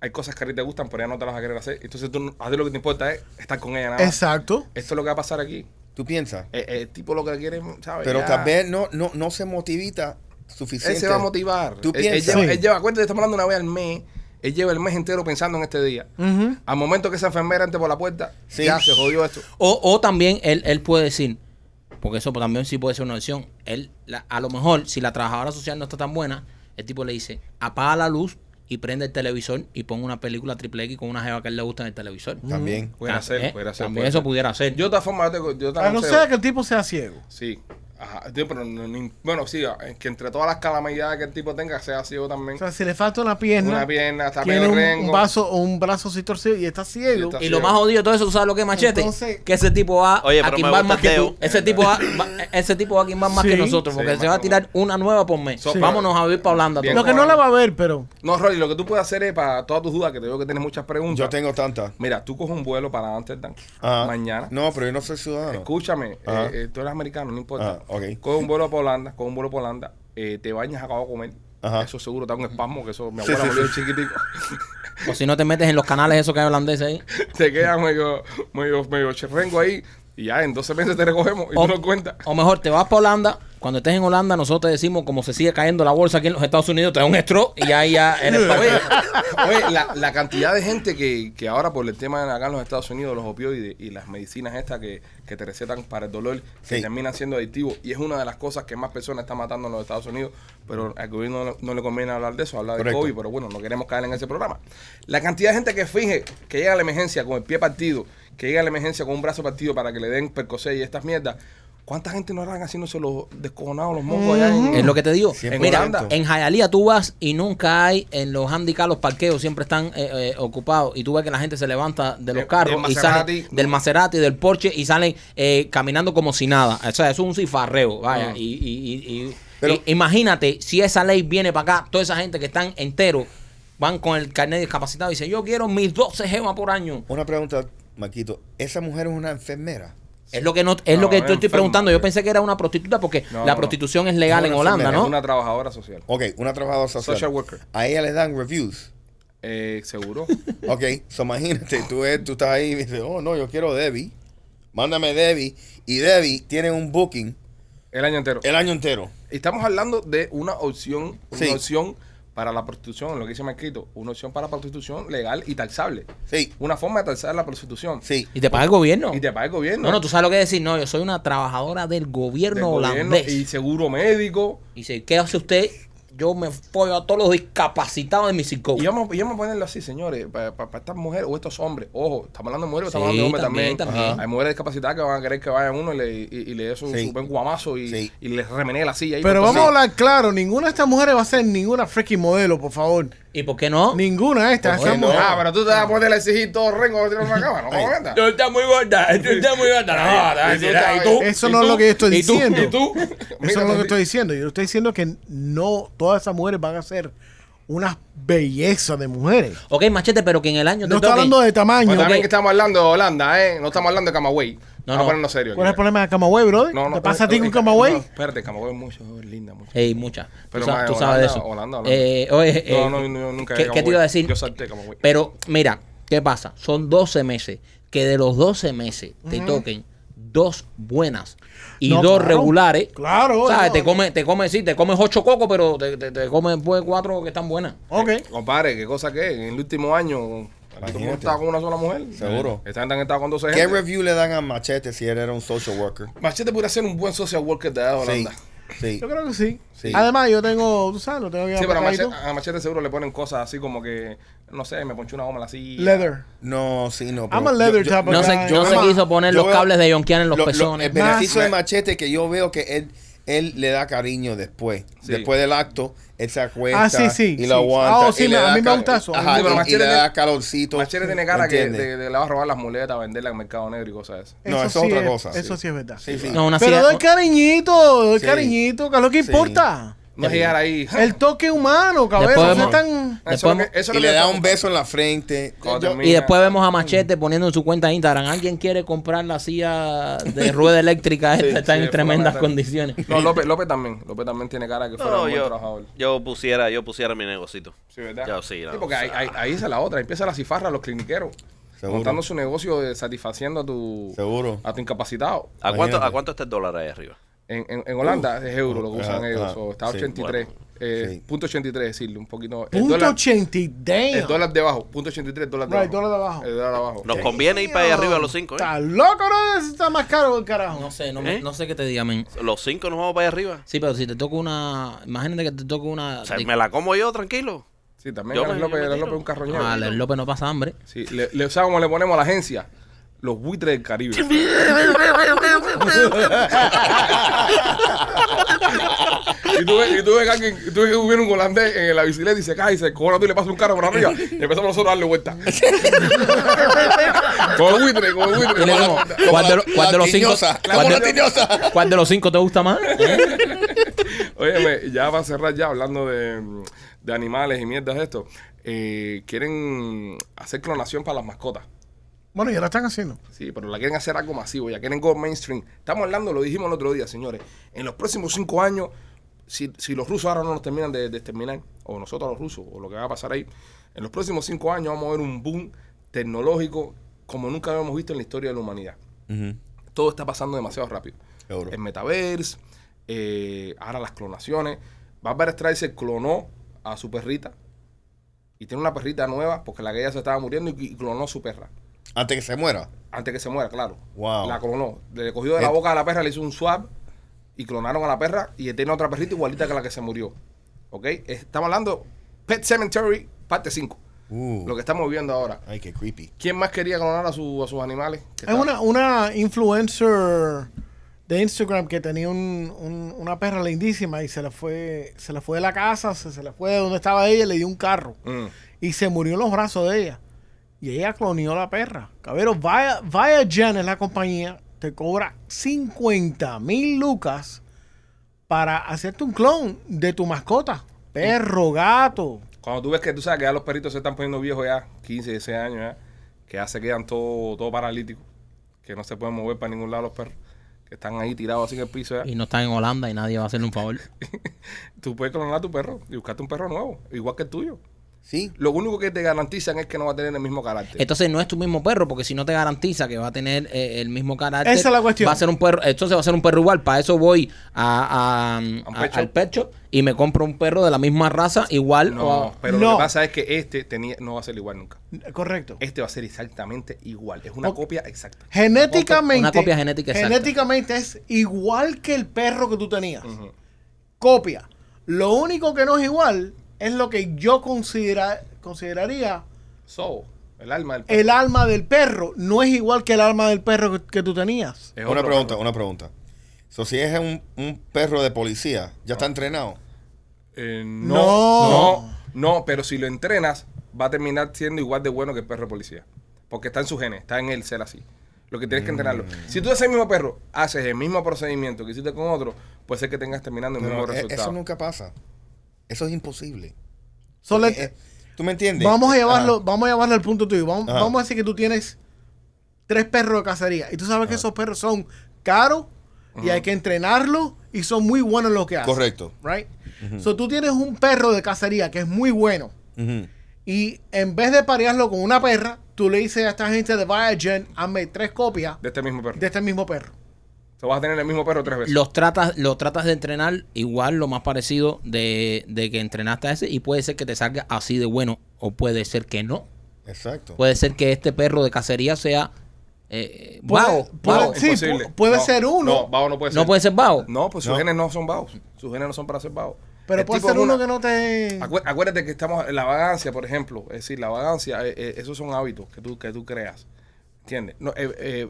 Speaker 1: Hay cosas que a ti te gustan, pero ya no te las vas a querer hacer. Entonces tú, no- a ti lo que te importa es estar con ella nada más.
Speaker 3: Exacto.
Speaker 1: Esto es lo que va a pasar aquí.
Speaker 4: ¿Tú piensas?
Speaker 1: Eh, eh, el tipo lo que quiere,
Speaker 2: Oh,
Speaker 1: ¿sabes?
Speaker 4: Pero
Speaker 1: Ya.
Speaker 4: tal vez no, no, no se motivita suficiente.
Speaker 1: Él se va a motivar.
Speaker 4: ¿Tú
Speaker 1: él, él
Speaker 4: piensas?
Speaker 1: lleva,
Speaker 3: Sí.
Speaker 1: él lleva- acuérdate, estamos hablando una vez al mes. Él lleva el mes entero pensando en este día.
Speaker 3: Ujú.
Speaker 1: Al momento que esa enfermera entre por la puerta,
Speaker 4: Sí.
Speaker 1: ya se jodió esto.
Speaker 2: O, o también él, él puede decir, porque eso también sí puede ser una opción. Él, la- a lo mejor, si la trabajadora social no está tan buena, el tipo le dice, apaga la luz y prende el televisor y pon una película triple X con una jeva que a él le gusta en el televisor.
Speaker 4: También.
Speaker 1: Pudiera ser,
Speaker 2: Eh,
Speaker 1: pudiera ser,
Speaker 2: También
Speaker 1: puede
Speaker 2: eso
Speaker 1: ser.
Speaker 2: pudiera ser.
Speaker 1: Yo de todas formas, yo te- yo te
Speaker 3: A no
Speaker 1: aconsejo-
Speaker 3: ser que el tipo sea ciego.
Speaker 1: Sí. Ajá. Yo, pero no- ni- bueno, sí, es que entre todas las calamidades que el tipo tenga, sea así yo también.
Speaker 3: O sea, si le falta una pierna,
Speaker 1: Una pierna, está
Speaker 3: tiene
Speaker 1: medio
Speaker 3: un,
Speaker 1: rengo.
Speaker 3: un vaso o un brazo así torcido y está
Speaker 1: Y
Speaker 3: ciego.
Speaker 1: está-
Speaker 2: Y lo más jodido de todo eso, ¿tú ¿sabes lo que es machete?
Speaker 3: Entonces-
Speaker 2: que ese tipo va
Speaker 5: Oye,
Speaker 2: a
Speaker 5: pero me
Speaker 2: quimbar
Speaker 5: gusta
Speaker 2: más
Speaker 5: el
Speaker 2: que
Speaker 5: dedo.
Speaker 2: tú. Ese tipo va, va- ese tipo va a quimbar más
Speaker 3: Sí.
Speaker 2: que nosotros,
Speaker 1: Sí,
Speaker 2: porque
Speaker 1: más
Speaker 2: se va a
Speaker 1: que
Speaker 2: tirar una nueva por mes.
Speaker 1: Sí.
Speaker 2: Vámonos a vivir para Holanda.
Speaker 1: Bien.
Speaker 2: todos.
Speaker 3: Lo que no la va a ver, pero
Speaker 1: No, Rolly, lo que tú puedes hacer es para todas tus dudas, que te veo que tienes muchas preguntas.
Speaker 4: Yo tengo tantas.
Speaker 1: Mira, tú coges un vuelo para Amsterdam
Speaker 4: Ajá.
Speaker 1: mañana.
Speaker 4: No, pero yo no soy ciudadano.
Speaker 1: Escúchame, eh,
Speaker 4: Ah. Ajá.
Speaker 1: eh, tú eres americano, no importa.
Speaker 4: Ah, ok.
Speaker 1: Coge un vuelo para Holanda, coge un vuelo para Holanda, eh, te bañas, acabo de comer.
Speaker 4: Ajá.
Speaker 1: Eso seguro te da un espasmo, que eso mi
Speaker 4: Sí,
Speaker 1: abuela
Speaker 4: sí,
Speaker 1: volvió
Speaker 4: sí.
Speaker 1: chiquitico.
Speaker 2: O si no te metes en los canales esos que hay holandeses ahí.
Speaker 1: te quedas medio, medio, medio cherrengo ahí. Y ya en 12 meses te recogemos y tú no cuentas.
Speaker 2: o mejor, te vas para Holanda. Cuando estés en Holanda, nosotros te decimos como se sigue cayendo la bolsa aquí en los Estados Unidos, te da un stroke y ahí ya eres pa'
Speaker 1: Oye,
Speaker 2: ver.
Speaker 1: oye, la, la cantidad de gente que, que ahora por el tema de acá en los Estados Unidos, los opioides y las medicinas estas que, que te recetan para el dolor, que
Speaker 4: Sí.
Speaker 1: terminan siendo adictivos y es una de las cosas que más personas están matando en los Estados Unidos, pero al gobierno no, no le conviene hablar de eso, habla de
Speaker 4: Correcto.
Speaker 1: COVID, pero bueno, no queremos caer en ese programa. La cantidad de gente que finge que llega a la emergencia con el pie partido, que llega a la emergencia con un brazo partido para que le den percocé y estas mierdas, ¿cuánta gente no harán haciéndose los descojonados, los mocos allá en...
Speaker 2: Es lo que te digo.
Speaker 4: 100%.
Speaker 2: Mira, en Hialeah tú vas y nunca hay en los handicaps los parqueos, siempre están eh, eh, ocupados. Y tú ves que la gente se levanta de los
Speaker 1: De-
Speaker 2: carros
Speaker 1: del
Speaker 2: y salen
Speaker 1: Maserati.
Speaker 2: del Maserati, del Porsche y salen eh, caminando como si nada. O sea, eso es un cifarreo.
Speaker 1: Ah.
Speaker 2: Vaya, y, y- y- y-
Speaker 4: Pero-
Speaker 2: y- imagínate si esa ley viene para acá, toda esa gente que están enteros van con el carnet discapacitado y dicen: Yo quiero mis 12 gemas por año.
Speaker 4: Una pregunta, Maquito. ¿Esa mujer es una enfermera.
Speaker 2: Es lo que no es lo
Speaker 1: No,
Speaker 2: que
Speaker 1: es
Speaker 2: te estoy
Speaker 1: enfermo,
Speaker 2: preguntando. Yo
Speaker 1: eh.
Speaker 2: pensé que era una prostituta porque
Speaker 1: No,
Speaker 2: la
Speaker 1: no.
Speaker 2: prostitución es legal
Speaker 4: No,
Speaker 2: en
Speaker 4: no,
Speaker 2: Holanda,
Speaker 4: es
Speaker 2: ¿no?
Speaker 1: Es una trabajadora social.
Speaker 4: Ok, una trabajadora social.
Speaker 1: Social worker.
Speaker 4: A ella le dan reviews.
Speaker 1: Eh, seguro.
Speaker 4: Ok, so imagínate, tú, ves- tú estás ahí y dices, oh no, yo quiero Debbie. Mándame Debbie. Y Debbie tiene un booking
Speaker 1: El año entero.
Speaker 4: el año entero.
Speaker 1: Estamos hablando de una opción, una
Speaker 4: Eh. Sí.
Speaker 1: opción para la prostitución, lo que dice escrito, una opción para la prostitución legal y taxable.
Speaker 4: Sí,
Speaker 1: Una forma de taxar la prostitución.
Speaker 4: sí.
Speaker 2: Y te paga el gobierno.
Speaker 1: Y te paga el gobierno.
Speaker 2: No, no, tú sabes lo que es decir. No, yo soy una trabajadora del
Speaker 1: Del
Speaker 2: gobierno
Speaker 1: gobierno
Speaker 2: holandés.
Speaker 1: y seguro médico.
Speaker 2: y dice, ¿qué hace usted? Yo me follo a todos los discapacitados de mi circo.
Speaker 1: Y vamos, y vamos a ponerlo así, señores, para estas mujeres o estos hombres. Ojo, estamos hablando de mujeres, estamos
Speaker 2: Sí,
Speaker 1: hablando de hombres también.
Speaker 2: también, también.
Speaker 1: Hay mujeres discapacitadas que van a querer que vayan uno y le, y, y le dé su,
Speaker 4: Sí.
Speaker 1: su buen guamazo y,
Speaker 4: Sí.
Speaker 1: y les remenee la silla. ahí.
Speaker 2: pues
Speaker 3: Pero
Speaker 1: Porque
Speaker 3: vamos
Speaker 1: sí.
Speaker 3: a hablar claro, ninguna de estas mujeres va a ser ninguna freaking modelo, por favor.
Speaker 2: ¿Y por qué no?
Speaker 3: Ninguna de estas.
Speaker 4: Oye,
Speaker 3: esas
Speaker 4: no.
Speaker 3: mujeres-
Speaker 1: Ah, pero tú te vas a poner a exigir todo rengo que tiene una cama, no jodas.
Speaker 2: Tú estás muy gorda, tú estás muy gorda. No,
Speaker 1: Ay,
Speaker 2: no,
Speaker 1: y tú estás
Speaker 2: y
Speaker 1: ahí.
Speaker 2: tú.
Speaker 3: Eso
Speaker 2: ¿Y
Speaker 3: no es
Speaker 2: tú?
Speaker 3: lo que yo estoy
Speaker 2: ¿Y tú?
Speaker 3: diciendo.
Speaker 2: ¿Y tú?
Speaker 3: Eso
Speaker 1: Mira,
Speaker 3: es lo que
Speaker 1: te-
Speaker 3: estoy diciendo. Yo estoy diciendo que no todas esas mujeres van a ser unas bellezas de mujeres.
Speaker 2: Ok, machete, pero que en el año
Speaker 3: No
Speaker 2: te
Speaker 3: estoy
Speaker 2: toque-
Speaker 3: hablando de tamaño.
Speaker 1: Bueno, Pues también
Speaker 2: ok.
Speaker 1: que estamos hablando de Holanda, ¿eh? No estamos hablando de Camagüey.
Speaker 2: No,
Speaker 1: No,
Speaker 2: no.
Speaker 1: no. ponernos serios.
Speaker 3: ¿Cuál es el
Speaker 1: aquí.
Speaker 3: problema de Camagüey, brother?
Speaker 1: No, no.
Speaker 3: ¿Te pasa a ti
Speaker 1: eh,
Speaker 3: con
Speaker 1: eh,
Speaker 3: Camagüey?
Speaker 1: no, espérate, Camagüey es mucho, es linda, mucho.
Speaker 2: Ey, muchas.
Speaker 1: Pero
Speaker 2: tú, sa-
Speaker 1: más,
Speaker 2: tú
Speaker 1: Holanda,
Speaker 2: sabes de eso.
Speaker 1: Holanda, Holanda.
Speaker 2: Eh, oye,
Speaker 1: No, no,
Speaker 2: eh,
Speaker 1: no, yo nunca
Speaker 2: ¿qué,
Speaker 1: he
Speaker 2: qué te iba a
Speaker 1: Camagüey.
Speaker 2: decir?
Speaker 1: Yo salté Camagüey.
Speaker 2: Pero mira, ¿qué pasa? Son 12 meses. Que de los 12 meses te toquen dos buenas y
Speaker 3: No,
Speaker 2: dos
Speaker 3: claro.
Speaker 2: regulares.
Speaker 3: Claro,
Speaker 2: O sea,
Speaker 3: no,
Speaker 2: te
Speaker 3: no.
Speaker 2: comes, te comes, sí, te comes ocho cocos, pero te, te, te comes pues, cuatro que están buenas.
Speaker 3: Ok.
Speaker 1: Compadre, ¿qué cosa que es? En el último año, aquí todo el mundo
Speaker 4: Imagínate.
Speaker 1: estaba con una sola mujer.
Speaker 4: Seguro.
Speaker 1: Esta gente han estado con 12
Speaker 4: ¿Qué
Speaker 1: gente.
Speaker 4: review le dan a Machete si él era un social worker?
Speaker 1: Machete podría ser un buen social worker de allá de
Speaker 4: Sí.
Speaker 1: Holanda. Sí,
Speaker 4: Sí.
Speaker 3: Yo creo que sí.
Speaker 4: Sí.
Speaker 3: Además, yo tengo, tú sabes, lo tengo bien
Speaker 1: pero ah, a
Speaker 3: apretadito.
Speaker 1: machete, a Machete seguro le ponen cosas así como que, no sé, me ponché una goma así.
Speaker 3: Leather.
Speaker 4: No, sí, no.
Speaker 3: I'm a leather type of
Speaker 2: No
Speaker 3: guy.
Speaker 2: se,
Speaker 4: yo
Speaker 2: no se
Speaker 4: veo-
Speaker 2: quiso poner
Speaker 4: yo
Speaker 2: los
Speaker 4: veo-
Speaker 2: cables de Yonkian en los
Speaker 4: Lo- lo-
Speaker 2: pezones.
Speaker 4: el
Speaker 3: eh,
Speaker 4: beneficio
Speaker 1: Más-
Speaker 4: de Machete que yo veo que él, él le da cariño después.
Speaker 1: Sí.
Speaker 4: Después del acto, él se acuesta
Speaker 3: Ah, sí, sí,
Speaker 4: y
Speaker 3: sí.
Speaker 4: lo aguanta.
Speaker 3: Ah, oh, sí,
Speaker 4: y le
Speaker 3: me- a
Speaker 4: da
Speaker 3: mí me
Speaker 4: cal-
Speaker 3: gusta eso.
Speaker 1: Sí,
Speaker 4: Ajá,
Speaker 1: pero
Speaker 4: y- y,
Speaker 1: Machete
Speaker 4: le da
Speaker 1: tiene-
Speaker 4: calorcito.
Speaker 1: Machete tiene
Speaker 4: ¿Me
Speaker 1: cara que
Speaker 4: entiendes?
Speaker 1: te- te- le va a robar las muletas, venderlas en mercado negro y cosas de esas.
Speaker 4: No,
Speaker 3: Eso
Speaker 4: eso es
Speaker 3: sí
Speaker 4: otra cosa,
Speaker 3: Eso
Speaker 4: sí.
Speaker 3: sí es verdad.
Speaker 4: Sí, sí.
Speaker 2: No, una
Speaker 3: Pero
Speaker 2: silla-
Speaker 3: doy cariñito, doy
Speaker 4: Sí.
Speaker 3: cariñito, que es lo que
Speaker 4: Sí.
Speaker 3: importa.
Speaker 1: No es llegar ahí. ¿eh?
Speaker 3: El toque humano,
Speaker 2: Después
Speaker 3: cabrón. No
Speaker 2: vemos-
Speaker 3: están...
Speaker 1: Eso es lo que-
Speaker 2: después-
Speaker 1: eso es lo
Speaker 4: Y le
Speaker 1: que-
Speaker 4: da un beso en la frente.
Speaker 1: Cuando
Speaker 4: Yo-
Speaker 1: termina.
Speaker 2: Y después vemos a Machete poniendo en su cuenta de Instagram, alguien quiere comprar la silla de rueda eléctrica, esta
Speaker 1: Sí,
Speaker 2: está
Speaker 1: sí,
Speaker 2: en
Speaker 1: es
Speaker 2: tremendas
Speaker 1: fundamental.
Speaker 2: condiciones.
Speaker 1: No, López, López también. López también tiene cara que fuera un
Speaker 5: No,
Speaker 1: buen
Speaker 5: yo,
Speaker 1: trabajador.
Speaker 5: yo pusiera, yo pusiera mi negocito.
Speaker 1: Sí, ¿verdad?
Speaker 5: Yo sí, no,
Speaker 1: porque
Speaker 5: o
Speaker 1: ahí,
Speaker 5: sea.
Speaker 1: ahí, ahí esa es la otra. Empieza la cifarra a los cliniqueros.
Speaker 4: Seguro.
Speaker 1: Montando su negocio de satisfaciendo a tu,
Speaker 4: Seguro.
Speaker 3: Ah.
Speaker 1: a tu incapacitado.
Speaker 5: ¿A cuánto, ¿A
Speaker 4: Imagínate.
Speaker 5: cuánto está el dólar ahí arriba?
Speaker 1: En, en, en Holanda es euro lo que usan
Speaker 4: ajá,
Speaker 1: ellos.
Speaker 4: ajá.
Speaker 1: o está
Speaker 4: Ah, Sí,
Speaker 1: 83. eh,
Speaker 4: Sí.
Speaker 1: Punto 83, decirle un poquito. el
Speaker 3: Punto
Speaker 1: dólar-
Speaker 3: 80 y
Speaker 1: El
Speaker 3: damn.
Speaker 1: dólar de abajo. Punto 83, el dólar de
Speaker 3: Right,
Speaker 1: abajo.
Speaker 3: dólar de abajo.
Speaker 1: El dólar de abajo.
Speaker 5: Nos conviene ir para allá arriba a los cinco, ¿eh?
Speaker 3: Está loco, no, Eso está más caro que el carajo.
Speaker 2: No sé, no,
Speaker 5: me-
Speaker 4: ¿Eh?
Speaker 2: me- no sé qué te diga, men.
Speaker 5: Los cinco nos vamos para allá arriba.
Speaker 2: Sí, pero si te toca una. Imagínate que te toca una.
Speaker 5: O sea,
Speaker 2: de-
Speaker 5: me la como yo tranquilo.
Speaker 1: Sí, también
Speaker 5: Yo
Speaker 1: Alex
Speaker 5: me-
Speaker 1: López,
Speaker 5: yo me
Speaker 1: Alex
Speaker 5: tiro.
Speaker 1: López es un carroñero.
Speaker 2: Ah, el López no pasa hambre.
Speaker 1: Sí, le, le- ¿sabes cómo le ponemos a la agencia? Los buitres del Caribe. y tú ves, y tú ves que alguien, y tú ves que hubiera un holandés en la bicicleta y se cae y se cobra tú y le pasa un carro por arriba. Y empezamos nosotros a darle vuelta. con el buitre, con el buitre.
Speaker 2: Y le digo,
Speaker 4: como
Speaker 2: ¿Cuál de
Speaker 4: la-
Speaker 2: lo- cuál de
Speaker 4: la
Speaker 2: los cinco?
Speaker 4: tiñosa, la
Speaker 2: ¿Cuál
Speaker 4: bola tiñosa.
Speaker 2: de- cuál de los cinco te gusta más? ¿Eh?
Speaker 1: Óyeme, ya para cerrar ya, hablando de, mm, de animales y mierdas de esto, eh, quieren hacer clonación para las mascotas.
Speaker 3: Bueno, ya lo están haciendo.
Speaker 1: Sí, pero la quieren hacer algo masivo, ya quieren go mainstream. Estamos hablando, lo dijimos el otro día, señores. En los próximos cinco años, si, si los rusos ahora no nos terminan de, de exterminar, o nosotros los rusos, o lo que va a pasar ahí, en los próximos cinco años vamos a ver un boom tecnológico como nunca habíamos visto en la historia de la humanidad.
Speaker 4: Ujú.
Speaker 1: Todo está pasando demasiado rápido.
Speaker 4: Seguro.
Speaker 1: El metaverse, eh, ahora las clonaciones. Barbara Streisand clonó a su perrita y tiene una perrita nueva porque la que ella se estaba muriendo y- y clonó su perra.
Speaker 4: Antes que se muera.
Speaker 1: Antes que se muera, claro.
Speaker 4: Wow. Eh.
Speaker 1: La clonó. Le cogió de la
Speaker 4: Et-
Speaker 1: boca a la perra, le hizo un swab y clonaron a la perra y tiene otra perrita igualita que la que se murió. ¿Ok? Estamos hablando Pet Cemetery, parte 5.
Speaker 4: Uh,
Speaker 1: Lo que estamos viendo ahora.
Speaker 4: Ay, qué creepy.
Speaker 1: ¿Quién más quería clonar a, su- a sus animales? Que
Speaker 3: Hay
Speaker 1: está-
Speaker 3: una, una influencer de Instagram que tenía un- un- una perra lindísima y se la fue, se la fue de la casa, se, se la fue de donde estaba ella y le dio un carro.
Speaker 1: Mm.
Speaker 3: Y se murió en los brazos de ella. Y ella clonió la perra. Cabero, Via- Viagen es la compañía, te cobra 50 mil lucas para hacerte un clon de tu mascota. Perro, gato.
Speaker 1: Cuando tú ves que tú sabes que ya los perritos se están poniendo viejos ya, 15, 16 años ya, que ya se quedan todo, todo paralíticos, que no se pueden mover para ningún lado los perros, que están ahí tirados así en el piso ya.
Speaker 2: Y no están en Holanda y nadie va a hacerle un favor.
Speaker 1: Tú puedes clonar a tu perro y buscarte un perro nuevo, igual que el tuyo.
Speaker 4: Sí.
Speaker 1: Lo único que te garantizan es que no va a tener el mismo carácter.
Speaker 2: Entonces no es tu mismo perro, porque si no te garantiza que va a tener eh, el mismo carácter.
Speaker 3: Esa es la cuestión.
Speaker 2: Va a ser un perro, entonces va a ser un perro igual. Para eso voy a, a- a-
Speaker 1: pet shop.
Speaker 2: al pet shop y me compro un perro de la misma raza, igual.
Speaker 1: no,
Speaker 2: o-
Speaker 1: pero lo
Speaker 3: No.
Speaker 1: que pasa es que este tenía, no va a ser igual nunca.
Speaker 3: Correcto.
Speaker 1: Este va a ser exactamente igual. Es una
Speaker 3: Ok.
Speaker 1: copia exacta.
Speaker 3: Genéticamente.
Speaker 2: Una copia genética exacta.
Speaker 3: Genéticamente es igual que el perro que tú tenías. Copia. Lo único que no es igual es lo que yo considera- consideraría
Speaker 1: So, el alma del perro.
Speaker 3: el alma del perro. No es igual que el alma del perro que, que tú tenías.
Speaker 1: Es
Speaker 4: una
Speaker 1: otro
Speaker 4: pregunta,
Speaker 1: perro.
Speaker 4: una pregunta. So, si es un, un perro de policía, ya está entrenado.
Speaker 1: Eh,
Speaker 3: No.
Speaker 1: no, no, no, pero si lo entrenas, va a terminar siendo igual de bueno que el perro de policía. Porque está en su genes, está en el ser así. Lo que tienes que entrenarlo.
Speaker 4: Mm.
Speaker 1: Si tú haces el mismo perro, haces el mismo procedimiento que hiciste con otro, puede ser que tengas terminando el
Speaker 4: Pero
Speaker 1: mismo
Speaker 4: e-
Speaker 1: resultado.
Speaker 4: eso nunca pasa. Eso es imposible.
Speaker 3: Solo-
Speaker 4: Eh, eh, ¿Tú me entiendes?
Speaker 3: vamos, a llevarlo,
Speaker 4: Ajá.
Speaker 3: vamos a llevarlo al punto tuyo. Vamos,
Speaker 4: Ajá.
Speaker 3: vamos a decir que tú tienes tres perros de cacería. Y tú sabes que esos perros son caros y hay que entrenarlos y son muy buenos en lo que hacen.
Speaker 4: Correcto.
Speaker 3: Right? So, tú tienes un perro de cacería que es muy bueno.
Speaker 4: Ujú.
Speaker 3: Y en vez de parearlo con una perra, tú le dices a esta gente de Virgin, hazme tres copias
Speaker 1: De este mismo perro.
Speaker 3: de este mismo perro.
Speaker 1: O sea, vas a tener el mismo perro tres veces.
Speaker 2: Los tratas, los tratas de entrenar igual lo más parecido de, de que entrenaste a ese y puede ser que te salga así de bueno o puede ser que no.
Speaker 4: Exacto.
Speaker 2: Puede ser que este perro de cacería sea eh,
Speaker 3: Puede-
Speaker 2: vago.
Speaker 3: puede-
Speaker 2: vago.
Speaker 3: sí, pu- puede ser uno.
Speaker 1: No, vago no puede ser.
Speaker 2: No puede ser vago.
Speaker 1: No, pues sus
Speaker 4: No.
Speaker 1: genes no son vagos. Sus genes no son para ser vagos.
Speaker 3: Pero
Speaker 1: El
Speaker 3: puede
Speaker 1: tipo
Speaker 3: ser
Speaker 1: es
Speaker 3: uno
Speaker 1: una-
Speaker 3: que no te...
Speaker 1: Acué- Acuérdate que estamos la vagancia, por ejemplo, es decir, la vagancia, eh, eh, esos son hábitos que tú, que tú creas. ¿Entiendes? No, eh, eh,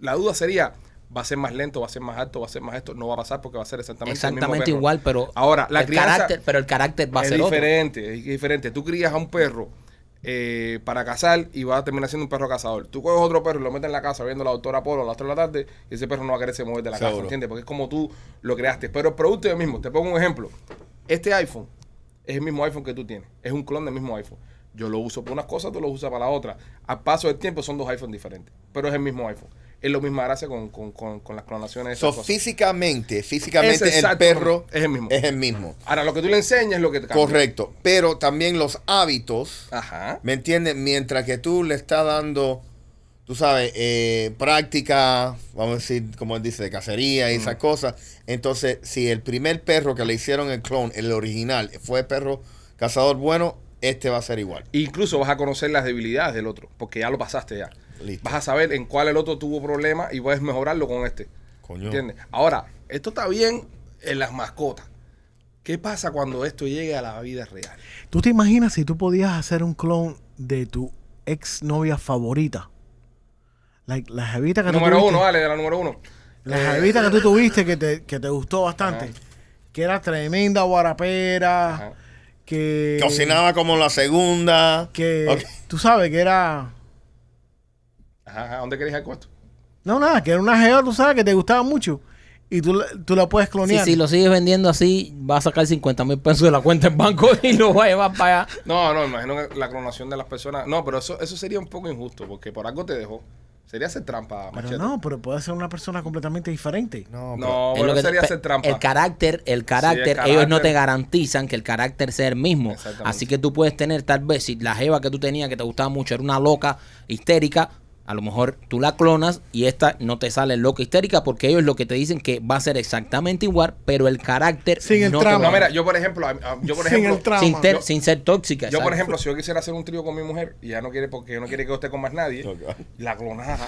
Speaker 1: la duda sería, ¿va a ser más lento, va a ser más alto, va a ser más esto? No va a pasar porque va a ser exactamente, el mismo
Speaker 2: Exactamente
Speaker 1: perro.
Speaker 2: igual, pero
Speaker 1: Ahora, la
Speaker 2: el
Speaker 1: crianza
Speaker 2: carácter, pero el carácter va a
Speaker 1: es
Speaker 2: ser otro.
Speaker 1: diferente, es diferente. Tú crías a un perro eh, para cazar y va a terminar siendo un perro cazador. Tú coges otro perro y lo metes en la casa viendo la doctora Polo a las 3 de la tarde y ese perro no va a quererse mover de la casa,
Speaker 4: Seguro.
Speaker 1: ¿entiendes? Porque es como tú lo creaste. Pero el producto es el mismo. Te pongo un ejemplo. Este iPhone es el mismo iPhone que tú tienes. Es un clon del mismo iPhone. Yo lo uso para unas cosas, tú lo usas para la otra. Al paso del tiempo son dos iPhones diferentes, pero es el mismo iPhone. Es lo misma gracia con, con, con, con las clonaciones. de
Speaker 4: So,
Speaker 1: esas cosas.
Speaker 4: físicamente, físicamente
Speaker 1: Es
Speaker 4: el
Speaker 1: exacto,
Speaker 4: perro
Speaker 1: es el mismo.
Speaker 4: Es el mismo.
Speaker 1: Ahora, lo que tú le enseñas es lo que te cambia.
Speaker 4: Correcto. Pero también los hábitos,
Speaker 1: Ajá.
Speaker 4: ¿me entiendes? Mientras que tú le estás dando, tú sabes, eh, práctica, vamos a decir, como él dice, de cacería y esas
Speaker 1: Mm.
Speaker 4: cosas. Entonces, si el primer perro que le hicieron el clon, el original, fue el perro cazador bueno, este va a ser igual.
Speaker 1: Incluso vas a conocer las debilidades del otro, porque ya lo pasaste ya.
Speaker 4: Listo.
Speaker 1: Vas a saber en cuál el otro tuvo problema y puedes mejorarlo con este.
Speaker 4: Coño.
Speaker 1: ¿Entiendes? Ahora, esto está bien en las mascotas. ¿Qué pasa cuando esto llegue a la vida real?
Speaker 3: ¿Tú te imaginas si tú podías hacer un clon de tu ex novia favorita? Like, la jevita que tú
Speaker 1: Número
Speaker 3: tuviste,
Speaker 1: uno, dale, de la número uno. Eh,
Speaker 3: La jevita que tú tuviste que te, que te gustó bastante.
Speaker 1: Ajá.
Speaker 3: Que era tremenda guarapera.
Speaker 1: Ajá.
Speaker 3: Que...
Speaker 4: Cocinaba como la segunda.
Speaker 3: Que...
Speaker 4: Ok.
Speaker 3: Tú sabes que era...
Speaker 1: Ajá, ajá, ¿dónde querés ir con esto?
Speaker 3: No, nada, que era una jeva, tú sabes, que te gustaba mucho. Y tú, la- tú la puedes
Speaker 2: Si,
Speaker 3: clonear.
Speaker 2: si lo sigues vendiendo así, va a sacar 50 mil pesos de la cuenta en banco y lo va a llevar para allá.
Speaker 1: No, no, imagino que la clonación de las personas. No, pero eso, eso sería un poco injusto, porque por algo te dejó. Sería hacer trampa,
Speaker 3: Pero
Speaker 1: machete.
Speaker 3: no, pero puede ser una persona completamente diferente.
Speaker 4: No,
Speaker 1: no
Speaker 4: pero-
Speaker 2: Es
Speaker 1: pero
Speaker 2: lo que-
Speaker 1: sería
Speaker 2: pe-
Speaker 1: hacer trampa.
Speaker 2: El carácter, el carácter,
Speaker 1: carácter.
Speaker 2: ellos no te garantizan que el carácter sea el mismo.
Speaker 1: Exactamente.
Speaker 2: Así que tú puedes tener, tal vez, si la jeva que tú tenías que te gustaba mucho era una loca histérica, a lo mejor tú la clonas y esta no te sale loca histérica porque ellos lo que te dicen que va a ser exactamente igual, pero el carácter
Speaker 3: Sin el
Speaker 2: no te
Speaker 3: trama.
Speaker 2: va
Speaker 1: No,
Speaker 2: a-
Speaker 1: mira, yo por ejemplo, a- a- yo por
Speaker 3: Sin
Speaker 1: ejemplo,
Speaker 3: el trama.
Speaker 2: sin, ter-
Speaker 1: Yo-
Speaker 2: sin ser tóxica.
Speaker 1: Yo, por
Speaker 2: exacto.
Speaker 1: ejemplo, si yo quisiera hacer un trío con mi mujer y ya no quiere porque yo no quiere que yo esté con más nadie,
Speaker 4: Ok.
Speaker 1: la clonara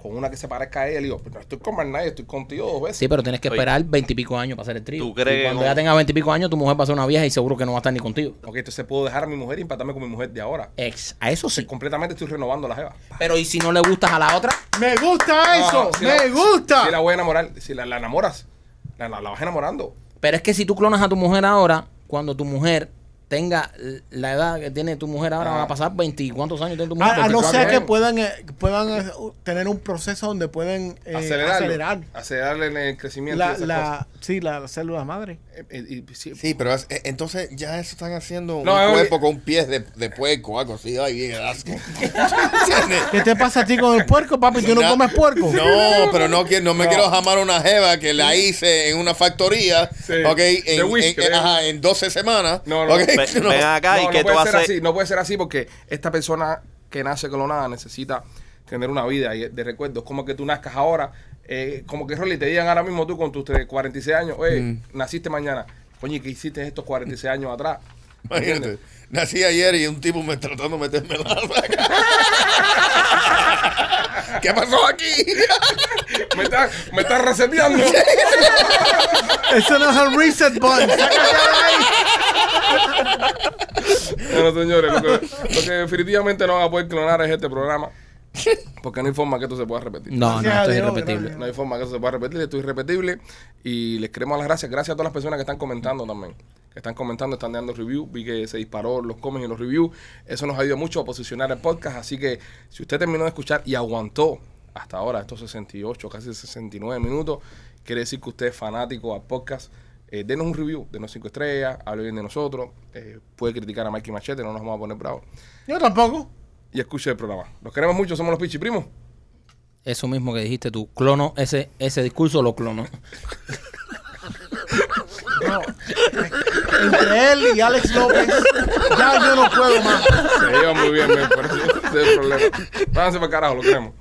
Speaker 1: con una que se parezca a ella. Le digo, pero no estoy con más nadie, estoy contigo dos veces.
Speaker 2: Sí, pero tienes que
Speaker 5: Oye.
Speaker 2: esperar veintipico años para hacer el trío.
Speaker 5: ¿Tú crees
Speaker 2: Y cuando
Speaker 5: que-
Speaker 2: ya tengas veintipico años, tu mujer va a ser una vieja y seguro que no va a estar ni contigo.
Speaker 1: Ok, entonces puedo dejar a mi mujer y empatarme con mi mujer de ahora.
Speaker 2: Ex, a eso sí.
Speaker 1: Completamente estoy renovando la jeva.
Speaker 2: Pero ¿y si no le gustas a la otra?
Speaker 3: ¡Me gusta eso!
Speaker 1: Ah, si
Speaker 3: ¡Me
Speaker 1: la-
Speaker 3: gusta!
Speaker 1: Si la voy a enamorar, si la, la enamoras, la, la- la vas enamorando.
Speaker 2: Pero es que si tú clonas a tu mujer ahora, cuando tu mujer tenga la edad que tiene tu mujer ahora,
Speaker 1: Ah.
Speaker 2: van a pasar 20 y cuántos años tiene tu mujer.
Speaker 3: A, a Ah, no
Speaker 2: 24
Speaker 1: sé
Speaker 3: ser
Speaker 2: años.
Speaker 3: que
Speaker 1: años.
Speaker 3: puedan, eh, puedan eh, tener un proceso donde pueden eh,
Speaker 1: acelerarlo,
Speaker 3: acelerar
Speaker 1: acelerarle en el crecimiento.
Speaker 3: la,
Speaker 1: de esas
Speaker 3: la, sí, la, las células madre.
Speaker 1: cosas. Eh, eh, y- sí,
Speaker 4: Sí, pero es- eh, entonces ya eso están haciendo
Speaker 1: No, es
Speaker 4: un
Speaker 1: un-
Speaker 4: cuerpo con pies de, de puerco, algo así. Ay, bien, asco. ¿Entiendes?
Speaker 3: ¿Qué te pasa a ti con el puerco, papi? ¿Tú no
Speaker 4: Na-
Speaker 3: comes puerco?
Speaker 4: No, pero no, que- no me quiero jamar una jeva que la hice en una factoría,
Speaker 1: Sí.
Speaker 4: ok,
Speaker 1: De
Speaker 4: en,
Speaker 1: whisky,
Speaker 4: en-
Speaker 1: ¿eh?
Speaker 4: ajá, en 12 semanas.
Speaker 1: No, no.
Speaker 4: ok,
Speaker 5: Ve-
Speaker 4: no.
Speaker 5: Ven acá y
Speaker 1: no,
Speaker 5: que
Speaker 1: no
Speaker 5: tú
Speaker 1: puede ser
Speaker 5: haces.
Speaker 1: así, no puede ser así porque esta persona que nace clonada necesita tener una vida y- de recuerdos, como que tú nazcas ahora, eh, como que Rolly te digan ahora mismo tú con tus tre- 46 años, oye,
Speaker 4: Mm.
Speaker 1: naciste mañana, coño, ¿y qué hiciste estos 46 años atrás?
Speaker 4: Imagínate, nací ayer y un tipo me tratando de meterme la ¿Qué pasó aquí?
Speaker 1: Me estás me estás reseteando.
Speaker 3: Eso no es el reset button. Sácate de ahí.
Speaker 1: Bueno, señores, lo que, lo que definitivamente no van a poder clonar es este programa, porque no hay forma que esto se pueda repetir.
Speaker 2: No, no,
Speaker 3: Gracias
Speaker 2: esto
Speaker 3: a
Speaker 2: es
Speaker 3: Dios,
Speaker 2: irrepetible.
Speaker 1: No hay forma que eso se pueda repetir. Esto es irrepetible. Y les queremos las gracias. Gracias a todas las personas que están comentando también. Que están comentando, están dando review. Vi que se disparó los comments y los reviews. Eso nos ayuda mucho a posicionar el podcast. Así que si usted terminó de escuchar y aguantó hasta ahora estos 68, casi 69 minutos, quiere decir que usted es fanático al podcast. Eh, denos un review, denos 5 estrellas, hable bien de nosotros. eh, puede criticar a Mikey Machete, no nos vamos a poner bravos.
Speaker 3: Yo tampoco.
Speaker 1: Y escuche el programa. Los queremos mucho, somos los Pichi Primos.
Speaker 2: Eso mismo que dijiste tú, clono ese, ese discurso, lo clono.
Speaker 3: No. Entre él y Alex López, ya yo no puedo más.
Speaker 1: Se lleva muy bien, men, por eso. Ese es el problema. Váyanse para el carajo, lo queremos.